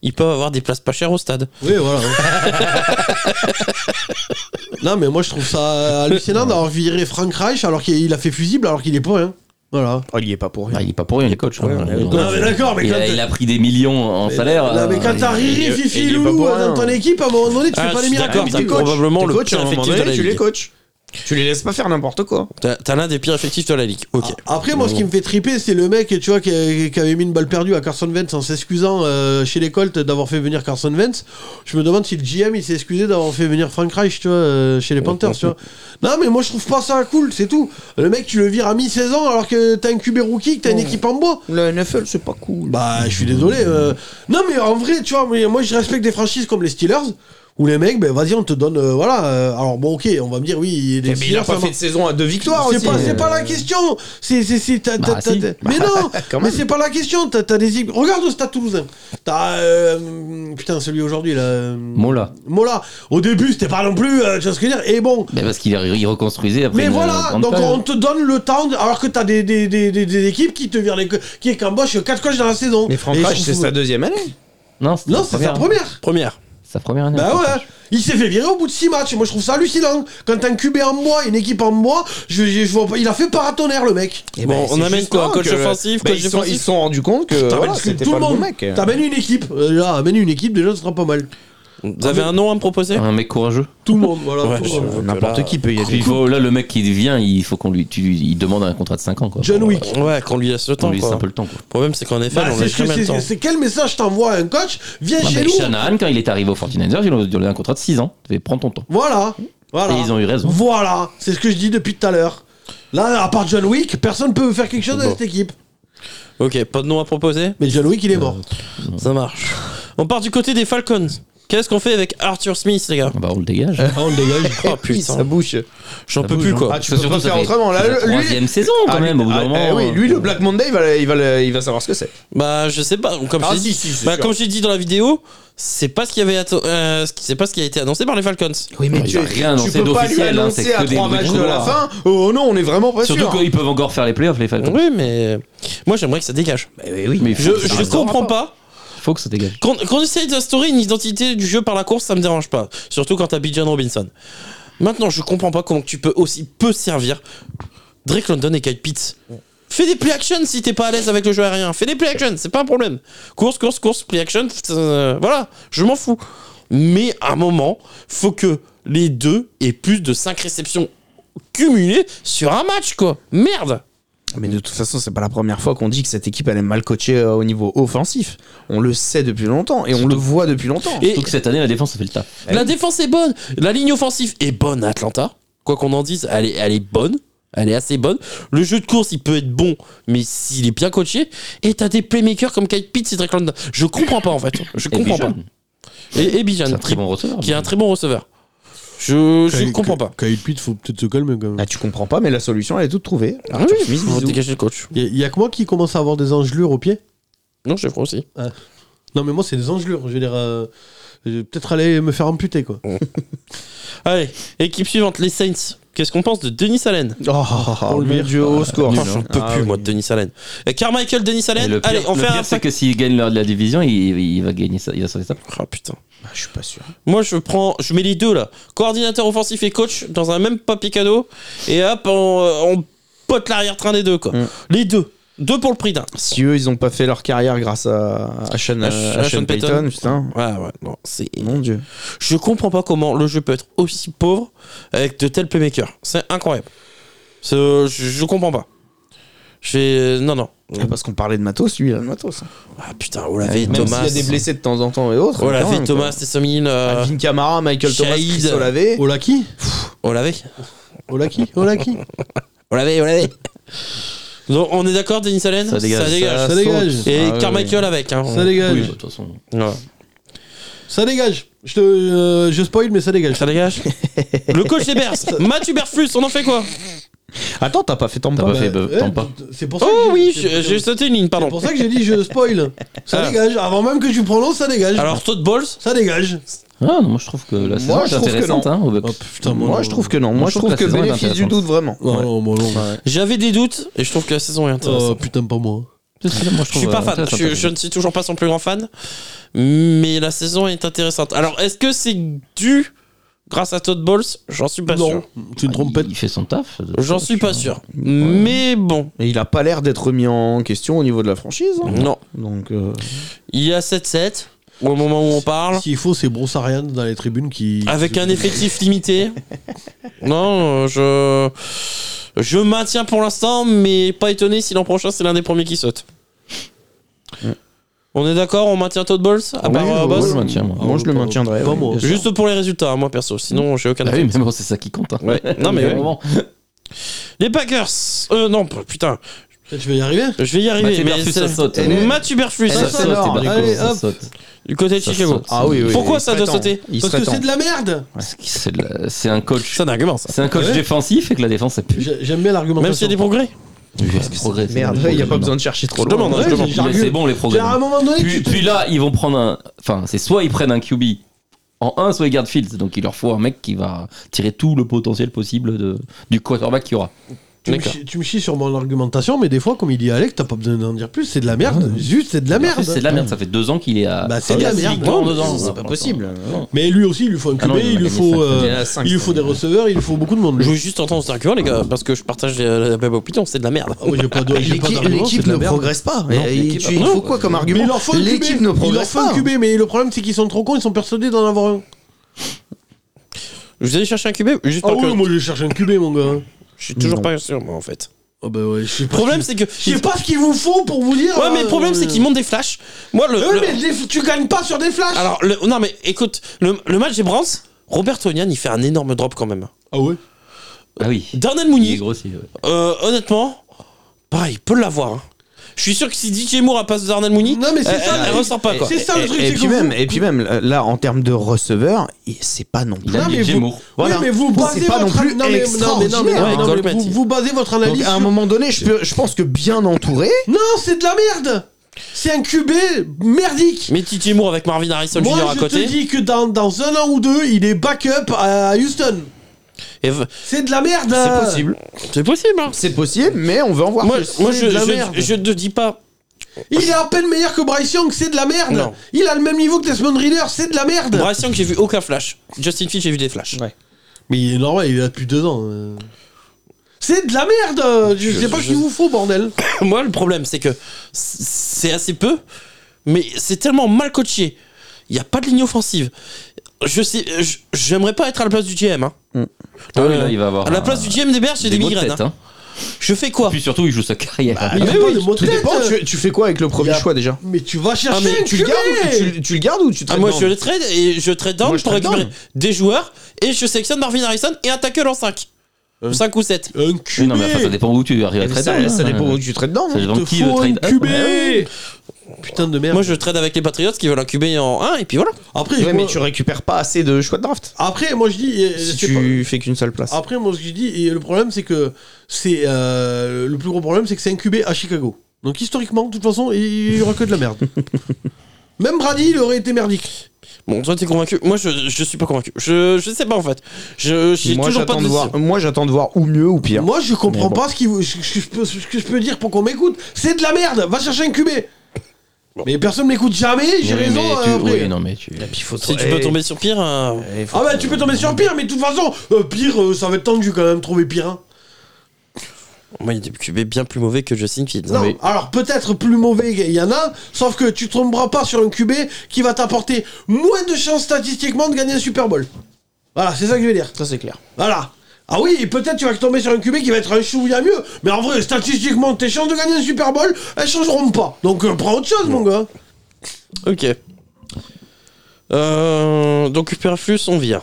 Speaker 2: Ils peuvent avoir des places pas chères au stade.
Speaker 1: Oui, voilà. non, mais moi, je trouve ça hallucinant d'avoir viré Frank Reich alors qu'il a fait fusible, alors qu'il est pas, hein. Voilà.
Speaker 3: Oh, il y est pas pour rien.
Speaker 4: Ah, il est pas pour rien, il est coach. hein.
Speaker 1: Non, mais d'accord, mais
Speaker 4: il,
Speaker 1: quand
Speaker 4: a, il a pris des millions en salaire.
Speaker 1: Non, mais
Speaker 4: euh,
Speaker 1: quand t'as
Speaker 4: il-
Speaker 1: Riri,
Speaker 3: Ah, il-
Speaker 1: Fifi,
Speaker 3: il est
Speaker 1: Loulou
Speaker 3: pas bon,
Speaker 1: dans ton
Speaker 3: hein.
Speaker 1: équipe, à un moment donné, tu
Speaker 2: Ah,
Speaker 1: fais
Speaker 2: je
Speaker 1: pas les
Speaker 2: suis
Speaker 1: miracles.
Speaker 2: d'accord,
Speaker 1: mais
Speaker 2: t'as
Speaker 1: t'es coach.
Speaker 2: probablement
Speaker 3: T'es
Speaker 2: le
Speaker 3: coach, à
Speaker 2: pire
Speaker 3: un moment
Speaker 2: effectif de la
Speaker 3: donné, tu les
Speaker 2: ligue.
Speaker 3: coachs. Tu les laisses pas faire n'importe quoi.
Speaker 2: T'as- T'as l'un des pires effectifs de la ligue. Ok.
Speaker 6: Ah.
Speaker 1: Après, moi, ce qui me fait triper, c'est le mec, tu vois, qui, qui avait mis une balle perdue à Carson Wentz en s'excusant euh, chez les Colts d'avoir fait venir Carson Wentz. Je me demande si le GM, il s'est excusé d'avoir fait venir Frank Reich, tu vois, euh, chez les Panthers, tu vois. Non, mais moi, je trouve pas ça cool, c'est tout. Le mec, tu le vires à mi-saison alors que t'as un QB rookie, que t'as une équipe en bois.
Speaker 3: Le NFL, c'est pas cool.
Speaker 1: Bah, je suis désolé. euh, Non, mais en vrai, tu vois, mais moi, je respecte des franchises comme les Steelers. Où les mecs, ben vas-y, on te donne. euh, voilà. euh, alors bon, ok, on va me dire, oui, les
Speaker 3: mais il
Speaker 1: Steelers,
Speaker 3: a pas
Speaker 1: ça
Speaker 3: fait
Speaker 1: marche.
Speaker 3: de saison à deux victoires
Speaker 1: C'est
Speaker 3: aussi.
Speaker 1: pas, c'est pas la question. C'est, c'est, c'est- t'as- t'as-
Speaker 4: Bah,
Speaker 1: t'as-
Speaker 4: si.
Speaker 1: t'as- mais non,
Speaker 3: quand
Speaker 1: mais
Speaker 3: même.
Speaker 1: c'est pas la question. T'as, t'as des équipes- Regarde au Stade Toulousain. T'as euh, putain celui aujourd'hui là. euh,
Speaker 4: Mola.
Speaker 1: Mola. Au début, c'était pas non plus. euh, tu vois ce que je veux dire Et bon.
Speaker 4: Bah, parce qu'il il reconstruisait après.
Speaker 1: Mais
Speaker 4: une euh,
Speaker 1: voilà,
Speaker 4: grande
Speaker 1: donc
Speaker 4: période.
Speaker 1: on te donne le temps, de- alors que t'as des, des, des, des- des équipes qui te virent les, co- qui qu'embauchent 4 coachs dans la saison.
Speaker 3: Mais Franck
Speaker 1: Et je
Speaker 3: Reich, c'est
Speaker 1: trouve-
Speaker 3: sa deuxième année.
Speaker 4: Non, c'est
Speaker 1: Non, c'est sa première.
Speaker 2: Première.
Speaker 4: Sa première année.
Speaker 1: Bah
Speaker 4: en fait.
Speaker 1: ouais, il s'est fait virer au bout de 6 matchs. Moi je trouve ça hallucinant. Quand t'as un QB en bois, une équipe en bois, je, je, je vois pas- il a fait paratonnerre le mec.
Speaker 3: Eh ben,
Speaker 2: Bon, on amène quoi, coach offensif, coach
Speaker 3: ils sont-
Speaker 2: défensif
Speaker 3: Ils se sont rendus compte que
Speaker 2: Euh,
Speaker 1: T'amènes
Speaker 3: voilà,
Speaker 1: ce que
Speaker 3: c'était
Speaker 1: tout
Speaker 3: pas
Speaker 1: le
Speaker 3: le bon
Speaker 1: monde.
Speaker 3: mec. hein.
Speaker 1: T'amènes une équipe. Euh, là, amène une équipe, déjà, ce sera pas mal.
Speaker 2: Vous avez un nom à me proposer
Speaker 4: Un mec courageux.
Speaker 1: Tout le monde, voilà.
Speaker 2: Ouais,
Speaker 1: tout le
Speaker 2: je-
Speaker 1: monde.
Speaker 2: que là-
Speaker 3: N'importe qui peut y
Speaker 4: Il
Speaker 3: aller.
Speaker 4: faut, là, le mec qui vient, il faut qu'on lui, tu, lui- il demande un contrat de 5 ans. Quoi.
Speaker 1: John Wick.
Speaker 2: Ouais, qu'on lui laisse le
Speaker 4: On
Speaker 2: temps.
Speaker 4: lui laisse
Speaker 2: Quoi.
Speaker 4: un peu le temps. Quoi.
Speaker 2: Le problème, c'est qu'en effet,
Speaker 1: Bah,
Speaker 2: on n'a
Speaker 1: c'est ce que-
Speaker 2: jamais le temps.
Speaker 1: c'est- c'est quel message t'envoies à un coach Viens
Speaker 4: Ah,
Speaker 1: chez
Speaker 4: mais
Speaker 1: nous
Speaker 4: Shanahan, quand il est arrivé au 49ers, il lui a donné un contrat de 6 ans. Tu devais prendre ton temps.
Speaker 1: Voilà. voilà.
Speaker 4: Et ils ont eu raison.
Speaker 1: Voilà, c'est ce que je dis depuis tout à l'heure. Là, à part John Wick, personne peut faire quelque chose
Speaker 2: Bon.
Speaker 1: avec cette équipe.
Speaker 2: Ok, pas de nom à proposer
Speaker 1: Mais John Wick, il est mort.
Speaker 2: Ça marche. On part du côté des Falcons. Qu'est-ce qu'on fait avec Arthur Smith, les gars
Speaker 4: Ah Bah, on le dégage.
Speaker 1: Ah, on le dégage.
Speaker 2: Oh
Speaker 3: Oui,
Speaker 2: putain,
Speaker 3: sa bouche.
Speaker 2: j'en peux
Speaker 4: bouge,
Speaker 2: plus
Speaker 4: hein.
Speaker 2: quoi.
Speaker 3: Ah, tu
Speaker 4: Ça,
Speaker 3: peux
Speaker 4: surtout,
Speaker 3: pas
Speaker 4: ça
Speaker 3: faire
Speaker 4: fait-
Speaker 3: autrement. Là,
Speaker 4: ça fait la
Speaker 3: lui-
Speaker 4: troisième saison, quand
Speaker 3: Ah,
Speaker 4: même, au bout d'un
Speaker 3: ah,
Speaker 4: moment,
Speaker 3: eh oui,
Speaker 4: euh,
Speaker 3: lui, le Black Monday, il va, il va, le- il va savoir ce que c'est.
Speaker 2: Bah, je sais pas. Comme
Speaker 3: Ah,
Speaker 2: j'ai dit,
Speaker 3: si, si, c'est
Speaker 2: bah,
Speaker 3: sûr.
Speaker 2: comme j'ai dit dans la vidéo, c'est pas ce qui avait atto- euh, ce qui- c'est pas ce qui a été annoncé par les Falcons.
Speaker 3: Oui,
Speaker 4: mais Il tu- a rien
Speaker 3: tu
Speaker 4: annoncé
Speaker 3: peux pas lui
Speaker 4: d'officiel, hein,
Speaker 3: annoncer
Speaker 4: c'est que
Speaker 3: à
Speaker 4: des
Speaker 3: trois
Speaker 4: bruits de
Speaker 3: matchs de la
Speaker 4: couloir.
Speaker 3: fin. Oh non, on est vraiment pas
Speaker 4: Surtout
Speaker 3: sûr.
Speaker 4: qu'ils peuvent encore faire les playoffs, les Falcons.
Speaker 2: Oui, mais moi j'aimerais que ça dégage.
Speaker 4: Mais
Speaker 2: Eh Je,
Speaker 4: faut que ça
Speaker 2: je
Speaker 4: dégage.
Speaker 2: comprends pas.
Speaker 4: Faut que ça dégage.
Speaker 2: Qu'on qu'on essaye d'instaurer une identité du jeu par la course, ça me dérange pas. Surtout quand t'as Bijan Robinson. Maintenant, je comprends pas comment tu peux aussi peu servir Drake London et Kyle Pitts. Fais des play action si t'es pas à l'aise avec le jeu aérien. Fais des play action, c'est pas un problème. Course, course, course, play action, euh, voilà, je m'en fous. Mais à un moment, faut que les deux aient plus de 5 réceptions cumulées sur un match, quoi. Merde!
Speaker 3: Mais de toute façon, c'est pas la première fois qu'on dit que cette équipe elle est mal coachée euh, au niveau offensif. On le sait depuis longtemps et on le voit depuis longtemps.
Speaker 2: Et-
Speaker 4: Surtout que cette année, la défense a fait le taf.
Speaker 2: La défense est bonne. La ligne offensive est bonne à Atlanta. Quoi qu'on en dise, elle est, elle est bonne. Elle est assez bonne. Le jeu de course, il peut être bon, mais s'il est bien coaché. Et t'as des playmakers comme Kyle Pitts et Drake London. Je comprends pas, en fait. Je
Speaker 4: Et
Speaker 2: comprends
Speaker 4: Bijan,
Speaker 2: pas. Et, et Bijan,
Speaker 4: C'est un
Speaker 2: qui,
Speaker 4: très bon receveur.
Speaker 2: qui est un très bon receveur. Je, je comprends pas.
Speaker 1: Kyle Pitt, faut peut-être se calmer quand même.
Speaker 3: Ah, tu comprends pas, mais la solution elle est toute trouvée.
Speaker 2: Ah oui,
Speaker 3: Arthur Smith,
Speaker 2: faut
Speaker 3: bisous.
Speaker 2: dégager le coach.
Speaker 1: Il y, a que moi qui commence à avoir des engelures au pied.
Speaker 2: Non, je crois aussi.
Speaker 1: Non, mais moi, c'est des engelures. Je veux dire, euh, je vais peut-être aller me faire amputer quoi.
Speaker 2: Allez, équipe suivante, les Saints. Qu'est-ce qu'on pense de Denis Allen
Speaker 3: Oh,
Speaker 1: Oh,
Speaker 3: mon
Speaker 1: merde.
Speaker 3: dieu, au score.
Speaker 4: hein.
Speaker 2: Enfin, J'en peux
Speaker 3: Ah
Speaker 2: plus,
Speaker 3: oui.
Speaker 2: moi, de Denis Allen. Et Carmichael, Denis
Speaker 4: Et
Speaker 2: Allen.
Speaker 4: le pire,
Speaker 2: Allez, on
Speaker 4: le
Speaker 2: fait
Speaker 4: pire,
Speaker 2: un
Speaker 4: c'est
Speaker 2: sac.
Speaker 4: que s'il gagne leur- la division, il, il va gagner ça, il va sauver ça.
Speaker 2: Ah putain.
Speaker 3: Ah, Je suis pas sûr.
Speaker 2: Moi, je prends, je mets les deux là, coordinateur offensif et coach dans un même papier cadeau, et hop, on, euh, on pote l'arrière-train des deux quoi.
Speaker 3: Mm.
Speaker 2: Les deux, deux pour le prix d'un.
Speaker 3: Si eux, ils ont pas fait leur carrière grâce à, à Sean,
Speaker 2: À-
Speaker 3: à
Speaker 2: à
Speaker 3: Sean
Speaker 2: Sean
Speaker 3: euh, Payton,
Speaker 2: Payton.
Speaker 3: putain. Mm.
Speaker 2: Ouais, ouais, non, c'est.
Speaker 3: Mon dieu.
Speaker 2: Je comprends pas comment le jeu peut être aussi pauvre avec de tels playmakers. C'est incroyable. C'est- Je, je comprends pas. J'ai. Non, non.
Speaker 3: Ah, parce qu'on parlait de matos, lui, il a le matos. hein.
Speaker 2: Ah putain, Olavé,
Speaker 3: Même s'il y
Speaker 2: Thomas.
Speaker 3: a des blessés de temps en temps et autres. quand
Speaker 2: Olavé,
Speaker 3: même,
Speaker 2: Thomas, Tessom Hill,
Speaker 3: quoi.
Speaker 2: euh,
Speaker 3: Alvin Kamara, Michael Thomas,
Speaker 2: Shahid.
Speaker 3: Chris Olavé.
Speaker 1: Olaki
Speaker 2: Olavé.
Speaker 1: Olaki Olaki
Speaker 2: Olavé, Olavé. Donc, on est d'accord, Denis Allen
Speaker 4: Ça dégage, ça-
Speaker 1: Ça dégage.
Speaker 2: Et
Speaker 3: Ah, ouais,
Speaker 2: Carmichael avec. Hein,
Speaker 1: Ça dégage.
Speaker 4: Oui, bah, de toute façon.
Speaker 2: Ouais.
Speaker 1: Ça dégage. Je, te, euh, je spoil, mais ça dégage.
Speaker 2: Ça dégage Le coach des Bears, Mathieu Berfus, on en fait quoi
Speaker 3: ouais. Attends, t'as pas fait tant
Speaker 4: T'as
Speaker 3: pas.
Speaker 4: pas fait, bah,
Speaker 1: Eh,
Speaker 4: tant pas.
Speaker 1: C'est pour ça que
Speaker 2: Oh
Speaker 1: j'ai-
Speaker 2: oui,
Speaker 1: c'est-
Speaker 2: j'ai j'ai sauté une ligne,
Speaker 1: C'est
Speaker 2: pardon.
Speaker 1: pour ça que j'ai dit je spoil. Ça
Speaker 2: Ah.
Speaker 1: dégage. Avant même que tu prononces, ça dégage.
Speaker 2: Alors, Todd Balls,
Speaker 1: Ça dégage.
Speaker 4: Ah non, moi je trouve que la saison
Speaker 3: Moi, je
Speaker 4: est
Speaker 3: trouve que
Speaker 4: intéressante. Hein, au-
Speaker 1: putain,
Speaker 3: Moi, je trouve que non. Moi, je trouve
Speaker 4: la
Speaker 3: que
Speaker 4: saison est
Speaker 3: bénéfice du
Speaker 4: intéressante.
Speaker 3: doute, vraiment.
Speaker 1: Non, non, moi, non.
Speaker 2: j'avais des doutes et je trouve que la saison est
Speaker 1: Oh,
Speaker 2: intéressante.
Speaker 1: putain, pas moi.
Speaker 4: Moi,
Speaker 1: Oh,
Speaker 2: je suis
Speaker 4: trouve,
Speaker 2: pas
Speaker 4: euh,
Speaker 2: fan,
Speaker 4: intéressante,
Speaker 2: je, je ne suis toujours pas son plus grand fan, mais la saison est intéressante. Alors, est-ce que c'est dû grâce à Todd Balls J'en suis pas
Speaker 1: non,
Speaker 2: sûr.
Speaker 1: tu ne trompes pas.
Speaker 4: Il fait son taf.
Speaker 2: J'en suis pas sûr. Mais bon,
Speaker 3: Et il a pas l'air d'être mis en question au niveau de la franchise. hein.
Speaker 2: non.
Speaker 3: Donc, euh,
Speaker 2: Il y a 7-7, au moment où on parle,
Speaker 1: S'il faut, c'est Broussarian dans les tribunes qui.
Speaker 2: avec un effectif limité. Non, euh, je. Je maintiens pour l'instant, mais pas étonné si l'an prochain c'est l'un des premiers qui saute. On est d'accord, on maintient Todd Balls à part
Speaker 3: Oui,
Speaker 2: euh,
Speaker 3: oui,
Speaker 2: Boss
Speaker 4: je le maintiens, moi.
Speaker 1: Ah,
Speaker 3: moi, je le
Speaker 1: pas-
Speaker 3: maintiendrai.
Speaker 1: pas
Speaker 3: oui,
Speaker 1: moi.
Speaker 3: bien sûr.
Speaker 2: Juste pour les résultats, hein, moi perso, sinon j'ai aucun
Speaker 4: Ah oui,
Speaker 2: affect.
Speaker 4: mais bon, c'est ça qui compte. hein.
Speaker 2: Ouais. Non, mais
Speaker 4: Au bout
Speaker 2: ouais.
Speaker 4: d'un moment.
Speaker 2: Les Packers Euh, non, p- putain,
Speaker 1: Peut-être je vais y arriver.
Speaker 2: je vais y arriver.
Speaker 4: Mathieu
Speaker 2: mais
Speaker 4: Berfus,
Speaker 2: c'est-
Speaker 4: ça saute.
Speaker 2: Mathieu Berfus, ça
Speaker 4: Ça saute,
Speaker 2: saute,
Speaker 4: les Barcos,
Speaker 1: Allez,
Speaker 4: ça
Speaker 1: hop.
Speaker 4: saute.
Speaker 2: du côté de
Speaker 4: Ça
Speaker 2: Chicago.
Speaker 4: saute.
Speaker 3: Ah oui, oui.
Speaker 2: Pourquoi
Speaker 3: il
Speaker 2: ça
Speaker 3: serait
Speaker 2: doit
Speaker 3: temps.
Speaker 2: sauter
Speaker 3: Il
Speaker 1: Parce
Speaker 3: serait
Speaker 1: que c'est
Speaker 3: temps.
Speaker 1: de la merde.
Speaker 4: Parce que C'est la- c'est un coach.
Speaker 2: C'est un argument ça.
Speaker 4: C'est un coach
Speaker 1: Ouais.
Speaker 4: défensif et que la défense, ça pue.
Speaker 1: J'ai- J'aime bien l'argumentation.
Speaker 2: Même s'il y a des progrès
Speaker 4: Parce que progrès, c'est
Speaker 3: Merde,
Speaker 4: bon,
Speaker 3: il n'y a
Speaker 4: progrès,
Speaker 3: pas besoin de chercher trop
Speaker 2: Je
Speaker 3: loin.
Speaker 2: demande, hein,
Speaker 1: Ouais,
Speaker 2: je demande.
Speaker 1: j'ai-
Speaker 4: Mais c'est bon, les
Speaker 1: Genre, à un
Speaker 4: progrès.
Speaker 1: moment donné,
Speaker 4: Puis,
Speaker 1: tu te-
Speaker 4: puis là, ils vont prendre un. Enfin, c'est soit ils prennent un QB en 1, soit ils gardent Fields. Donc il leur faut un mec qui va tirer tout le potentiel possible de, du quarterback qu'il y aura.
Speaker 1: Tu me,
Speaker 2: D'accord.
Speaker 1: chies, tu me chies sur mon argumentation, mais des fois, comme il dit Alex, t'as pas besoin d'en dire plus, c'est de la merde. Juste,
Speaker 6: Ah,
Speaker 1: c'est de la
Speaker 4: En
Speaker 1: merde.
Speaker 4: fait, C'est de la merde, ça fait deux ans qu'il est à.
Speaker 1: Bah, c'est de la
Speaker 4: six
Speaker 1: merde.
Speaker 4: victoires
Speaker 1: Non,
Speaker 4: dedans,
Speaker 3: C'est
Speaker 4: hein,
Speaker 3: pas
Speaker 4: pour
Speaker 3: possible.
Speaker 1: Mais lui aussi, il lui faut un
Speaker 4: Ah
Speaker 1: QB,
Speaker 4: non, il en a
Speaker 1: il lui
Speaker 4: gagné cinq.
Speaker 1: faut, euh,
Speaker 3: Il y en a cinq,
Speaker 1: il lui faut des
Speaker 3: ça.
Speaker 1: receveurs, il lui faut beaucoup de monde.
Speaker 2: Je veux juste entendre cet argument, les gars, parce que je partage la la même opinion, c'est de la merde.
Speaker 1: Ah oui, j'ai pas de- j'ai pas
Speaker 3: L'équipe
Speaker 1: d'argument, c'est
Speaker 3: l'équipe
Speaker 1: de la
Speaker 3: ne
Speaker 1: merde.
Speaker 3: progresse pas. Et- et
Speaker 4: l'équipe-
Speaker 3: tu- il
Speaker 4: non.
Speaker 3: faut quoi comme
Speaker 1: Mais
Speaker 3: argument
Speaker 1: il leur faut un QB.
Speaker 3: L'équipe ne
Speaker 1: Il leur
Speaker 3: progresse
Speaker 1: faut un
Speaker 3: pas.
Speaker 1: QB, mais le problème, c'est qu'ils sont trop cons, ils sont persuadés d'en avoir un.
Speaker 2: Vous allez chercher un QB Juste
Speaker 1: Ah
Speaker 2: parce
Speaker 1: oui,
Speaker 2: que
Speaker 1: moi, je cherche un QB, mon gars.
Speaker 2: je suis toujours
Speaker 3: Non.
Speaker 2: pas sûr, moi, en fait.
Speaker 1: Ah bah ouais, je sais
Speaker 2: Le
Speaker 1: pas.
Speaker 2: problème, c'est que.
Speaker 1: Je sais pas ce qu'il vous faut pour vous dire.
Speaker 2: Ouais, mais le
Speaker 1: euh,
Speaker 2: problème, c'est qu'ils montent des flashs. Moi, le.
Speaker 1: Ouais,
Speaker 2: le-
Speaker 1: mais les- tu gagnes pas sur des flashs.
Speaker 2: Alors, le- non, mais écoute, le, le match des Browns, Robert Tonian, il fait un énorme drop quand même.
Speaker 1: Ah ouais.
Speaker 4: Ah oui.
Speaker 2: Darnell
Speaker 4: Il est
Speaker 2: Mooney,
Speaker 4: grossi. ouais.
Speaker 2: euh, honnêtement, pareil, il peut l'avoir. hein. Je suis sûr que si DJ Moore passe Darnell Mooney,
Speaker 1: Non, mais c'est
Speaker 3: Euh,
Speaker 2: elle,
Speaker 1: ça,
Speaker 2: elle
Speaker 1: mais-
Speaker 2: ressort pas, quoi.
Speaker 1: C'est ça le truc,
Speaker 3: Et
Speaker 1: c'est
Speaker 3: puis
Speaker 1: que vous-
Speaker 3: même, et puis même, là, en termes de receveur, il- c'est pas non plus.
Speaker 4: Il a
Speaker 1: Non, mais
Speaker 4: mis
Speaker 1: vous-
Speaker 4: Gemour.
Speaker 3: Voilà.
Speaker 1: Oui, mais vous
Speaker 3: C'est
Speaker 1: basez
Speaker 3: pas
Speaker 1: votre
Speaker 3: non
Speaker 1: non, mais-
Speaker 3: plus
Speaker 1: non, mais- non, mais-
Speaker 3: extraordinaire.
Speaker 1: non, mais
Speaker 2: Ouais,
Speaker 1: vous, vous basez votre
Speaker 3: Donc,
Speaker 1: analyse
Speaker 3: à un
Speaker 1: sur-
Speaker 3: moment donné, je, peux- je pense que bien entouré,
Speaker 1: Non, c'est de la merde. C'est un QB merdique.
Speaker 2: Mais DJ Moore avec Marvin Harrison
Speaker 1: Moi,
Speaker 2: Jr. à
Speaker 1: je
Speaker 2: côté.
Speaker 1: te dis que dans, dans un an ou deux, il est backup à Houston.
Speaker 2: et v-
Speaker 1: C'est de la merde.
Speaker 3: c'est
Speaker 1: euh.
Speaker 3: possible.
Speaker 2: C'est possible, hein.
Speaker 3: C'est possible, mais on veut en voir
Speaker 2: Moi,
Speaker 3: plus.
Speaker 2: moi
Speaker 1: c'est
Speaker 2: je,
Speaker 1: de la merde.
Speaker 2: je, je ne dis pas.
Speaker 1: Il est à peine meilleur que Bryce Young, c'est de la merde.
Speaker 2: Non.
Speaker 1: Il a le même niveau que Desmond Reader, c'est de la merde.
Speaker 2: Bryce Young, j'ai vu aucun flash. Justin Fields, j'ai vu des flashs.
Speaker 3: Ouais.
Speaker 1: Mais il est normal, il est là depuis deux ans. euh. C'est de la merde. euh, Je,
Speaker 2: Je-
Speaker 1: sais pas
Speaker 2: je-
Speaker 1: ce qu'il vous faut, bordel.
Speaker 3: Bah,
Speaker 2: Moi, le problème, c'est que c- c'est assez peu, mais c'est tellement mal coaché. Il n'y a pas de ligne offensive. Je sais, je- j'aimerais pas être à la place du GM. Hein.
Speaker 4: Ah oui,
Speaker 2: Euh,
Speaker 4: là, il va avoir.
Speaker 2: à la
Speaker 4: un-
Speaker 2: place du GM des Berges, j'ai des,
Speaker 4: mots de
Speaker 2: migraines.
Speaker 4: tête,
Speaker 2: hein.
Speaker 4: hein.
Speaker 2: Je fais quoi
Speaker 4: Puis surtout, il joue sa carrière.
Speaker 1: Mais il y a
Speaker 3: Bah, Mais
Speaker 1: pas
Speaker 3: oui,
Speaker 1: de mot de
Speaker 3: tout
Speaker 1: tête.
Speaker 3: dépend, tu, tu fais quoi avec le premier
Speaker 1: Il y a-
Speaker 3: choix déjà
Speaker 1: Mais tu vas chercher
Speaker 2: mais
Speaker 1: un
Speaker 3: Ah, tu
Speaker 1: QB.
Speaker 3: le, gardes ou tu, tu- tu le gardes ou tu
Speaker 2: Ah,
Speaker 3: trades
Speaker 2: Moi,
Speaker 3: down
Speaker 2: je le trade et je trade down
Speaker 3: Moi, je
Speaker 2: pour
Speaker 3: trade
Speaker 2: récupérer
Speaker 3: down.
Speaker 2: des joueurs et je sélectionne Marvin Harrison et un tackle en 5.
Speaker 1: Euh.
Speaker 2: 5 ou 7.
Speaker 1: Un
Speaker 4: Oui,
Speaker 1: QB.
Speaker 4: non, mais enfin, ça dépend où tu arrives à
Speaker 3: Mais
Speaker 4: trader.
Speaker 3: ça,
Speaker 4: hein.
Speaker 3: ça dépend où tu trades down.
Speaker 4: Ça
Speaker 3: hein.
Speaker 4: dépend
Speaker 1: Te
Speaker 4: qui Bah le
Speaker 1: faut un
Speaker 4: trade.
Speaker 1: QB.
Speaker 4: up.
Speaker 1: Putain de merde.
Speaker 2: Moi, je trade avec les Patriots qui veulent un QB en 1 et puis voilà.
Speaker 1: Après,
Speaker 3: Ouais,
Speaker 1: moi,
Speaker 3: mais tu récupères pas assez de choix de draft.
Speaker 1: après, moi je dis. euh,
Speaker 3: Si
Speaker 1: c'est pas-
Speaker 3: tu fais qu'une seule place.
Speaker 1: Après, moi, ce que je dis, et le problème, c'est que c'est euh, le plus gros problème, c'est que c'est incubé à Chicago. Donc historiquement, de toute façon, il y aura que de la merde. Même Brady, il aurait été merdique.
Speaker 2: Bon, toi, t'es convaincu. Moi, je, je suis pas convaincu. Je, je sais pas en fait. Je j'ai
Speaker 3: Moi,
Speaker 2: toujours pas
Speaker 3: j'attends
Speaker 2: de
Speaker 3: de voir.
Speaker 2: décision.
Speaker 3: Moi, j'attends de voir ou mieux ou pire.
Speaker 1: Moi, je comprends
Speaker 3: Mais bon.
Speaker 1: pas ce, qu'il vous- ce que je peux, ce que je peux dire pour qu'on m'écoute. C'est de la merde. Va chercher un QB. Mais personne m'écoute jamais. J'ai
Speaker 4: Oui,
Speaker 1: raison.
Speaker 4: mais
Speaker 1: euh,
Speaker 6: hein,
Speaker 4: tu-
Speaker 1: après.
Speaker 4: oui, non, mais tu.
Speaker 3: puis, faut
Speaker 2: Si tu peux tomber sur pire. euh,
Speaker 1: ah bah, tu peux tomber sur pire, mais de toute façon, euh, pire, euh, ça va être tendu quand même trouver pire. hein.
Speaker 2: Moi, il y a des QB bien plus mauvais que Justin Fields. hein,
Speaker 1: Non,
Speaker 4: Oui.
Speaker 1: alors peut-être plus mauvais, il y en a, sauf que tu te tomberas pas sur un QB qui va t'apporter moins de chances statistiquement de gagner un Super Bowl. Voilà, c'est ça que je veux dire.
Speaker 3: Ça, c'est clair.
Speaker 1: Voilà. Ah oui, et peut-être tu vas tomber sur un QB qui va être un chouïa mieux, mais en vrai, statistiquement, tes chances de gagner un Super Bowl, elles changeront pas. Donc euh, prends autre chose, mon gars.
Speaker 2: Ok. Euh, donc, Superflux, on vire.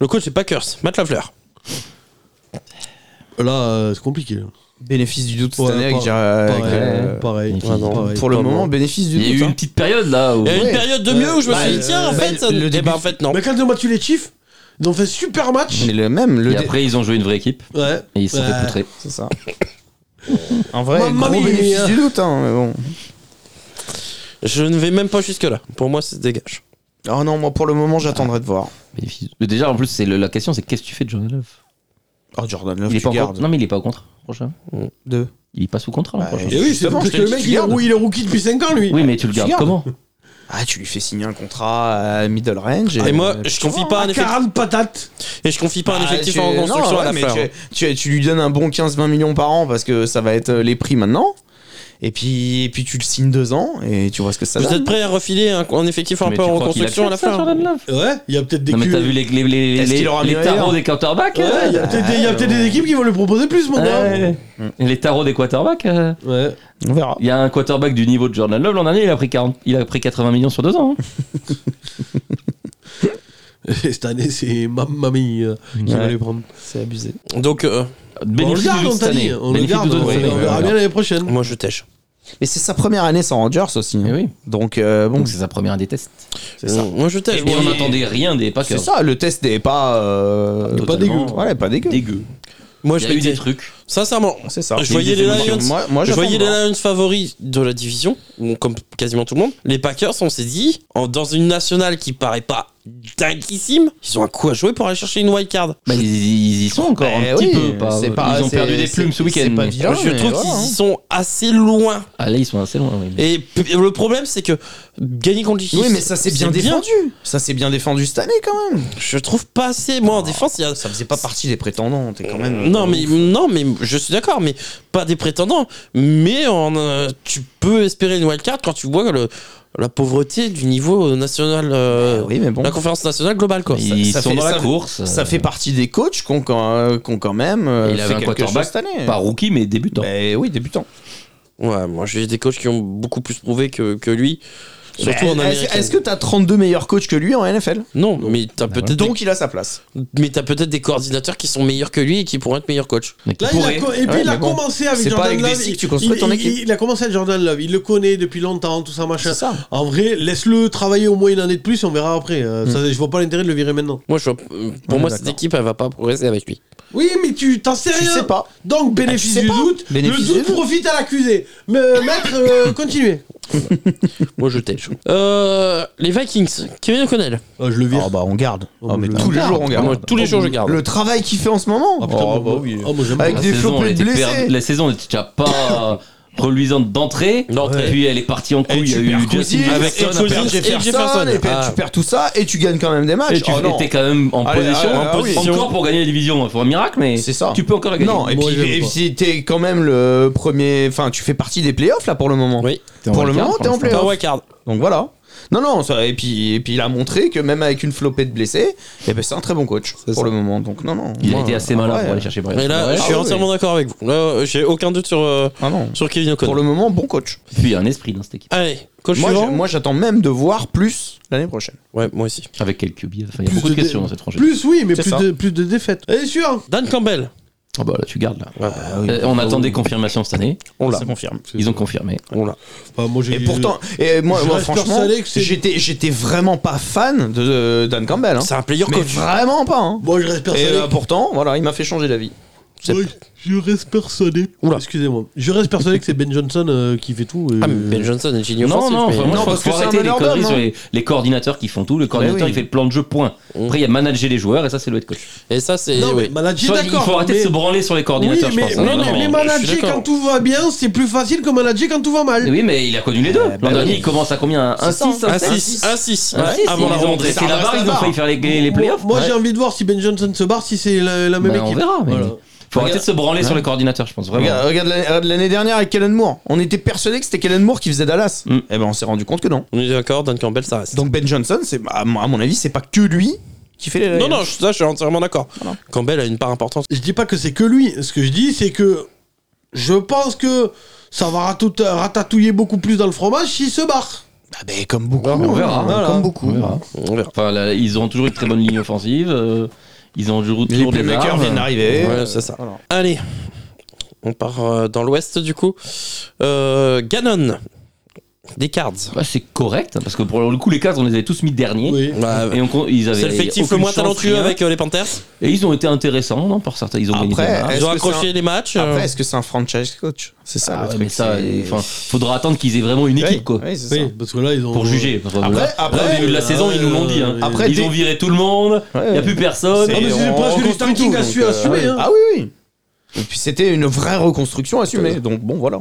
Speaker 2: Le coach c'est Packers, Matt Lafleur.
Speaker 1: Là, euh, c'est compliqué.
Speaker 3: Bénéfice du doute cette
Speaker 1: Ouais,
Speaker 3: année
Speaker 1: pas-
Speaker 3: avec, euh, avec, euh,
Speaker 1: pareil,
Speaker 4: Ah non,
Speaker 1: pareil.
Speaker 3: Pour le
Speaker 2: pas
Speaker 3: moment,
Speaker 2: moi.
Speaker 3: bénéfice
Speaker 4: Il
Speaker 3: du
Speaker 4: y a
Speaker 3: doute.
Speaker 4: eu une
Speaker 3: hein.
Speaker 4: petite période là où.
Speaker 2: Il y a eu une
Speaker 3: Ouais.
Speaker 2: période de mieux où je me
Speaker 3: Bah,
Speaker 2: suis dit,
Speaker 3: euh,
Speaker 2: tiens, en
Speaker 3: bah,
Speaker 2: fait, ça-
Speaker 3: le
Speaker 2: eh
Speaker 3: début-
Speaker 2: ben, en fait, non.
Speaker 1: Mais quand ils ont battu les Chiefs, ils ont fait super match.
Speaker 3: Mais le même, le
Speaker 4: Et
Speaker 3: dé-
Speaker 4: après, ils ont joué une vraie équipe
Speaker 1: Ouais.
Speaker 4: et ils se sont
Speaker 1: Ouais.
Speaker 4: fait poutrer.
Speaker 3: C'est ça. En vrai,
Speaker 1: Mamma
Speaker 3: gros
Speaker 1: mia.
Speaker 3: bénéfice du doute, hein, mais bon.
Speaker 2: Je ne vais même pas jusque-là. Pour moi, ça se dégage.
Speaker 3: Oh non, moi pour le moment, j'attendrai de voir.
Speaker 4: Bénéfice. Mais Déjà, en plus, c'est le- la question c'est qu'est-ce que tu fais de Jordan Love
Speaker 3: Oh, Jordan Love,
Speaker 4: Il est
Speaker 3: tu
Speaker 4: pas en
Speaker 3: gardes.
Speaker 4: contre- Non, mais il est pas au contrat prochain.
Speaker 3: Deux.
Speaker 4: Il passe sous contrat l'an
Speaker 3: Bah,
Speaker 4: prochain.
Speaker 1: Et oui, c'est
Speaker 3: Justement,
Speaker 1: parce
Speaker 3: je
Speaker 1: que
Speaker 3: te
Speaker 1: le
Speaker 3: dis,
Speaker 1: mec,
Speaker 3: tu
Speaker 1: il est,
Speaker 3: gardes.
Speaker 1: rou- il est rookie depuis 5 ans, lui.
Speaker 4: Oui, mais tu le
Speaker 3: Tu
Speaker 4: gardes
Speaker 3: gardes.
Speaker 4: comment
Speaker 3: Ah, tu lui fais signer un contrat à middle range.
Speaker 2: Et moi,
Speaker 3: euh,
Speaker 2: je confie pas un
Speaker 1: À
Speaker 2: effectif,
Speaker 1: 40 patates.
Speaker 2: et je confie pas un
Speaker 3: bah,
Speaker 2: effectif
Speaker 3: tu-
Speaker 2: en
Speaker 3: non,
Speaker 2: construction
Speaker 3: ouais,
Speaker 2: à hein.
Speaker 3: mais
Speaker 2: Lafleur.
Speaker 3: tu, tu- tu lui donnes un bon 15-20 millions par an parce que ça va être euh, les prix maintenant. Et puis, et puis tu le signes deux ans et tu vois ce que ça
Speaker 2: Vous
Speaker 3: donne.
Speaker 2: êtes prêts à refiler un, un effectif un
Speaker 4: Mais
Speaker 2: peu
Speaker 4: tu
Speaker 2: en
Speaker 4: crois qu'il
Speaker 2: reconstruction à
Speaker 4: accepte ça,
Speaker 2: Lafleur
Speaker 4: Jordan Love
Speaker 1: Ouais, il y a peut-être des
Speaker 4: Non, mais
Speaker 1: culs-
Speaker 4: t'as vu les, les, les,
Speaker 3: Est-ce
Speaker 4: les,
Speaker 3: qu'il aura
Speaker 4: les
Speaker 3: mieux
Speaker 4: tarots
Speaker 3: ailleurs
Speaker 4: des quarterbacks euh
Speaker 1: Ouais, il y a peut-être des, il y a peut-être des équipes qui vont le proposer plus, mon gars.
Speaker 4: Ouais. Les tarots des quarterbacks euh,
Speaker 1: Ouais.
Speaker 3: On verra.
Speaker 4: Il y a un quarterback du niveau de Jordan Love l'an dernier, il a pris, 40, il a pris 80 millions sur deux ans. hein.
Speaker 1: Cette année, c'est ma mamie euh, qui va
Speaker 3: Ouais.
Speaker 1: les prendre.
Speaker 3: C'est abusé.
Speaker 2: Donc, euh,
Speaker 1: Bon, on le
Speaker 4: Bénéfice
Speaker 1: garde,
Speaker 4: du
Speaker 1: on
Speaker 4: doute
Speaker 1: t'a
Speaker 4: cette
Speaker 1: dit.
Speaker 4: année.
Speaker 1: On le
Speaker 4: Bénéfice
Speaker 1: garde,
Speaker 4: du
Speaker 1: on
Speaker 4: doute, oui,
Speaker 1: on
Speaker 4: oui,
Speaker 1: verra
Speaker 4: oui.
Speaker 1: bien l'année prochaine.
Speaker 2: moi, je tèche.
Speaker 3: Mais c'est sa première année sans Rogers aussi. hein.
Speaker 4: Eh oui.
Speaker 3: Donc, euh, bon,
Speaker 4: Donc c'est sa première des tests.
Speaker 3: C'est ça.
Speaker 2: Moi, je tèche.
Speaker 4: Et on n'attendait rien des
Speaker 3: c'est
Speaker 4: Packers.
Speaker 3: ça. Le test n'est pas. euh,
Speaker 2: Ah,
Speaker 4: Totalement
Speaker 3: Ouais, pas dégueu.
Speaker 4: Dégueu.
Speaker 2: Moi,
Speaker 4: Il y
Speaker 2: je
Speaker 4: a eu des
Speaker 2: mettais
Speaker 4: trucs.
Speaker 2: Sincèrement,
Speaker 3: C'est ça.
Speaker 2: Je voyais les Lions.
Speaker 3: Moi, moi
Speaker 2: je voyais les
Speaker 3: j'attends de voir.
Speaker 2: Lions favoris de la division, bon, comme quasiment tout le monde. Les Packers, on s'est dit, en- dans une nationale qui paraît pas dinguissime, ils ont un coup à jouer pour aller chercher une wild card.
Speaker 4: Bah, ils, ils y sont encore
Speaker 3: Eh
Speaker 4: un petit
Speaker 3: oui,
Speaker 4: peu. Bah pas-
Speaker 3: c'est pas-
Speaker 4: ils ont
Speaker 3: c'est-
Speaker 4: perdu des plumes ce
Speaker 3: c'est-
Speaker 4: week-end.
Speaker 3: c'est pas
Speaker 4: mais-
Speaker 3: vilain. Non,
Speaker 2: je
Speaker 3: mais
Speaker 2: trouve
Speaker 3: voilà,
Speaker 2: qu'ils
Speaker 3: hein.
Speaker 2: y sont assez loin.
Speaker 4: Ah là, ils sont assez loin. Oui, mais-
Speaker 2: Et p- le problème, c'est que gagner contre les Chiefs,
Speaker 3: Oui, mais ça s'est bien
Speaker 2: c'est
Speaker 3: défendu. Ça s'est bien défendu cette année quand même.
Speaker 2: Je trouve pas assez.
Speaker 3: Ah.
Speaker 2: Moi, en défense, il y a.
Speaker 3: Ça faisait pas partie des prétendants. T'es quand même. euh,
Speaker 2: Non mais non mais je suis d'accord mais pas des prétendants mais en, euh, tu peux espérer une wildcard quand tu vois le, la pauvreté du niveau national euh,
Speaker 3: bah oui, mais Ah bon.
Speaker 2: la conférence nationale globale quoi.
Speaker 4: Ils
Speaker 3: ça
Speaker 4: sont
Speaker 3: fait-
Speaker 4: dans la
Speaker 3: ça-
Speaker 4: course.
Speaker 3: Ça
Speaker 4: euh,
Speaker 3: fait partie des coachs qui ont quand, euh, qui ont quand même euh,
Speaker 4: Il avait
Speaker 3: fait
Speaker 4: un
Speaker 3: quelque chose
Speaker 4: quarterback
Speaker 3: cette année.
Speaker 4: Pas rookie, mais débutant.
Speaker 3: Mais oui, débutant.
Speaker 2: Ouais, moi j'ai des coachs qui ont beaucoup plus prouvé que, que lui, surtout
Speaker 3: Mais
Speaker 2: en
Speaker 3: Eh, est-ce-
Speaker 2: Amérique.
Speaker 3: Est-ce que t'as 32 meilleurs coachs que lui en NFL
Speaker 2: non, mais t'as peut-être
Speaker 3: Donc il a sa place.
Speaker 2: des- mais t'as peut-être des coordinateurs qui sont meilleurs que lui et qui pourraient être meilleurs coachs.
Speaker 4: Mais qui
Speaker 1: Là, il a
Speaker 4: pourrait.
Speaker 1: co- et puis
Speaker 3: Ouais,
Speaker 1: il a
Speaker 3: Ah, mais bon.
Speaker 1: commencé avec
Speaker 3: C'est pas
Speaker 1: Jordan
Speaker 3: avec des
Speaker 1: Love.
Speaker 3: sticks
Speaker 1: il-
Speaker 3: que tu construis
Speaker 1: il-
Speaker 3: ton
Speaker 1: il-
Speaker 3: équipe.
Speaker 1: Il, a commencé avec Jordan Love. Il le connaît depuis longtemps, tout ça, machin.
Speaker 3: C'est ça.
Speaker 1: En vrai, laisse-le travailler au moins une année de plus et on verra après. Euh, ça,
Speaker 3: Hmm.
Speaker 1: je vois pas l'intérêt de le virer maintenant.
Speaker 2: Moi je vois- euh, pour
Speaker 3: Ouais,
Speaker 2: moi
Speaker 3: Ah, d'accord.
Speaker 2: cette équipe elle va pas progresser avec lui.
Speaker 1: Oui, mais tu t'en sais
Speaker 3: Tu
Speaker 1: rien.
Speaker 3: sais pas.
Speaker 1: Donc, bénéfice
Speaker 3: sais
Speaker 1: du
Speaker 3: pas.
Speaker 1: doute.
Speaker 3: Bénéfice
Speaker 1: le
Speaker 3: du
Speaker 1: doute
Speaker 3: doute.
Speaker 1: profite à l'accusé. Mais, euh, maître, euh, continuez.
Speaker 2: Moi je tèche. Euh, les Vikings, Kevin O'Connell.
Speaker 1: Ah, je le vire.
Speaker 3: Ah bah on garde.
Speaker 1: Oh,
Speaker 3: mais
Speaker 1: le-
Speaker 3: tous les jours on garde. Oh,
Speaker 2: Moi, tous les jours je garde.
Speaker 3: Le travail qu'il fait en ce moment.
Speaker 1: Ah, putain,
Speaker 3: Oh,
Speaker 1: moi-
Speaker 3: bah oui.
Speaker 1: ah, moi, j'aime
Speaker 3: Avec
Speaker 1: pas.
Speaker 4: La
Speaker 3: des
Speaker 4: saison,
Speaker 3: flopées
Speaker 4: elle
Speaker 3: de
Speaker 4: était
Speaker 3: blessés.
Speaker 4: per- La saison n'était déjà pas reluisante d'entrée.
Speaker 2: D'entrée.
Speaker 4: Puis elle est partie en couille. Il y a eu Justin
Speaker 3: Cousins,
Speaker 2: avec
Speaker 3: et
Speaker 2: Cousins
Speaker 3: Cousins,
Speaker 2: et
Speaker 3: Jefferson,
Speaker 2: Jefferson.
Speaker 3: et puis
Speaker 2: Ah.
Speaker 3: tu perds tout ça et tu gagnes quand même des matchs.
Speaker 4: Et tu
Speaker 3: Oh, non.
Speaker 4: étais quand même en
Speaker 3: Allez,
Speaker 4: position,
Speaker 3: allez,
Speaker 4: en
Speaker 3: allez,
Speaker 4: position
Speaker 3: oui.
Speaker 4: encore pour gagner la division. Il faut un miracle, mais
Speaker 3: C'est ça.
Speaker 4: tu peux encore la gagner.
Speaker 3: Non, et
Speaker 1: Moi,
Speaker 3: puis
Speaker 1: j'aime
Speaker 3: et
Speaker 1: pas.
Speaker 3: puis t'es quand même le premier. Enfin, tu fais partie des playoffs là pour le moment.
Speaker 2: Oui.
Speaker 4: T'es en
Speaker 3: Pour le
Speaker 4: wildcard,
Speaker 3: moment,
Speaker 4: pour
Speaker 3: t'es en
Speaker 4: l'instant.
Speaker 2: Pas
Speaker 3: playoff.
Speaker 2: wildcard.
Speaker 3: Donc voilà. Non, non, ça, et, puis, et puis il a montré que même avec une flopée de blessés, eh ben, c'est un très bon coach pour
Speaker 2: ça.
Speaker 3: le moment. Donc non, non.
Speaker 4: Il a
Speaker 3: Moi,
Speaker 4: été assez
Speaker 3: en
Speaker 4: malin
Speaker 3: vrai,
Speaker 4: pour aller chercher Brian.
Speaker 2: Et là
Speaker 3: Ouais.
Speaker 2: je
Speaker 3: Ah
Speaker 2: suis
Speaker 3: oui.
Speaker 2: entièrement d'accord avec vous. Là euh, j'ai aucun doute sur euh,
Speaker 3: Ah non.
Speaker 2: sur Kevin
Speaker 3: Pour
Speaker 2: O'Connell.
Speaker 3: le moment, bon coach.
Speaker 4: Puis il y a un esprit dans cette équipe.
Speaker 2: Allez, coach
Speaker 3: Moi,
Speaker 2: suivant.
Speaker 3: je- moi, j'attends même de voir plus l'année prochaine.
Speaker 2: Ouais, moi aussi.
Speaker 4: Avec quel QB Enfin, il y a
Speaker 1: Plus
Speaker 4: beaucoup de
Speaker 1: de-
Speaker 4: questions dans cette tranchée.
Speaker 1: Plus, oui, mais
Speaker 3: C'est
Speaker 1: plus
Speaker 3: ça.
Speaker 1: de, plus de défaites. Allez, suivant.
Speaker 2: Dan Campbell.
Speaker 4: Ah bah là, tu gardes là.
Speaker 2: Ouais,
Speaker 4: Euh, on attend des confirmations cette année.
Speaker 2: on l'a.
Speaker 3: Ça confirme.
Speaker 4: Ils ont confirmé.
Speaker 3: Oh
Speaker 2: On l'a.
Speaker 3: hein.
Speaker 1: Enfin, moi, j'ai-
Speaker 3: Et pourtant, et moi,
Speaker 1: Je
Speaker 3: moi,
Speaker 1: reste
Speaker 3: franchement,
Speaker 1: persuadé que c'est-
Speaker 3: j'étais, j'étais vraiment pas fan de euh, Dan Campbell. hein.
Speaker 2: C'est un player
Speaker 3: Mais
Speaker 2: coach.
Speaker 3: vraiment pas. hein.
Speaker 1: Moi, je reste
Speaker 3: Et
Speaker 1: persuadé.
Speaker 3: euh, pourtant, voilà, il m'a fait changer d'avis.
Speaker 2: c'est-
Speaker 1: Moi, je reste persuadé.
Speaker 2: Oula.
Speaker 1: Excusez-moi. Je reste persuadé que c'est Ben Johnson euh, qui fait tout. euh,
Speaker 2: Ah, mais Ben Johnson est génial.
Speaker 4: Non, non, enfin, moi,
Speaker 3: Non,
Speaker 4: je
Speaker 3: parce
Speaker 4: pense qu'il
Speaker 3: que
Speaker 4: faut
Speaker 3: c'est un
Speaker 4: arrêter les
Speaker 3: meneur
Speaker 4: conneries
Speaker 3: d'hommes,
Speaker 4: sur les, les coordinateurs qui font tout. Le coordinateur,
Speaker 3: oui. Mm.
Speaker 4: il fait le plan de jeu, point. Après, il y a manager les joueurs et ça, c'est le head coach.
Speaker 2: Et ça, c'est.
Speaker 1: Non, mais
Speaker 2: oui.
Speaker 1: manager,
Speaker 4: Soit il
Speaker 1: Ben d'accord.
Speaker 4: faut arrêter
Speaker 1: mais-
Speaker 4: de se branler sur les
Speaker 1: Oui,
Speaker 4: coordinateurs,
Speaker 1: mais,
Speaker 4: je pense.
Speaker 1: oui,
Speaker 4: hein,
Speaker 1: mais-
Speaker 4: vraiment.
Speaker 1: mais
Speaker 2: je suis
Speaker 1: manager
Speaker 2: d'accord.
Speaker 1: quand tout va bien, c'est plus facile que manager quand tout va mal.
Speaker 4: Oui, mais il a connu les deux. L'an
Speaker 3: bah
Speaker 4: dernier,
Speaker 3: oui.
Speaker 4: il commence à combien
Speaker 3: C'est ça.
Speaker 4: 1-6
Speaker 2: Un
Speaker 4: 1-6
Speaker 2: 6. Un 6.
Speaker 4: Ah, si, si,
Speaker 2: Avant la
Speaker 4: ils ont
Speaker 2: rentrée.
Speaker 4: dressé la
Speaker 3: reste
Speaker 4: barre,
Speaker 3: la
Speaker 4: ils ont
Speaker 3: barre.
Speaker 4: failli faire les, les playoffs.
Speaker 1: Moi,
Speaker 4: Ouais.
Speaker 1: j'ai envie de voir si Ben Johnson se barre, si c'est la, la même
Speaker 4: Bah, on
Speaker 1: équipe.
Speaker 4: verra. Mais...
Speaker 1: Voilà.
Speaker 4: Faut arrêter de se branler sur les coordinateurs, je pense. Vraiment.
Speaker 3: Regarde, regarde l'année- regarde l'année dernière avec Kellen Moore. On était persuadé que c'était Kellen Moore qui faisait Dallas.
Speaker 4: Mm.
Speaker 3: Et ben, on s'est rendu compte que non.
Speaker 2: On est d'accord, Dan Campbell, ça reste.
Speaker 3: Donc Ben Johnson, c'est à mon à mon avis, c'est pas que lui qui fait les.
Speaker 2: non, non, je- ça, je suis entièrement d'accord.
Speaker 3: euh, Voilà.
Speaker 2: Campbell a une part importante.
Speaker 1: Je dis pas que c'est que lui. Ce que je dis, c'est que je pense que ça va ratout- ratatouiller beaucoup plus dans le fromage s'il se barre.
Speaker 3: Ah ben, comme beaucoup.
Speaker 4: on verra.
Speaker 3: hein,
Speaker 1: Voilà.
Speaker 3: Comme beaucoup.
Speaker 4: On verra.
Speaker 2: On verra.
Speaker 4: Enfin, là, ils auront toujours une très bonne ligne offensive. euh, ils ont toujours
Speaker 3: Les
Speaker 4: toujours des
Speaker 3: playmakers
Speaker 4: armes.
Speaker 3: viennent d'arriver.
Speaker 2: Ouais, c'est ça.
Speaker 3: euh, voilà.
Speaker 2: Allez, on part euh, dans l'ouest du coup. Euh, Gannon. Des cards.
Speaker 4: Bah, c'est correct, hein, parce que pour le coup, les Cavs, on les avait tous mis derniers.
Speaker 1: Oui.
Speaker 2: Bah,
Speaker 4: Et on, ils avaient
Speaker 2: c'est l'effectif le
Speaker 4: aucune
Speaker 2: moins
Speaker 4: chance,
Speaker 2: talentueux
Speaker 4: rien.
Speaker 2: avec euh, les Panthers.
Speaker 4: Et ils ont été intéressants, non Par certains, ils ont gagné.
Speaker 3: Après,
Speaker 4: des matchs.
Speaker 3: Est-ce
Speaker 2: Ils ont
Speaker 3: que c'est
Speaker 2: accroché les matchs. euh,
Speaker 3: Après, est-ce que c'est un franchise coach C'est
Speaker 4: Ah,
Speaker 3: ça le
Speaker 4: ouais,
Speaker 3: truc.
Speaker 4: mais ça,
Speaker 3: c'est-
Speaker 4: il- enfin, faudra attendre qu'ils aient vraiment une
Speaker 3: Ouais,
Speaker 4: équipe, quoi.
Speaker 3: ouais, c'est
Speaker 1: Oui,
Speaker 3: ça.
Speaker 1: parce que là, ils ont.
Speaker 4: Pour juger. Parce que
Speaker 3: Après-
Speaker 4: là,
Speaker 3: après- euh,
Speaker 4: là, au milieu de la
Speaker 1: Ah,
Speaker 4: saison, ils nous l'ont dit. hein.
Speaker 1: ouais,
Speaker 3: Après,
Speaker 4: ils
Speaker 3: dès-
Speaker 4: ont viré tout le monde. Il
Speaker 3: Ouais.
Speaker 4: n'y a plus personne.
Speaker 1: Ah, mais c'est
Speaker 3: on
Speaker 1: presque du
Speaker 3: reconstruit
Speaker 1: tanking
Speaker 3: tout,
Speaker 1: à
Speaker 3: donc,
Speaker 1: su- à
Speaker 3: euh,
Speaker 1: assumer,
Speaker 3: ouais.
Speaker 1: hein.
Speaker 3: Ah oui, oui. Et puis c'était une vraie reconstruction assumée. Donc bon, voilà.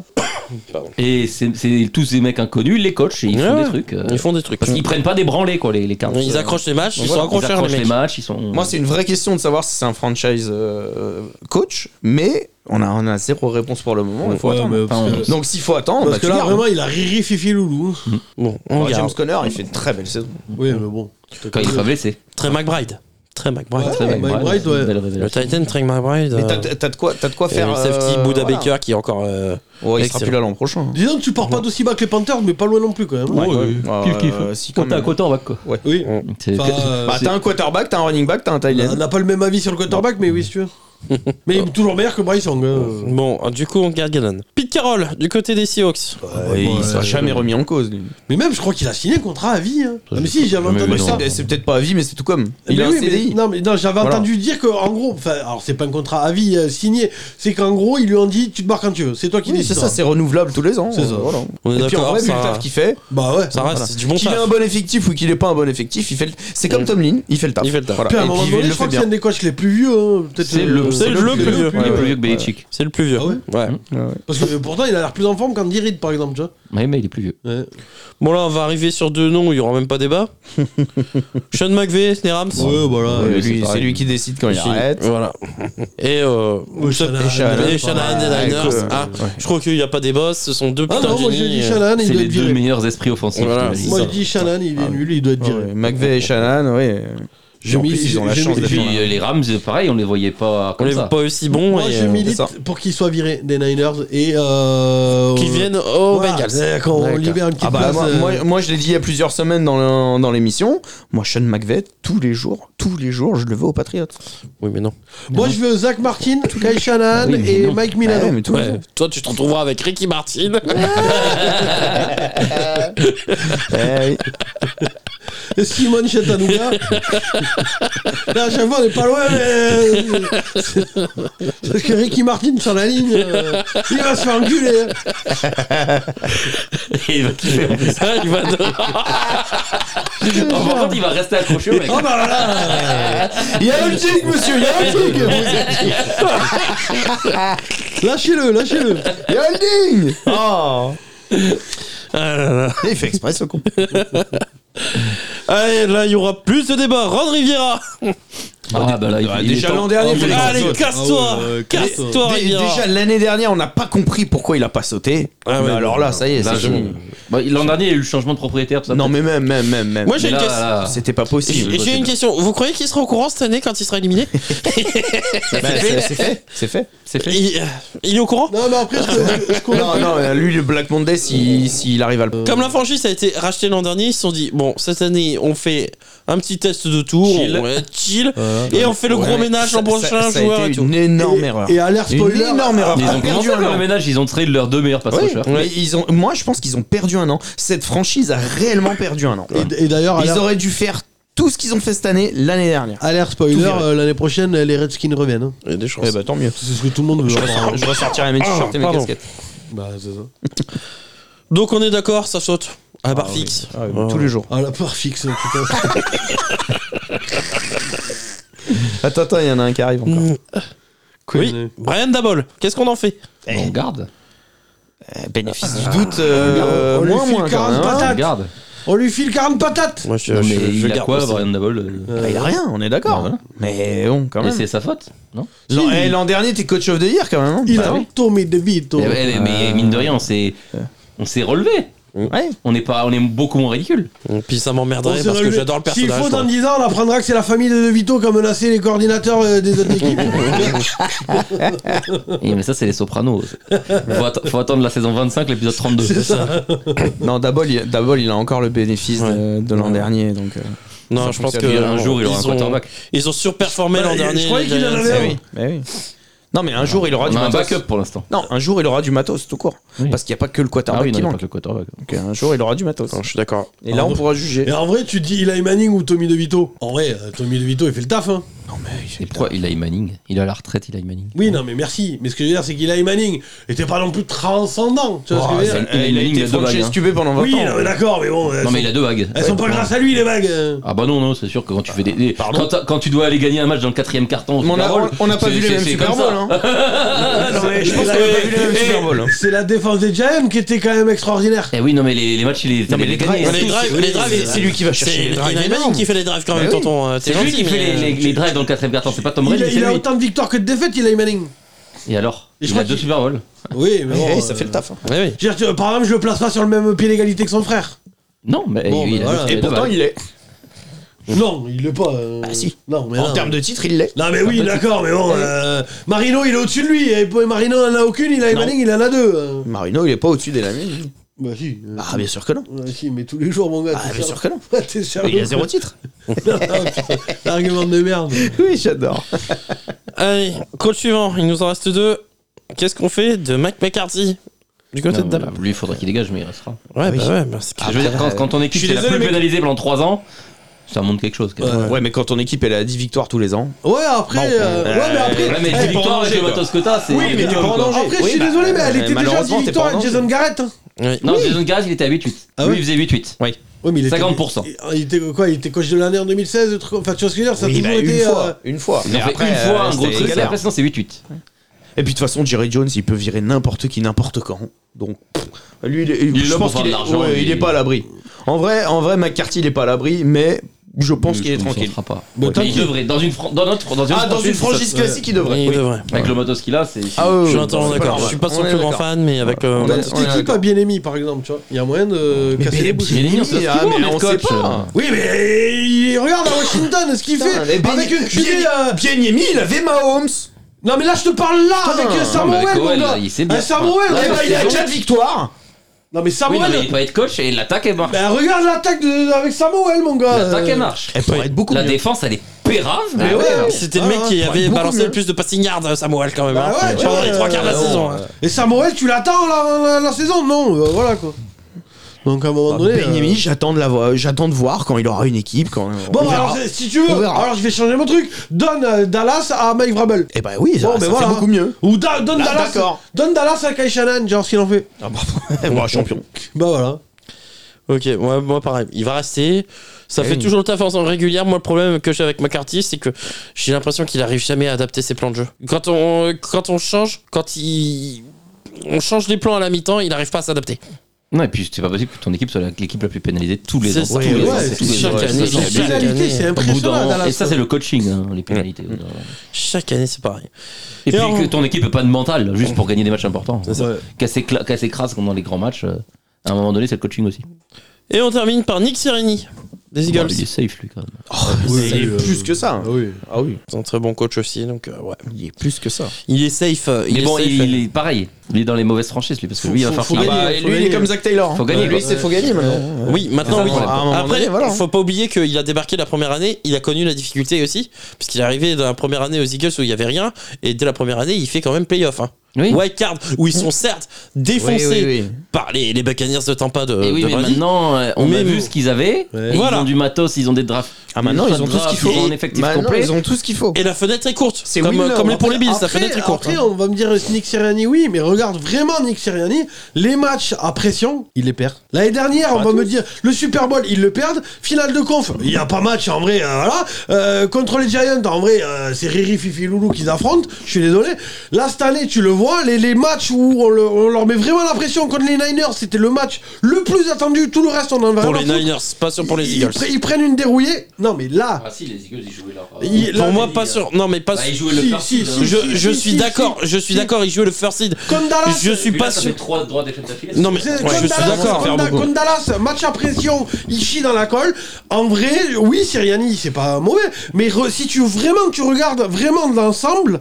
Speaker 4: Et c'est c'est tous ces mecs inconnus, les coachs, et ils font
Speaker 2: Ouais,
Speaker 4: des trucs. euh,
Speaker 2: Ils font des trucs.
Speaker 4: Parce qu'ils prennent pas des branlés, quoi, les, les Cavs.
Speaker 2: Ils
Speaker 4: Euh,
Speaker 2: accrochent les matchs, ils
Speaker 4: voilà,
Speaker 2: sont accrocheurs
Speaker 4: accrochent
Speaker 2: les
Speaker 4: les
Speaker 2: mecs.
Speaker 4: matchs, ils sont.
Speaker 3: Moi, c'est une vraie question de savoir si c'est un franchise euh, coach, mais on a, on a zéro réponse pour le moment. Il faut
Speaker 1: Ouais,
Speaker 3: attendre.
Speaker 1: mais parce
Speaker 4: Enfin,
Speaker 1: que,
Speaker 3: Donc s'il faut attendre,
Speaker 1: parce
Speaker 3: bah,
Speaker 1: que
Speaker 3: tu
Speaker 1: là,
Speaker 3: gardes.
Speaker 1: vraiment, il a riri fifi loulou. hein.
Speaker 2: Bon, on
Speaker 3: Bah, James
Speaker 2: regarde.
Speaker 3: Conner, il fait une très belle saison.
Speaker 1: Oui, mais bon.
Speaker 4: quand il est pas blessé.
Speaker 2: Trey McBride. Trey McBride.
Speaker 1: Ouais, Mike Bright, ouais.
Speaker 4: belle
Speaker 2: Le
Speaker 4: révélation.
Speaker 2: Titan, Trey McBride.
Speaker 3: Mais
Speaker 2: euh,
Speaker 3: t'as- t'as t'as de quoi, t'as de quoi
Speaker 2: et
Speaker 3: faire.
Speaker 2: le safety
Speaker 3: euh,
Speaker 2: Buda
Speaker 3: voilà.
Speaker 2: Baker qui est encore. euh,
Speaker 3: Ouais, il sera plus là l'an prochain. hein.
Speaker 1: Disons que tu pars pas d'aussi bas que les Panthers, mais pas loin non plus quand même. hein.
Speaker 4: Ouais, ouais.
Speaker 3: Ouais,
Speaker 4: Kiff, kiff.
Speaker 3: euh, si, quand
Speaker 4: Côte à
Speaker 3: même.
Speaker 4: côte, on va quoi.
Speaker 1: Oui.
Speaker 4: C'est-
Speaker 1: Enfin, euh,
Speaker 3: Bah, t'as un quarterback, t'as un running back, t'as un tight
Speaker 1: on
Speaker 3: end.
Speaker 1: n'a pas le même avis sur le quarterback, mais oui, si tu veux.
Speaker 6: Mais il est toujours meilleur que Bryson. hein.
Speaker 2: Bon, euh, du coup, on garde Gannon. Pete Carroll, du côté des Seahawks.
Speaker 6: Ouais,
Speaker 3: il
Speaker 6: ouais.
Speaker 3: sera jamais remis en cause. lui.
Speaker 6: Mais même, je crois qu'il a signé un contrat à vie. hein.
Speaker 4: Ça,
Speaker 6: Ah, mais
Speaker 4: j'ai
Speaker 6: si,
Speaker 4: pas-
Speaker 6: j'avais
Speaker 4: jamais
Speaker 6: entendu
Speaker 4: vu,
Speaker 6: ça.
Speaker 4: non.
Speaker 3: C'est c'est peut-être pas à vie, mais c'est tout comme. Il
Speaker 6: Mais
Speaker 3: a un
Speaker 6: oui, mais-
Speaker 3: CDI.
Speaker 6: non, mais non, j'avais
Speaker 3: Voilà.
Speaker 6: entendu dire que en gros, enfin, alors c'est pas un contrat à vie euh, signé, c'est qu'en gros, ils lui ont dit tu te barres quand tu veux, c'est toi qui
Speaker 3: Oui, c'est
Speaker 6: décides.
Speaker 3: ça, c'est renouvelable tous les ans.
Speaker 6: hein. C'est ça.
Speaker 3: euh, voilà.
Speaker 2: On est
Speaker 3: Et puis en
Speaker 2: d'accord,
Speaker 3: vrai, vu
Speaker 2: ça-
Speaker 3: le taf qu'il fait,
Speaker 6: Bah ouais.
Speaker 2: Ça reste
Speaker 3: Voilà.
Speaker 2: du bon
Speaker 3: qu'il ait
Speaker 2: taf.
Speaker 3: un bon effectif ou qu'il ait pas un bon effectif, il fait. le- C'est comme
Speaker 2: Mm.
Speaker 3: Tomlin, il fait le taf.
Speaker 2: Il fait le taf.
Speaker 3: Voilà.
Speaker 6: Puis à un
Speaker 3: Et
Speaker 6: moment
Speaker 3: puis, il
Speaker 6: donné,
Speaker 3: le
Speaker 6: je crois
Speaker 3: fait
Speaker 6: que c'est un
Speaker 3: bien.
Speaker 6: des coachs les plus vieux. hein, peut-être,
Speaker 4: C'est
Speaker 6: euh,
Speaker 4: le,
Speaker 2: c'est
Speaker 4: c'est
Speaker 2: le plus vieux.
Speaker 4: Il est
Speaker 2: Ouais,
Speaker 4: plus
Speaker 2: ouais.
Speaker 4: vieux que Belichick.
Speaker 2: C'est le plus vieux.
Speaker 6: Ah ouais
Speaker 2: ouais.
Speaker 6: Parce que euh, pourtant, il a l'air plus en forme qu'Andy Reid, par exemple, tu vois.
Speaker 4: Ouais, mais il est plus vieux.
Speaker 6: Ouais.
Speaker 2: Bon, là, on va arriver sur deux noms, il y aura même pas débat. Sean McVay, les Rams.
Speaker 6: Ouais, voilà.
Speaker 4: Ouais,
Speaker 3: Ouais,
Speaker 4: c'est
Speaker 3: lui,
Speaker 4: pareil.
Speaker 3: C'est lui qui décide quand il
Speaker 2: Qui-
Speaker 3: arrête.
Speaker 2: Voilà. Et euh,
Speaker 6: Ouais, Shanahan,
Speaker 2: et Shanahan,
Speaker 6: ouais,
Speaker 2: Shanahan
Speaker 3: ouais,
Speaker 2: des Niners.
Speaker 3: écoute, euh,
Speaker 2: Ah, je crois qu'il n'y a pas débat, ce sont deux
Speaker 6: Ah
Speaker 2: putains
Speaker 6: non, moi
Speaker 2: de
Speaker 6: j'ai dit
Speaker 2: génies. euh,
Speaker 6: Shannon, il
Speaker 4: C'est
Speaker 6: doit
Speaker 4: les
Speaker 6: être
Speaker 4: deux
Speaker 6: viré.
Speaker 4: meilleurs esprits offensifs.
Speaker 2: Voilà,
Speaker 4: je te le dis.
Speaker 6: Moi je dis Shannon, il est nul, il doit être
Speaker 3: Ah, Ouais,
Speaker 6: viré.
Speaker 3: euh, McVeigh et Shannon, ouais.
Speaker 6: Je
Speaker 3: En plus,
Speaker 6: milite-
Speaker 3: ils ont la
Speaker 6: je
Speaker 3: chance
Speaker 4: Et
Speaker 3: d'être
Speaker 6: milite-
Speaker 4: puis
Speaker 3: Voilà.
Speaker 4: euh, les Rams, euh, pareil, on les voyait pas
Speaker 2: On
Speaker 4: comme
Speaker 2: les
Speaker 4: ça.
Speaker 2: voit pas aussi bons.
Speaker 6: Moi
Speaker 2: et,
Speaker 6: je
Speaker 2: euh,
Speaker 6: milite
Speaker 3: ça.
Speaker 6: pour qu'ils soient virés des Niners et. euh,
Speaker 2: qui viennent aux
Speaker 6: voilà,
Speaker 2: Bengals.
Speaker 6: Quand on
Speaker 2: D'accord.
Speaker 6: libère une petite
Speaker 3: Ah bah,
Speaker 6: place,
Speaker 3: moi,
Speaker 6: euh,
Speaker 3: moi, moi, je l'ai dit il y a plusieurs semaines dans le- dans l'émission. Moi, Sean McVeigh, tous les jours, tous les jours, je le veux aux Patriots.
Speaker 2: Oui, mais non.
Speaker 6: Moi, je veux Zach Martin, Kai Shannon
Speaker 4: Oui, mais
Speaker 6: et
Speaker 4: non.
Speaker 6: Mike
Speaker 3: Ah ouais,
Speaker 6: Milano.
Speaker 3: mais tous les
Speaker 2: Ouais.
Speaker 3: jours.
Speaker 2: Toi, tu te retrouveras avec Ricky Martin.
Speaker 3: Eh oui.
Speaker 6: Et Simon Chattanooga. Là, à chaque fois, on est pas loin, mais. euh, Parce que Ricky Martin sur la ligne, euh, il va se faire enculer. hein.
Speaker 4: Et il va kiffer.
Speaker 2: Ça, Ah, il va
Speaker 4: Oh, Par contre, il va rester accroché au mec.
Speaker 3: Ah
Speaker 6: Oh bah là euh,
Speaker 3: Il y a un jig, monsieur, il y a un jig
Speaker 6: Lâchez-le, lâchez-le.
Speaker 3: Il y a un jig Oh
Speaker 2: Ah là là.
Speaker 3: Il fait exprès ce con.
Speaker 2: Allez, là, il y aura plus de débat. Ron Riviera.
Speaker 4: Ah bah là, il- il est
Speaker 3: déjà
Speaker 4: temps.
Speaker 3: l'an dernier, il fallait qu'on
Speaker 2: Allez,
Speaker 3: saute.
Speaker 2: casse-toi.
Speaker 6: Ah ouais, ouais,
Speaker 2: casse-toi,
Speaker 3: Dé-
Speaker 2: Riviera.
Speaker 3: Déjà l'année dernière, on n'a pas compris pourquoi il a pas sauté.
Speaker 2: Ah ouais,
Speaker 3: mais alors là, ça y est,
Speaker 4: Là,
Speaker 3: c'est
Speaker 4: je-
Speaker 3: fini.
Speaker 4: Bah, L'an dernier, il y a eu le changement de propriétaire, tout ça.
Speaker 3: Non, mais même, même, même, même. Ah,
Speaker 2: Moi, j'ai une
Speaker 4: Mais là,
Speaker 2: question.
Speaker 4: là,
Speaker 3: C'était pas possible.
Speaker 2: J'ai j'ai une question. Vous croyez qu'il sera au courant cette année quand il sera éliminé
Speaker 3: Bah, c'est c'est fait, c'est fait.
Speaker 4: C'est fait.
Speaker 2: il, euh, il est au courant
Speaker 6: Non, mais après, je, je comprends.
Speaker 3: Non, non, lui, le Black Monday, s'il s'il arrive à le.
Speaker 2: Comme la franchise a été rachetée l'an dernier, ils se sont dit bon, cette année, on fait un petit test de tour,
Speaker 4: Chill.
Speaker 2: on ouais, chill,
Speaker 6: Voilà.
Speaker 2: et on fait le
Speaker 3: Ouais,
Speaker 2: gros ménage
Speaker 3: ça-
Speaker 2: l'an prochain
Speaker 3: ça- ça a
Speaker 2: joueur
Speaker 3: été
Speaker 2: et tout.
Speaker 3: Une énorme
Speaker 6: Et-
Speaker 3: erreur.
Speaker 6: Et alert
Speaker 3: Une
Speaker 6: spoiler.
Speaker 3: énorme erreur.
Speaker 4: Mais ils
Speaker 3: Ah,
Speaker 4: ont commencé
Speaker 3: perdu
Speaker 4: à
Speaker 3: un
Speaker 4: faire le
Speaker 3: an.
Speaker 4: ménage, ils ont trade leurs deux meilleurs pass
Speaker 3: Oui,
Speaker 4: rushers.
Speaker 3: mais ils ont, moi je pense qu'ils ont perdu un an. Cette franchise a réellement perdu un an.
Speaker 6: Et, et d'ailleurs,
Speaker 3: Ils
Speaker 6: alert,
Speaker 3: auraient dû faire tout ce qu'ils ont fait cette année l'année dernière.
Speaker 6: alert spoiler,
Speaker 3: Tout viré.
Speaker 6: euh, l'année prochaine, les Redskins reviennent. hein.
Speaker 2: Il y a des chances.
Speaker 3: bah tant mieux. Ah,
Speaker 6: C'est ce que tout le monde veut.
Speaker 3: Je,
Speaker 6: hein.
Speaker 3: ressors- je ressortirai mes t-shirts et mes
Speaker 2: pardon.
Speaker 3: casquettes.
Speaker 6: Bah, c'est ça.
Speaker 2: Donc on est d'accord, ça saute à barre fixe.
Speaker 3: Euh, Tous les jours.
Speaker 6: Ah, la part fixe, putain.
Speaker 3: Attends, attends, il y en a un qui arrive encore.
Speaker 2: Mm.
Speaker 6: Connu.
Speaker 2: Oui, Brian Dabol, qu'est-ce qu'on en fait
Speaker 4: Bon, on garde.
Speaker 3: Eh, bénéfice du doute, euh,
Speaker 6: On lui
Speaker 3: moins,
Speaker 6: file
Speaker 3: moins,
Speaker 6: 40
Speaker 3: quand même, hein.
Speaker 6: patates.
Speaker 4: On garde.
Speaker 6: On lui file 40 patates.
Speaker 3: Euh,
Speaker 2: Moi je,
Speaker 4: Non,
Speaker 2: je-
Speaker 4: mais
Speaker 2: je
Speaker 4: il a
Speaker 2: garde
Speaker 4: quoi,
Speaker 2: aussi.
Speaker 4: Brian Dabol euh,
Speaker 6: Euh,
Speaker 3: Bah, il a rien, on est d'accord.
Speaker 4: Non.
Speaker 3: Mais bon, quand
Speaker 4: Mais
Speaker 3: même.
Speaker 4: c'est sa faute, non
Speaker 3: L'an
Speaker 6: Si.
Speaker 3: eh, l'an dernier, t'es coach of the year quand même. hein.
Speaker 6: Il
Speaker 3: Bah
Speaker 6: a
Speaker 3: oui. Eh ben-
Speaker 6: Tommy DeVito.
Speaker 4: Mais, mais- Eh
Speaker 3: euh,
Speaker 4: mais mine de rien, on s'est, on s'est relevé.
Speaker 3: Ouais.
Speaker 4: On est pas, on est beaucoup moins ridicule.
Speaker 2: Puis ça
Speaker 6: On
Speaker 2: m'emmerderait
Speaker 6: s'est
Speaker 2: parce que
Speaker 6: relevé.
Speaker 2: j'adore le
Speaker 6: S'il
Speaker 2: personnage.
Speaker 6: faut,
Speaker 2: moi.
Speaker 6: dans 10 ans, on apprendra que c'est la famille de DeVito qui a menacé les coordinateurs euh, des autres équipes.
Speaker 4: Et, mais ça, c'est les Sopranos. faut, atte- faut attendre la saison 25, l'épisode 32.
Speaker 6: c'est ça.
Speaker 3: Non, Dabol, il- Dabol, il a encore le bénéfice
Speaker 2: Ouais.
Speaker 3: de, de l'an
Speaker 2: Ouais.
Speaker 3: dernier. Donc, euh,
Speaker 2: Non,
Speaker 3: Ça
Speaker 2: je pense
Speaker 3: fonctionne
Speaker 2: que
Speaker 3: bien.
Speaker 4: Un jour, il aura un
Speaker 2: ils ont,
Speaker 4: quarterback.
Speaker 2: ils ont surperformé
Speaker 6: Bah,
Speaker 2: l'an
Speaker 6: je
Speaker 2: dernier.
Speaker 6: croyais
Speaker 2: les
Speaker 6: qu'il en
Speaker 2: Giants.
Speaker 6: avait
Speaker 3: eh
Speaker 6: un.
Speaker 3: oui, eh oui. Non, mais un jour, il aura
Speaker 4: On
Speaker 3: du
Speaker 4: a un
Speaker 3: matos.
Speaker 4: backup pour l'instant.
Speaker 3: Non, un jour, il aura du matos tout court.
Speaker 4: Oui.
Speaker 3: Parce qu'il n'y a pas que le
Speaker 4: Ah
Speaker 3: quarterback
Speaker 4: oui, non,
Speaker 3: qui
Speaker 4: il n'y a
Speaker 3: manque.
Speaker 4: pas que le quarterback.
Speaker 3: Donc, un jour, il aura du matos.
Speaker 2: Non, je suis d'accord.
Speaker 3: Et là,
Speaker 6: Ah
Speaker 3: on
Speaker 6: bon.
Speaker 3: pourra juger.
Speaker 6: Et en vrai, tu te dis Eli Manning ou Tommy DeVito En vrai, euh, Tommy DeVito, il fait le taf. Hein.
Speaker 3: Non, mais
Speaker 4: Et pourquoi Eli Manning Il est à la retraite, Eli Manning.
Speaker 6: Oui, non, mais merci. Mais ce que je veux dire, c'est qu'Eli Manning était pas non plus transcendant. Tu vois ce que je veux
Speaker 3: Oh,
Speaker 4: c'est-
Speaker 6: dire
Speaker 4: Il a
Speaker 3: il a
Speaker 4: une ligne
Speaker 3: été
Speaker 4: de bague,
Speaker 3: franchise
Speaker 4: hein.
Speaker 3: stupé pendant 20
Speaker 6: Oui,
Speaker 3: ans.
Speaker 6: non, mais d'accord, mais bon. Elles,
Speaker 4: Non, mais il
Speaker 6: sont,
Speaker 4: a deux bagues.
Speaker 6: elles sont pas grâce à lui, les bagues. euh.
Speaker 4: Ah bah non, non, c'est sûr que quand tu fais des. des- Quand, t'as- quand tu dois aller gagner un match dans le quatrième carton, au
Speaker 3: Mais on
Speaker 4: Super
Speaker 3: a-
Speaker 4: Bowl,
Speaker 3: on n'a pas
Speaker 4: c'est-
Speaker 3: vu les
Speaker 4: c'est-
Speaker 3: mêmes
Speaker 4: c'est
Speaker 3: Super
Speaker 4: comme
Speaker 3: Bowl.
Speaker 4: ça.
Speaker 3: hein. Je pense qu'on
Speaker 6: Et-
Speaker 3: n'a pas vu les mêmes
Speaker 6: et-
Speaker 3: Super Bowl. hein.
Speaker 6: C'est la défense des Giants qui était quand même extraordinaire.
Speaker 4: Eh oui, non, mais les, les matchs, il est.
Speaker 3: Non, mais les
Speaker 4: gagner.
Speaker 3: drives,
Speaker 2: Les drives,
Speaker 3: oui,
Speaker 2: les drives,
Speaker 3: c'est- c'est lui qui va chercher les
Speaker 2: C'est
Speaker 3: drives
Speaker 2: Eli Manning
Speaker 3: énormes.
Speaker 2: qui fait les drives quand
Speaker 3: Bah
Speaker 2: même,
Speaker 3: oui.
Speaker 2: tonton. euh, t'es
Speaker 4: C'est lui
Speaker 2: gentil,
Speaker 4: qui fait
Speaker 2: mais,
Speaker 4: les, les- les drives dans le quatrième carton, c'est pas Tom
Speaker 6: Il
Speaker 4: Brady,
Speaker 6: a, il
Speaker 4: c'est
Speaker 6: a
Speaker 4: lui.
Speaker 6: autant de victoires que de défaites, Eli Manning.
Speaker 4: Et alors
Speaker 6: Et je
Speaker 4: Il
Speaker 6: crois
Speaker 4: a deux
Speaker 6: qu'il-
Speaker 4: Super Bowl.
Speaker 6: Oui, mais bon,
Speaker 3: Eh, eh, Ça
Speaker 6: euh,
Speaker 3: fait le taf. hein.
Speaker 2: Ouais, oui.
Speaker 6: Je veux dire, tu- par exemple, je le place pas sur le même pied d'égalité que son frère.
Speaker 4: Non, mais
Speaker 6: Bon,
Speaker 4: il
Speaker 6: bah
Speaker 4: a
Speaker 6: voilà.
Speaker 4: deux-
Speaker 6: Et
Speaker 4: il a deux
Speaker 3: Pourtant,
Speaker 4: balles.
Speaker 3: il est.
Speaker 6: Non, il l'est pas. euh,
Speaker 3: Ah, si.
Speaker 6: Non, mais
Speaker 3: En
Speaker 6: non.
Speaker 3: termes de titre, il l'est.
Speaker 6: Non, mais oui, d'accord, mais bon. euh, Marino, il est au-dessus de lui. Et puis Marino n'en a aucune, il a
Speaker 4: Non.
Speaker 6: Manning, il en a deux. euh.
Speaker 3: Marino, il est pas au-dessus des lamines.
Speaker 6: Bah, si. euh,
Speaker 3: Ah, bien sûr que non.
Speaker 6: ouais, si, mais tous les jours, mon gars.
Speaker 3: Ah, bien
Speaker 6: t'es sérieux.
Speaker 3: sûr que non.
Speaker 6: Ouais, T'es sérieux
Speaker 3: Il a zéro titre.
Speaker 6: Non, non, putain, Argument de merde.
Speaker 3: Oui, j'adore.
Speaker 2: Allez, coach suivant, il nous en reste deux. Qu'est-ce qu'on fait de Mike McCarthy du côté
Speaker 4: Non, Ah.
Speaker 2: de Tampa
Speaker 4: lui, il faudrait qu'il dégage, mais il restera.
Speaker 2: Ouais,
Speaker 3: oui.
Speaker 2: bah ouais, merci.
Speaker 4: je veux dire, quand, quand ton
Speaker 3: je
Speaker 4: équipe
Speaker 3: suis
Speaker 4: est la
Speaker 3: désolé,
Speaker 4: plus
Speaker 3: mais-
Speaker 4: pénalisée pendant 3 ans, ça montre quelque chose. quand même.
Speaker 3: Ouais, mais quand ton équipe elle a 10 victoires tous les ans.
Speaker 6: Ouais, après. euh, ouais, mais après.
Speaker 4: Ouais, mais
Speaker 6: eh,
Speaker 4: dix victoires
Speaker 3: en
Speaker 4: avec
Speaker 3: danger,
Speaker 4: le matos que t'as, c'est.
Speaker 3: Oui, mais t'es pas en danger.
Speaker 6: après, je
Speaker 3: Oui,
Speaker 6: suis
Speaker 3: bah,
Speaker 6: désolé, mais elle
Speaker 3: euh,
Speaker 6: était déjà
Speaker 3: malheureusement,
Speaker 6: 10
Speaker 3: t'es pas
Speaker 6: victoires
Speaker 3: en
Speaker 6: avec Jason Garrett. hein.
Speaker 2: Ouais.
Speaker 4: Non, Jason Gaz, il était à 8-8.
Speaker 6: Ah
Speaker 4: Lui,
Speaker 6: ouais
Speaker 4: il faisait 8-8.
Speaker 6: Ouais, mais il était-
Speaker 4: 50%.
Speaker 6: Il était quoi Il était coach de l'année en 2016, le truc- enfin tu vois ce que je veux dire Ça a
Speaker 3: Oui,
Speaker 6: toujours
Speaker 3: bah,
Speaker 6: été.
Speaker 3: une
Speaker 6: euh,
Speaker 3: fois. Une fois.
Speaker 4: Ils ont fait
Speaker 3: après,
Speaker 4: une fois
Speaker 3: euh,
Speaker 4: un gros
Speaker 3: c'était
Speaker 4: truc, et
Speaker 3: galère.
Speaker 4: après, sinon, c'est 8-8.
Speaker 3: Et puis de toute façon, Jerry Jones, il peut virer n'importe qui, n'importe quand. Donc, pff, lui, il est,
Speaker 4: Il est
Speaker 3: je
Speaker 4: là
Speaker 3: pense
Speaker 4: pour faire
Speaker 3: qu'il
Speaker 4: de
Speaker 3: est-
Speaker 4: l'argent,
Speaker 3: ouais,
Speaker 4: il-
Speaker 3: il est pas à l'abri. En vrai, en vrai, McCarthy, il est pas à l'abri, mais je pense qu'il est tranquille.
Speaker 4: Pas.
Speaker 6: Bon, tant
Speaker 4: Mais il
Speaker 6: qu'il-
Speaker 4: devrait, dans une, fran- dans notre, dans une
Speaker 3: Ah, dans une franchise
Speaker 6: ça-
Speaker 3: classique, il devrait.
Speaker 2: Il
Speaker 3: Oui.
Speaker 2: devrait.
Speaker 4: Avec le matos qu'il a, c'est.
Speaker 3: Ah, ouais,
Speaker 2: Je suis
Speaker 3: ouais,
Speaker 2: entièrement
Speaker 3: c'est pas
Speaker 2: d'accord. Je
Speaker 3: normal.
Speaker 2: suis pas son
Speaker 3: On est
Speaker 2: plus grand
Speaker 3: d'accord.
Speaker 2: fan, mais avec. euh,
Speaker 3: On
Speaker 6: On
Speaker 3: est- on
Speaker 6: a une
Speaker 3: est
Speaker 6: petite équipe à bien aimé par exemple, tu vois. Il y a moyen de
Speaker 3: Mais
Speaker 6: casser
Speaker 3: bien-
Speaker 6: les bouches.
Speaker 4: Il est mignon,
Speaker 3: Oui,
Speaker 4: c'est
Speaker 3: ah, mais
Speaker 4: on
Speaker 3: on
Speaker 4: coach.
Speaker 3: sait pas.
Speaker 6: Oui, mais il- regarde à Washington ce qu'il fait
Speaker 3: Putain,
Speaker 6: avec une
Speaker 3: Ah, Bien-
Speaker 6: QB. euh,
Speaker 3: Bieniemy, il avait Mahomes.
Speaker 6: Non, mais là je te parle là avec euh,
Speaker 4: mais
Speaker 6: Samuel,
Speaker 4: avec
Speaker 6: mon
Speaker 4: Howell,
Speaker 6: gars.
Speaker 4: là, il sait bien.
Speaker 6: Un Samuel,
Speaker 4: Ouais,
Speaker 6: eh
Speaker 3: Eh
Speaker 6: ben,
Speaker 3: ben,
Speaker 4: c'est
Speaker 6: il a
Speaker 4: bon.
Speaker 6: quatre-
Speaker 3: victoires.
Speaker 6: Non, mais
Speaker 4: Oui, non, mais il
Speaker 6: Samuel.
Speaker 4: peut être coach et l'attaque, elle marche.
Speaker 6: Ben regarde l'attaque de- avec Samuel, mon gars.
Speaker 4: L'attaque,
Speaker 6: Euh,
Speaker 4: elle marche.
Speaker 3: Elle pourrait être beaucoup
Speaker 4: La
Speaker 3: mieux.
Speaker 4: défense, elle est pérave.
Speaker 6: Mais
Speaker 4: Ah,
Speaker 6: ouais.
Speaker 2: C'était le mec
Speaker 6: Ah,
Speaker 2: qui
Speaker 6: ouais,
Speaker 2: avait
Speaker 6: beaucoup
Speaker 2: balancé
Speaker 6: mieux.
Speaker 2: le plus de passing yards, Samuel, quand même.
Speaker 6: Bah
Speaker 2: hein.
Speaker 6: ouais, tu
Speaker 2: Pendant
Speaker 6: vois,
Speaker 2: les trois quarts de la
Speaker 6: euh,
Speaker 2: saison. hein.
Speaker 6: Et Samuel, tu l'attends la, la- la saison Non, euh, voilà quoi. Donc à un
Speaker 3: Bah,
Speaker 6: moment donné. euh,
Speaker 3: Bieniemy, j'attends de la voir, j'attends de voir quand il aura une équipe. Quand
Speaker 6: Bon,
Speaker 3: on verra.
Speaker 6: alors c'est- si tu veux,
Speaker 3: On verra.
Speaker 6: alors je vais changer mon truc. Donne euh, Dallas à Mike Vrabel.
Speaker 3: Eh ben oui,
Speaker 6: Bon,
Speaker 3: ça,
Speaker 6: mais
Speaker 3: ça
Speaker 6: voilà.
Speaker 3: fait beaucoup mieux.
Speaker 6: Ou da- donne,
Speaker 3: Là,
Speaker 6: Dallas,
Speaker 3: d'accord.
Speaker 6: donne Dallas à Kai Shannon, genre ce qu'il en fait.
Speaker 3: Bon, champion.
Speaker 6: Bah voilà.
Speaker 2: Ok, ouais, moi pareil, il va rester. Ça
Speaker 3: Eh
Speaker 2: fait
Speaker 3: oui.
Speaker 2: toujours le taf en régulière. Moi, le problème que j'ai avec McCarthy, c'est que j'ai l'impression qu'il arrive jamais à adapter ses plans de jeu. Quand on, quand on change, quand il, on change les plans à la mi-temps, il n'arrive pas à s'adapter.
Speaker 4: Non, et puis c'est pas possible que ton équipe soit la- l'équipe la plus pénalisée de tous les
Speaker 2: C'est
Speaker 4: ans.
Speaker 2: ça.
Speaker 4: Tous
Speaker 2: Ouais,
Speaker 4: les
Speaker 6: ouais,
Speaker 4: ans,
Speaker 6: c'est
Speaker 4: tous les
Speaker 2: chaque
Speaker 4: ans,
Speaker 2: année,
Speaker 4: c'est
Speaker 2: c'est
Speaker 4: chaque
Speaker 2: chaque
Speaker 4: année.
Speaker 6: Pénalité,
Speaker 2: année,
Speaker 6: c'est
Speaker 2: au
Speaker 4: Au bout d'un
Speaker 6: impressionnant à
Speaker 4: moment-
Speaker 6: Dallas.
Speaker 4: Et ça, c'est le coaching, hein, les pénalités. au bout d'un moment.
Speaker 2: Chaque année, c'est pareil.
Speaker 4: Et puis
Speaker 2: Et on-
Speaker 4: que ton équipe n'a pas de mental, juste pour gagner des matchs importants.
Speaker 2: ça.
Speaker 4: Ouais. Qu'elle s'écla- qu'elle s'écrase comme dans les grands matchs. euh, À un moment donné, c'est le coaching aussi.
Speaker 2: Et on termine par Nick Sirianni des Eagles.
Speaker 4: Bon, il est safe, lui, quand même.
Speaker 6: Oui,
Speaker 3: il est
Speaker 6: euh,
Speaker 3: plus que ça.
Speaker 6: Ah oui.
Speaker 3: Ah oui,
Speaker 2: c'est un très bon coach aussi, donc euh, ouais.
Speaker 3: il est plus que ça.
Speaker 2: Il est safe. euh, il
Speaker 4: Mais
Speaker 2: est
Speaker 4: bon,
Speaker 2: safe.
Speaker 4: il, il est pareil. Il est dans les mauvaises franchises, lui, parce que
Speaker 6: Faut-
Speaker 4: lui, il va
Speaker 6: faut-
Speaker 4: falloir
Speaker 6: faut
Speaker 4: qu'il
Speaker 6: Ah
Speaker 4: gagne.
Speaker 6: bah, lui, il est comme
Speaker 3: Zach Taylor. hein.
Speaker 4: Faut gagner,
Speaker 2: euh,
Speaker 3: lui,
Speaker 4: lui.
Speaker 3: c'est faut gagner maintenant.
Speaker 2: Oui,
Speaker 3: Ça,
Speaker 2: maintenant, oui.
Speaker 3: voilà. À un moment
Speaker 2: Après,
Speaker 3: donné, voilà.
Speaker 2: faut pas oublier qu'il a débarqué la première année, il a connu la difficulté aussi, parce qu'il est arrivé dans la première année aux Eagles où il y avait rien, et dès la première année, il fait quand même playoff. Hein.
Speaker 4: Oui.
Speaker 2: Wild card, où ils sont certes défoncés par les, les Buccaneers de Tampa de,
Speaker 4: Et Eh oui,
Speaker 2: de
Speaker 4: mais
Speaker 2: Brady.
Speaker 4: maintenant, euh, on
Speaker 2: Mais
Speaker 4: a vu
Speaker 2: vous-
Speaker 4: ce qu'ils avaient.
Speaker 6: Ouais.
Speaker 4: Et
Speaker 2: Voilà.
Speaker 4: Ils ont du matos, ils ont des drafts.
Speaker 3: Ah maintenant, ils ont tout ce qu'il faut.
Speaker 4: Ils ont un effectif
Speaker 3: Maintenant,
Speaker 4: complet.
Speaker 3: Ils ont tout ce qu'il faut.
Speaker 2: Et la fenêtre est courte,
Speaker 3: C'est
Speaker 2: comme,
Speaker 3: winner.
Speaker 2: comme les- pour les Bills, la
Speaker 6: Après,
Speaker 2: fenêtre est courte.
Speaker 6: après,
Speaker 2: hein.
Speaker 6: on va me dire euh, Nick Sirianni, oui, mais regarde vraiment Nick Sirianni, les matchs à pression, il les perd. L'année dernière, on va me dire le Super Bowl, ils le perdent. Finale de conf, il n'y a pas match en vrai, euh, voilà. Euh, contre les Giants, en vrai, euh, c'est Riri, Fifi, Loulou qu'ils affrontent. Je suis désolé. Là, cette année, tu le vois, les, les matchs où on, le- on leur met vraiment la pression contre les Niners, c'était le match le plus attendu. Tout le reste, on en va
Speaker 2: Pour
Speaker 6: rien
Speaker 2: les
Speaker 6: à foutre.
Speaker 2: Niners, pas sûr pour les
Speaker 6: Ils,
Speaker 2: Eagles.
Speaker 6: pre- ils prennent une dérouillée. Non, mais là,
Speaker 4: Ah si, les Eagles, ils jouaient leur.
Speaker 6: il- là,
Speaker 2: Pour moi, pas sûr. Non, mais pas
Speaker 4: Bah, ils
Speaker 2: sûr.
Speaker 4: jouaient le
Speaker 6: Si,
Speaker 4: first
Speaker 6: si,
Speaker 4: seed,
Speaker 6: si,
Speaker 4: hein.
Speaker 2: Je, je
Speaker 6: Si,
Speaker 2: suis
Speaker 6: si,
Speaker 2: d'accord,
Speaker 6: si,
Speaker 2: je suis
Speaker 6: si.
Speaker 2: d'accord, il jouait le first seed.
Speaker 6: comme Dallas,
Speaker 2: Je suis
Speaker 4: Puis là,
Speaker 2: pas
Speaker 4: ça
Speaker 2: sûr.
Speaker 4: fait trois droits défaites d'affilée.
Speaker 2: Non, mais
Speaker 6: C'est
Speaker 2: ouais, je
Speaker 6: comme
Speaker 2: suis
Speaker 6: Dallas,
Speaker 2: d'accord.
Speaker 6: comme, Da- comme Dallas, match à pression, il chie dans la colle. En vrai, oui, Siriani, c'est pas mauvais, mais re- si tu vraiment tu regardes vraiment l'ensemble,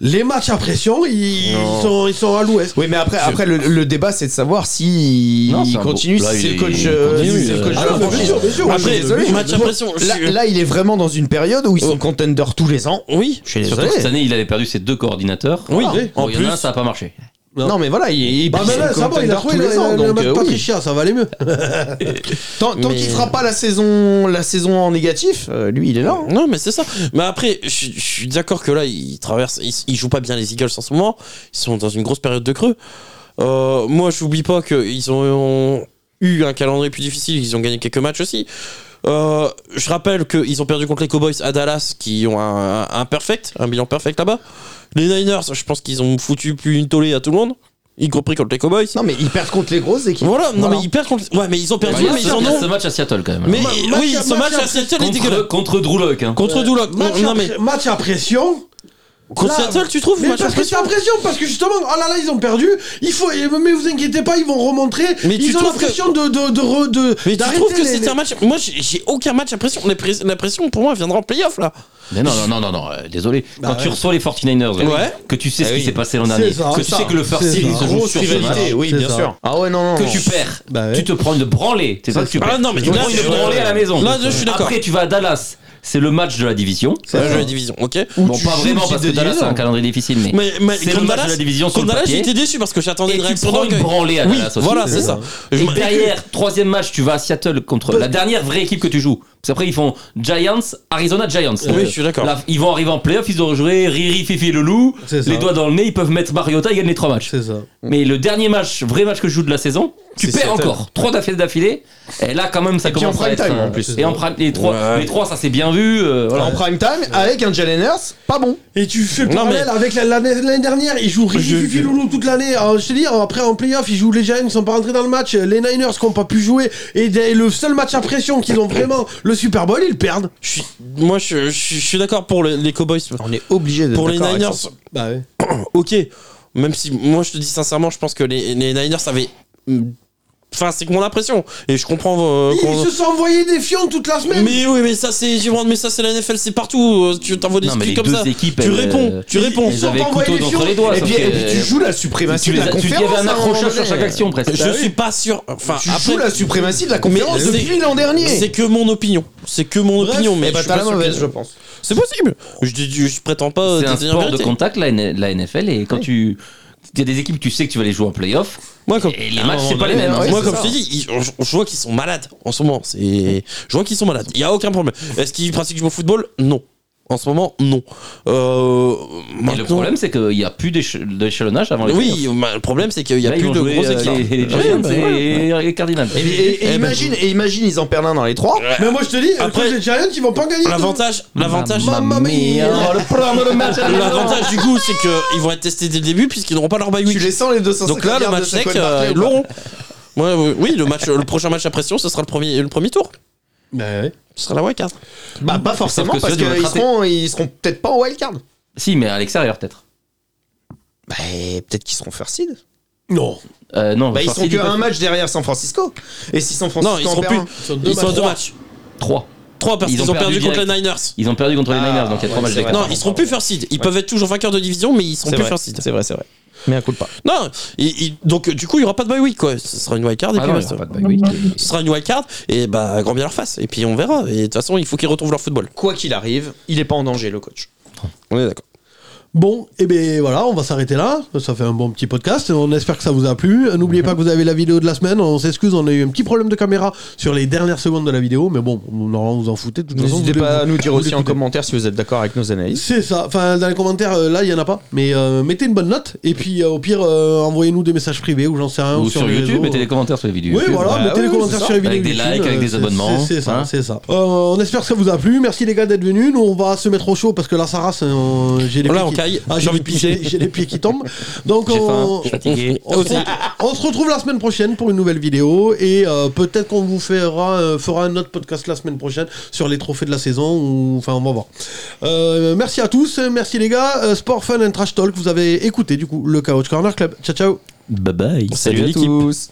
Speaker 6: les matchs à pression, ils, ils sont, ils sont à l'ouest.
Speaker 3: Oui, mais après, après le, le débat, c'est de savoir si
Speaker 4: Non, c'est
Speaker 3: il
Speaker 4: un
Speaker 3: continue,
Speaker 4: beau- là,
Speaker 3: si c'est
Speaker 4: il
Speaker 3: le coach,
Speaker 4: est-
Speaker 3: euh,
Speaker 4: il
Speaker 3: si
Speaker 4: continue,
Speaker 3: c'est le coach
Speaker 4: euh,
Speaker 3: de
Speaker 6: ah,
Speaker 3: la
Speaker 6: bien
Speaker 3: franchise.
Speaker 6: sûr, bien sûr,
Speaker 3: Moi, je suis
Speaker 2: Après,
Speaker 3: désolé.
Speaker 2: match à pression. je
Speaker 3: Là,
Speaker 2: suis-
Speaker 3: là, il est vraiment dans une période où ils
Speaker 2: Oh.
Speaker 3: sont contenders tous les ans.
Speaker 2: Oui.
Speaker 3: Je suis désolé. Ah,
Speaker 4: Surtout que cette année, il avait perdu ses deux coordinateurs.
Speaker 2: Oui.
Speaker 3: Voilà.
Speaker 4: En
Speaker 2: En
Speaker 4: plus,
Speaker 2: plus,
Speaker 4: ça n'a pas marché.
Speaker 3: Non, mais voilà, il, il,
Speaker 6: Bah,
Speaker 3: ils
Speaker 6: mais
Speaker 3: sont
Speaker 6: là, ça va, il
Speaker 3: contenders
Speaker 6: a trouvé
Speaker 3: tous
Speaker 6: le,
Speaker 3: les ans.
Speaker 6: le
Speaker 3: donc,
Speaker 6: match
Speaker 3: euh, oui.
Speaker 6: Patricia, ça valait mieux.
Speaker 3: Tant, tant
Speaker 2: Mais-
Speaker 3: qu'il fera pas la saison, la saison en négatif, euh, lui, il est là. hein.
Speaker 2: Non, mais c'est ça. Mais après, je je suis d'accord que là, ils traversent, ils, ils jouent pas bien les Eagles en ce moment. Ils sont dans une grosse période de creux. Euh, moi, j'oublie pas qu'ils ont eu un calendrier plus difficile. Ils ont gagné quelques matchs aussi. Euh, je rappelle qu'ils ont perdu contre les Cowboys à Dallas, qui ont un, un perfect, un bilan perfect là-bas. Les Niners, je pense qu'ils ont foutu plus une tollée à tout le monde, y compris contre les Cowboys.
Speaker 3: Non, mais ils perdent contre les grosses équipes.
Speaker 2: Voilà, non
Speaker 3: Voilà.
Speaker 2: mais ils perdent contre. Ouais, mais ils ont perdu,
Speaker 4: Il y a
Speaker 2: mais ils en
Speaker 4: il y a
Speaker 2: ont.
Speaker 4: ce match à Seattle quand même.
Speaker 2: Mais
Speaker 4: Hein.
Speaker 6: Ma-
Speaker 2: oui,
Speaker 6: match-
Speaker 2: ce match
Speaker 6: match-
Speaker 2: à Seattle est dégueulasse.
Speaker 4: contre, contre Drew Locke, hein.
Speaker 2: Contre Douloc.
Speaker 6: match,
Speaker 2: Non
Speaker 6: à,
Speaker 2: mais
Speaker 6: pre- match à pression.
Speaker 2: contre
Speaker 6: Là,
Speaker 2: Seattle, tu trouves
Speaker 6: Mais
Speaker 2: match à
Speaker 6: parce que c'est
Speaker 2: pression
Speaker 6: à pression, parce que justement, oh là là, ils ont perdu. Il faut, eh, mais vous inquiétez pas, ils vont remontrer.
Speaker 2: Mais
Speaker 6: ils
Speaker 2: tu
Speaker 6: ont
Speaker 2: trouves
Speaker 6: l'impression de, de, de, re- de-
Speaker 2: Mais tu
Speaker 6: d'arrêter
Speaker 2: trouves que
Speaker 6: les-
Speaker 2: c'est un match Moi, j'ai j'ai aucun match à pression. La, pres- la pression, pour moi, elle viendra en playoff là.
Speaker 4: Mais non, non, non, non, non, euh, désolé.
Speaker 6: Bah
Speaker 4: Quand
Speaker 6: ouais.
Speaker 4: tu reçois les 49ers, là,
Speaker 2: Ouais.
Speaker 4: que tu sais
Speaker 3: Eh
Speaker 4: ce qui
Speaker 3: oui.
Speaker 4: s'est passé l'an
Speaker 6: C'est
Speaker 4: dernier,
Speaker 6: ça,
Speaker 4: que tu
Speaker 6: ça.
Speaker 4: sais que le first
Speaker 6: C'est
Speaker 4: seed,
Speaker 6: ça.
Speaker 4: il se joue
Speaker 3: Grosse
Speaker 4: sur ce match.
Speaker 3: rivalité, oui,
Speaker 6: C'est
Speaker 3: bien
Speaker 6: ça.
Speaker 3: sûr. Ah ouais, non, non.
Speaker 4: que tu perds,
Speaker 6: Bah ouais.
Speaker 4: tu te prends une branlée. C'est ça que tu
Speaker 2: Ah
Speaker 4: perds.
Speaker 2: non, mais
Speaker 4: tu te
Speaker 2: là,
Speaker 4: prends
Speaker 2: je-
Speaker 4: une branlée à la maison.
Speaker 2: Là, je suis d'accord.
Speaker 4: Après, tu vas à Dallas. c'est le match de la division.
Speaker 2: C'est Euh, la division, ok
Speaker 3: Ou
Speaker 4: Bon,
Speaker 3: tu
Speaker 4: pas
Speaker 3: joues
Speaker 4: vraiment
Speaker 3: le
Speaker 4: parce
Speaker 3: titre
Speaker 4: que
Speaker 3: de
Speaker 4: Dallas a
Speaker 3: division.
Speaker 4: un calendrier difficile, mais.
Speaker 2: Mais, mais
Speaker 4: C'est le
Speaker 2: Grand
Speaker 4: match
Speaker 2: Dallas-
Speaker 4: de la division sur
Speaker 2: Grand
Speaker 4: le
Speaker 2: Dallas,
Speaker 4: papier.
Speaker 2: j'étais déçu parce que j'attendais
Speaker 4: Et
Speaker 2: Drake
Speaker 4: tu prends une
Speaker 2: London.
Speaker 4: branlée à
Speaker 2: Oui,
Speaker 4: Dallas aussi.
Speaker 2: voilà,
Speaker 6: C'est
Speaker 2: c'est ça.
Speaker 4: Et
Speaker 2: Je me-
Speaker 4: derrière, troisième match, tu vas à Seattle contre la dernière vraie équipe que tu joues. Parce qu'après, ils font Giants, Arizona Giants.
Speaker 2: Oui, je suis d'accord.
Speaker 4: Là, ils vont arriver en playoff, ils auront joué Riri, Fifi et le loup.
Speaker 6: C'est ça.
Speaker 4: Les doigts dans le nez, ils peuvent mettre Mariota, ils gagnent les trois matchs.
Speaker 6: C'est ça.
Speaker 4: Mais le dernier match, vrai match que je joue de la saison, tu
Speaker 3: C'est
Speaker 4: perds
Speaker 3: Seattle.
Speaker 4: encore. Trois d'affilée d'affilée. Et là, quand même, ça
Speaker 3: Et puis en
Speaker 4: commence à
Speaker 3: prime
Speaker 4: être.
Speaker 3: time,
Speaker 4: euh,
Speaker 3: en plus.
Speaker 4: Et en prime, les trois,
Speaker 2: Ouais.
Speaker 4: les trois, ça s'est bien vu. euh, voilà.
Speaker 3: En prime time, avec un Jalen Hurts, pas bon.
Speaker 6: Et tu fais le
Speaker 2: Non,
Speaker 6: parallèle avec la- l'année l'année dernière, ils jouent Ricky
Speaker 2: Je-
Speaker 6: Fifi
Speaker 2: je-
Speaker 6: Loulou toute l'année. Alors, Je te dis, après en playoff, ils jouent les Giants, ils sont pas rentrés dans le match, les Niners qui ont pas pu jouer, et des- le seul match à pression qu'ils ont vraiment, le Super Bowl, ils le perdent.
Speaker 2: je suis- Moi, je, je- je suis d'accord pour les, les Cowboys.
Speaker 3: On est obligé de
Speaker 2: Pour les Niners,
Speaker 6: Bah ouais.
Speaker 2: ok. Même si, moi, je te dis sincèrement, je pense que les, les Niners avaient. mm, Enfin, c'est que mon impression. Et je comprends. euh,
Speaker 6: Ils,
Speaker 2: qu'on-
Speaker 6: se sont envoyés des fions toute la semaine.
Speaker 2: Mais oui, mais ça, c'est Gibran, mais ça, c'est la NFL, c'est partout. euh, Tu t'envoies des
Speaker 4: Non, mais
Speaker 2: trucs
Speaker 4: les
Speaker 2: comme
Speaker 4: deux
Speaker 2: ça.
Speaker 4: équipes,
Speaker 2: tu
Speaker 4: elles,
Speaker 2: réponds,
Speaker 4: euh,
Speaker 2: tu réponds.
Speaker 4: Ils avaient le
Speaker 6: envoyé
Speaker 4: couteau
Speaker 6: les
Speaker 4: entre
Speaker 6: fions.
Speaker 4: les doigts.
Speaker 3: Et
Speaker 4: sauf
Speaker 3: puis,
Speaker 4: que-
Speaker 3: et puis tu joues la
Speaker 4: tu
Speaker 3: suprématie de
Speaker 4: les
Speaker 3: la
Speaker 4: as- tu- il y
Speaker 3: conférence.
Speaker 4: avait un
Speaker 3: hein,
Speaker 4: accrochage sur
Speaker 3: Roger.
Speaker 4: chaque action presque. Bah
Speaker 2: Je suis pas sûr. Enfin,
Speaker 3: Bah Tu
Speaker 2: après,
Speaker 3: joues la suprématie de la conférence
Speaker 2: Mais c'est-
Speaker 3: depuis l'an
Speaker 2: c'est
Speaker 3: dernier.
Speaker 2: que mon opinion. C'est que mon opinion, mais
Speaker 3: Eh bah,
Speaker 2: je suis
Speaker 3: t'as
Speaker 2: pas
Speaker 3: la
Speaker 2: sûr
Speaker 3: mauvaise,
Speaker 2: que-
Speaker 3: je pense.
Speaker 2: C'est possible. Je, dis- je prétends pas. euh,
Speaker 4: C'est un
Speaker 2: détenir
Speaker 4: sport
Speaker 2: la
Speaker 4: de
Speaker 2: vérité.
Speaker 4: contact, la, N- la NFL, et quand tu. Il y a des équipes, tu sais que tu vas les jouer en playoff.
Speaker 2: Moi, comme,
Speaker 4: Et les
Speaker 2: à un
Speaker 4: matchs,
Speaker 2: moment
Speaker 4: c'est pas
Speaker 2: donné,
Speaker 4: les mêmes,
Speaker 2: hein.
Speaker 4: ouais,
Speaker 2: Moi,
Speaker 4: c'est
Speaker 2: comme
Speaker 4: ça.
Speaker 2: je t'ai dit, ils- je, je vois qu'ils sont malades en ce moment. C'est, je vois qu'ils sont malades. Il y a aucun problème. Est-ce qu'ils pratiquent du bon football Non. En ce moment, non. Euh,
Speaker 4: Mais le problème, c'est qu'il n'y a plus d'éche- d'échelonnage avant les playoffs.
Speaker 2: oui, bah, le problème, c'est qu'il y a
Speaker 4: Là, ils
Speaker 2: plus
Speaker 4: vont
Speaker 2: de
Speaker 4: jouer,
Speaker 2: grosses
Speaker 4: euh,
Speaker 2: équipes.
Speaker 4: Les, les
Speaker 2: Ouais,
Speaker 4: Giants
Speaker 2: bah,
Speaker 4: et,
Speaker 2: ouais.
Speaker 4: et les Cardinals.
Speaker 3: Et, et- et
Speaker 2: Eh ben,
Speaker 3: imagine, et imagine, ils en perdent un dans les trois.
Speaker 6: Mais moi je te dis,
Speaker 2: Après-
Speaker 6: après les Giants, ils vont pas gagner.
Speaker 2: L'avantage, l'avantage,
Speaker 6: Mamma
Speaker 4: Mamma mia.
Speaker 6: mia.
Speaker 4: Le premier match à la maison.
Speaker 2: l'avantage du coup, c'est qu'ils vont être testés dès le début puisqu'ils n'auront pas leur bye
Speaker 3: Tu
Speaker 2: week.
Speaker 3: les sens les
Speaker 2: Eh
Speaker 3: 250
Speaker 2: Donc là, le
Speaker 3: yards de
Speaker 2: match sec,
Speaker 3: Saquon
Speaker 2: euh,
Speaker 3: Barkley
Speaker 2: ils
Speaker 3: ou pas
Speaker 2: l'auront. Ouais, ouais, oui, le match, le prochain match à pression, ce sera le premier, le premier tour.
Speaker 6: Bah ouais.
Speaker 2: Ce sera la wildcard.
Speaker 3: Bah, pas forcément,
Speaker 4: Sauf que
Speaker 3: parce
Speaker 4: ceux de
Speaker 3: qu'ils
Speaker 4: rattraper.
Speaker 3: seront, ils seront peut-être pas en wildcard.
Speaker 4: Si, mais à l'extérieur, peut-être.
Speaker 3: Bah, peut-être qu'ils seront first seed.
Speaker 6: Non.
Speaker 4: Euh, non,
Speaker 3: Bah, ils sont
Speaker 4: sortis
Speaker 3: que
Speaker 4: du
Speaker 3: un
Speaker 4: poste.
Speaker 3: match derrière San Francisco. Et si San Francisco
Speaker 2: Non, ils
Speaker 3: en
Speaker 2: seront
Speaker 3: perd
Speaker 2: plus.
Speaker 3: un
Speaker 6: Ils sont deux
Speaker 2: Ils sont à
Speaker 6: matchs.
Speaker 2: deux matchs.
Speaker 4: Trois.
Speaker 2: Trois parce
Speaker 4: Ils
Speaker 2: qu'ils
Speaker 4: ont
Speaker 2: ont, perdu,
Speaker 4: perdu
Speaker 2: contre les
Speaker 4: direct.
Speaker 2: Niners.
Speaker 4: Ils ont perdu contre les
Speaker 3: Ah,
Speaker 4: Niners, donc il y a trois
Speaker 3: ouais,
Speaker 4: matchs
Speaker 3: c'est
Speaker 4: d'écart.
Speaker 2: Non, ils seront plus first seed. Ils peuvent être toujours vainqueurs de division, mais ils seront plus first seed.
Speaker 3: C'est vrai, c'est vrai. Mais un coup de pas.
Speaker 2: Non, et- et- donc euh, du coup, il n'y aura pas de bye week quoi. Ce sera une wild card et
Speaker 4: Ah
Speaker 2: puis
Speaker 4: non, il y
Speaker 2: basta.
Speaker 4: aura pas de bye week.
Speaker 2: Ce sera une wild card et bah grand bien leur face. Et puis on verra. Et de toute façon, il faut qu'ils retrouvent leur football.
Speaker 3: Quoi qu'il arrive, il est pas en danger, le coach.
Speaker 2: On est d'accord.
Speaker 6: Bon, et ben voilà, on va s'arrêter là. Ça fait un bon petit podcast. On espère que ça vous a plu. N'oubliez pas que vous avez la vidéo de la semaine. On s'excuse, on a eu un petit problème de caméra sur les dernières secondes de la vidéo, mais bon, normalement vous en foutez. De toute façon,
Speaker 3: N'hésitez
Speaker 6: vous
Speaker 3: pas à nous dire
Speaker 6: vous
Speaker 3: aussi en
Speaker 6: l'écoutez.
Speaker 3: commentaire si vous êtes d'accord avec nos analyses.
Speaker 6: C'est ça. Enfin, dans les commentaires, euh, là, il y en a pas. Mais euh, mettez une bonne note. Et puis, euh, au pire, euh, envoyez-nous des messages privés ou j'en sais rien.
Speaker 4: Ou sur
Speaker 6: les
Speaker 4: YouTube,
Speaker 6: réseaux.
Speaker 4: mettez des commentaires sur les vidéos.
Speaker 6: Oui,
Speaker 4: YouTube.
Speaker 6: voilà,
Speaker 3: Bah
Speaker 6: mettez
Speaker 3: oui,
Speaker 6: les
Speaker 3: oui,
Speaker 6: commentaires
Speaker 3: c'est ça.
Speaker 6: sur les vidéos.
Speaker 4: Avec des
Speaker 6: YouTube,
Speaker 4: likes, avec
Speaker 6: euh,
Speaker 4: des
Speaker 6: c'est-
Speaker 4: abonnements,
Speaker 6: C'est c'est ça,
Speaker 4: hein.
Speaker 6: c'est ça. Euh, on espère que ça vous a plu. Merci les gars d'être venus. Nous, on va se mettre au chaud parce que là, ça race. euh, J'ai les
Speaker 4: Oh
Speaker 2: Là,
Speaker 6: pieds
Speaker 2: on
Speaker 6: qui-
Speaker 2: caille.
Speaker 6: Ah, j'ai
Speaker 2: J'ai envie de
Speaker 6: les- j'ai- j'ai les pieds qui tombent. Donc,
Speaker 4: J'ai faim,
Speaker 6: on.
Speaker 4: je suis fatigué.
Speaker 6: On se, on se retrouve la semaine prochaine pour une nouvelle vidéo et euh, peut-être qu'on vous fera, euh, fera un autre podcast la semaine prochaine sur les trophées de la saison. Ou, enfin, on va voir. Euh, merci à tous, merci les gars. Euh, Sport, fun and trash talk. Vous avez écouté du coup le Couch Corner Club. Ciao, ciao.
Speaker 4: Bye bye.
Speaker 2: Salut l'équipe.
Speaker 3: tous.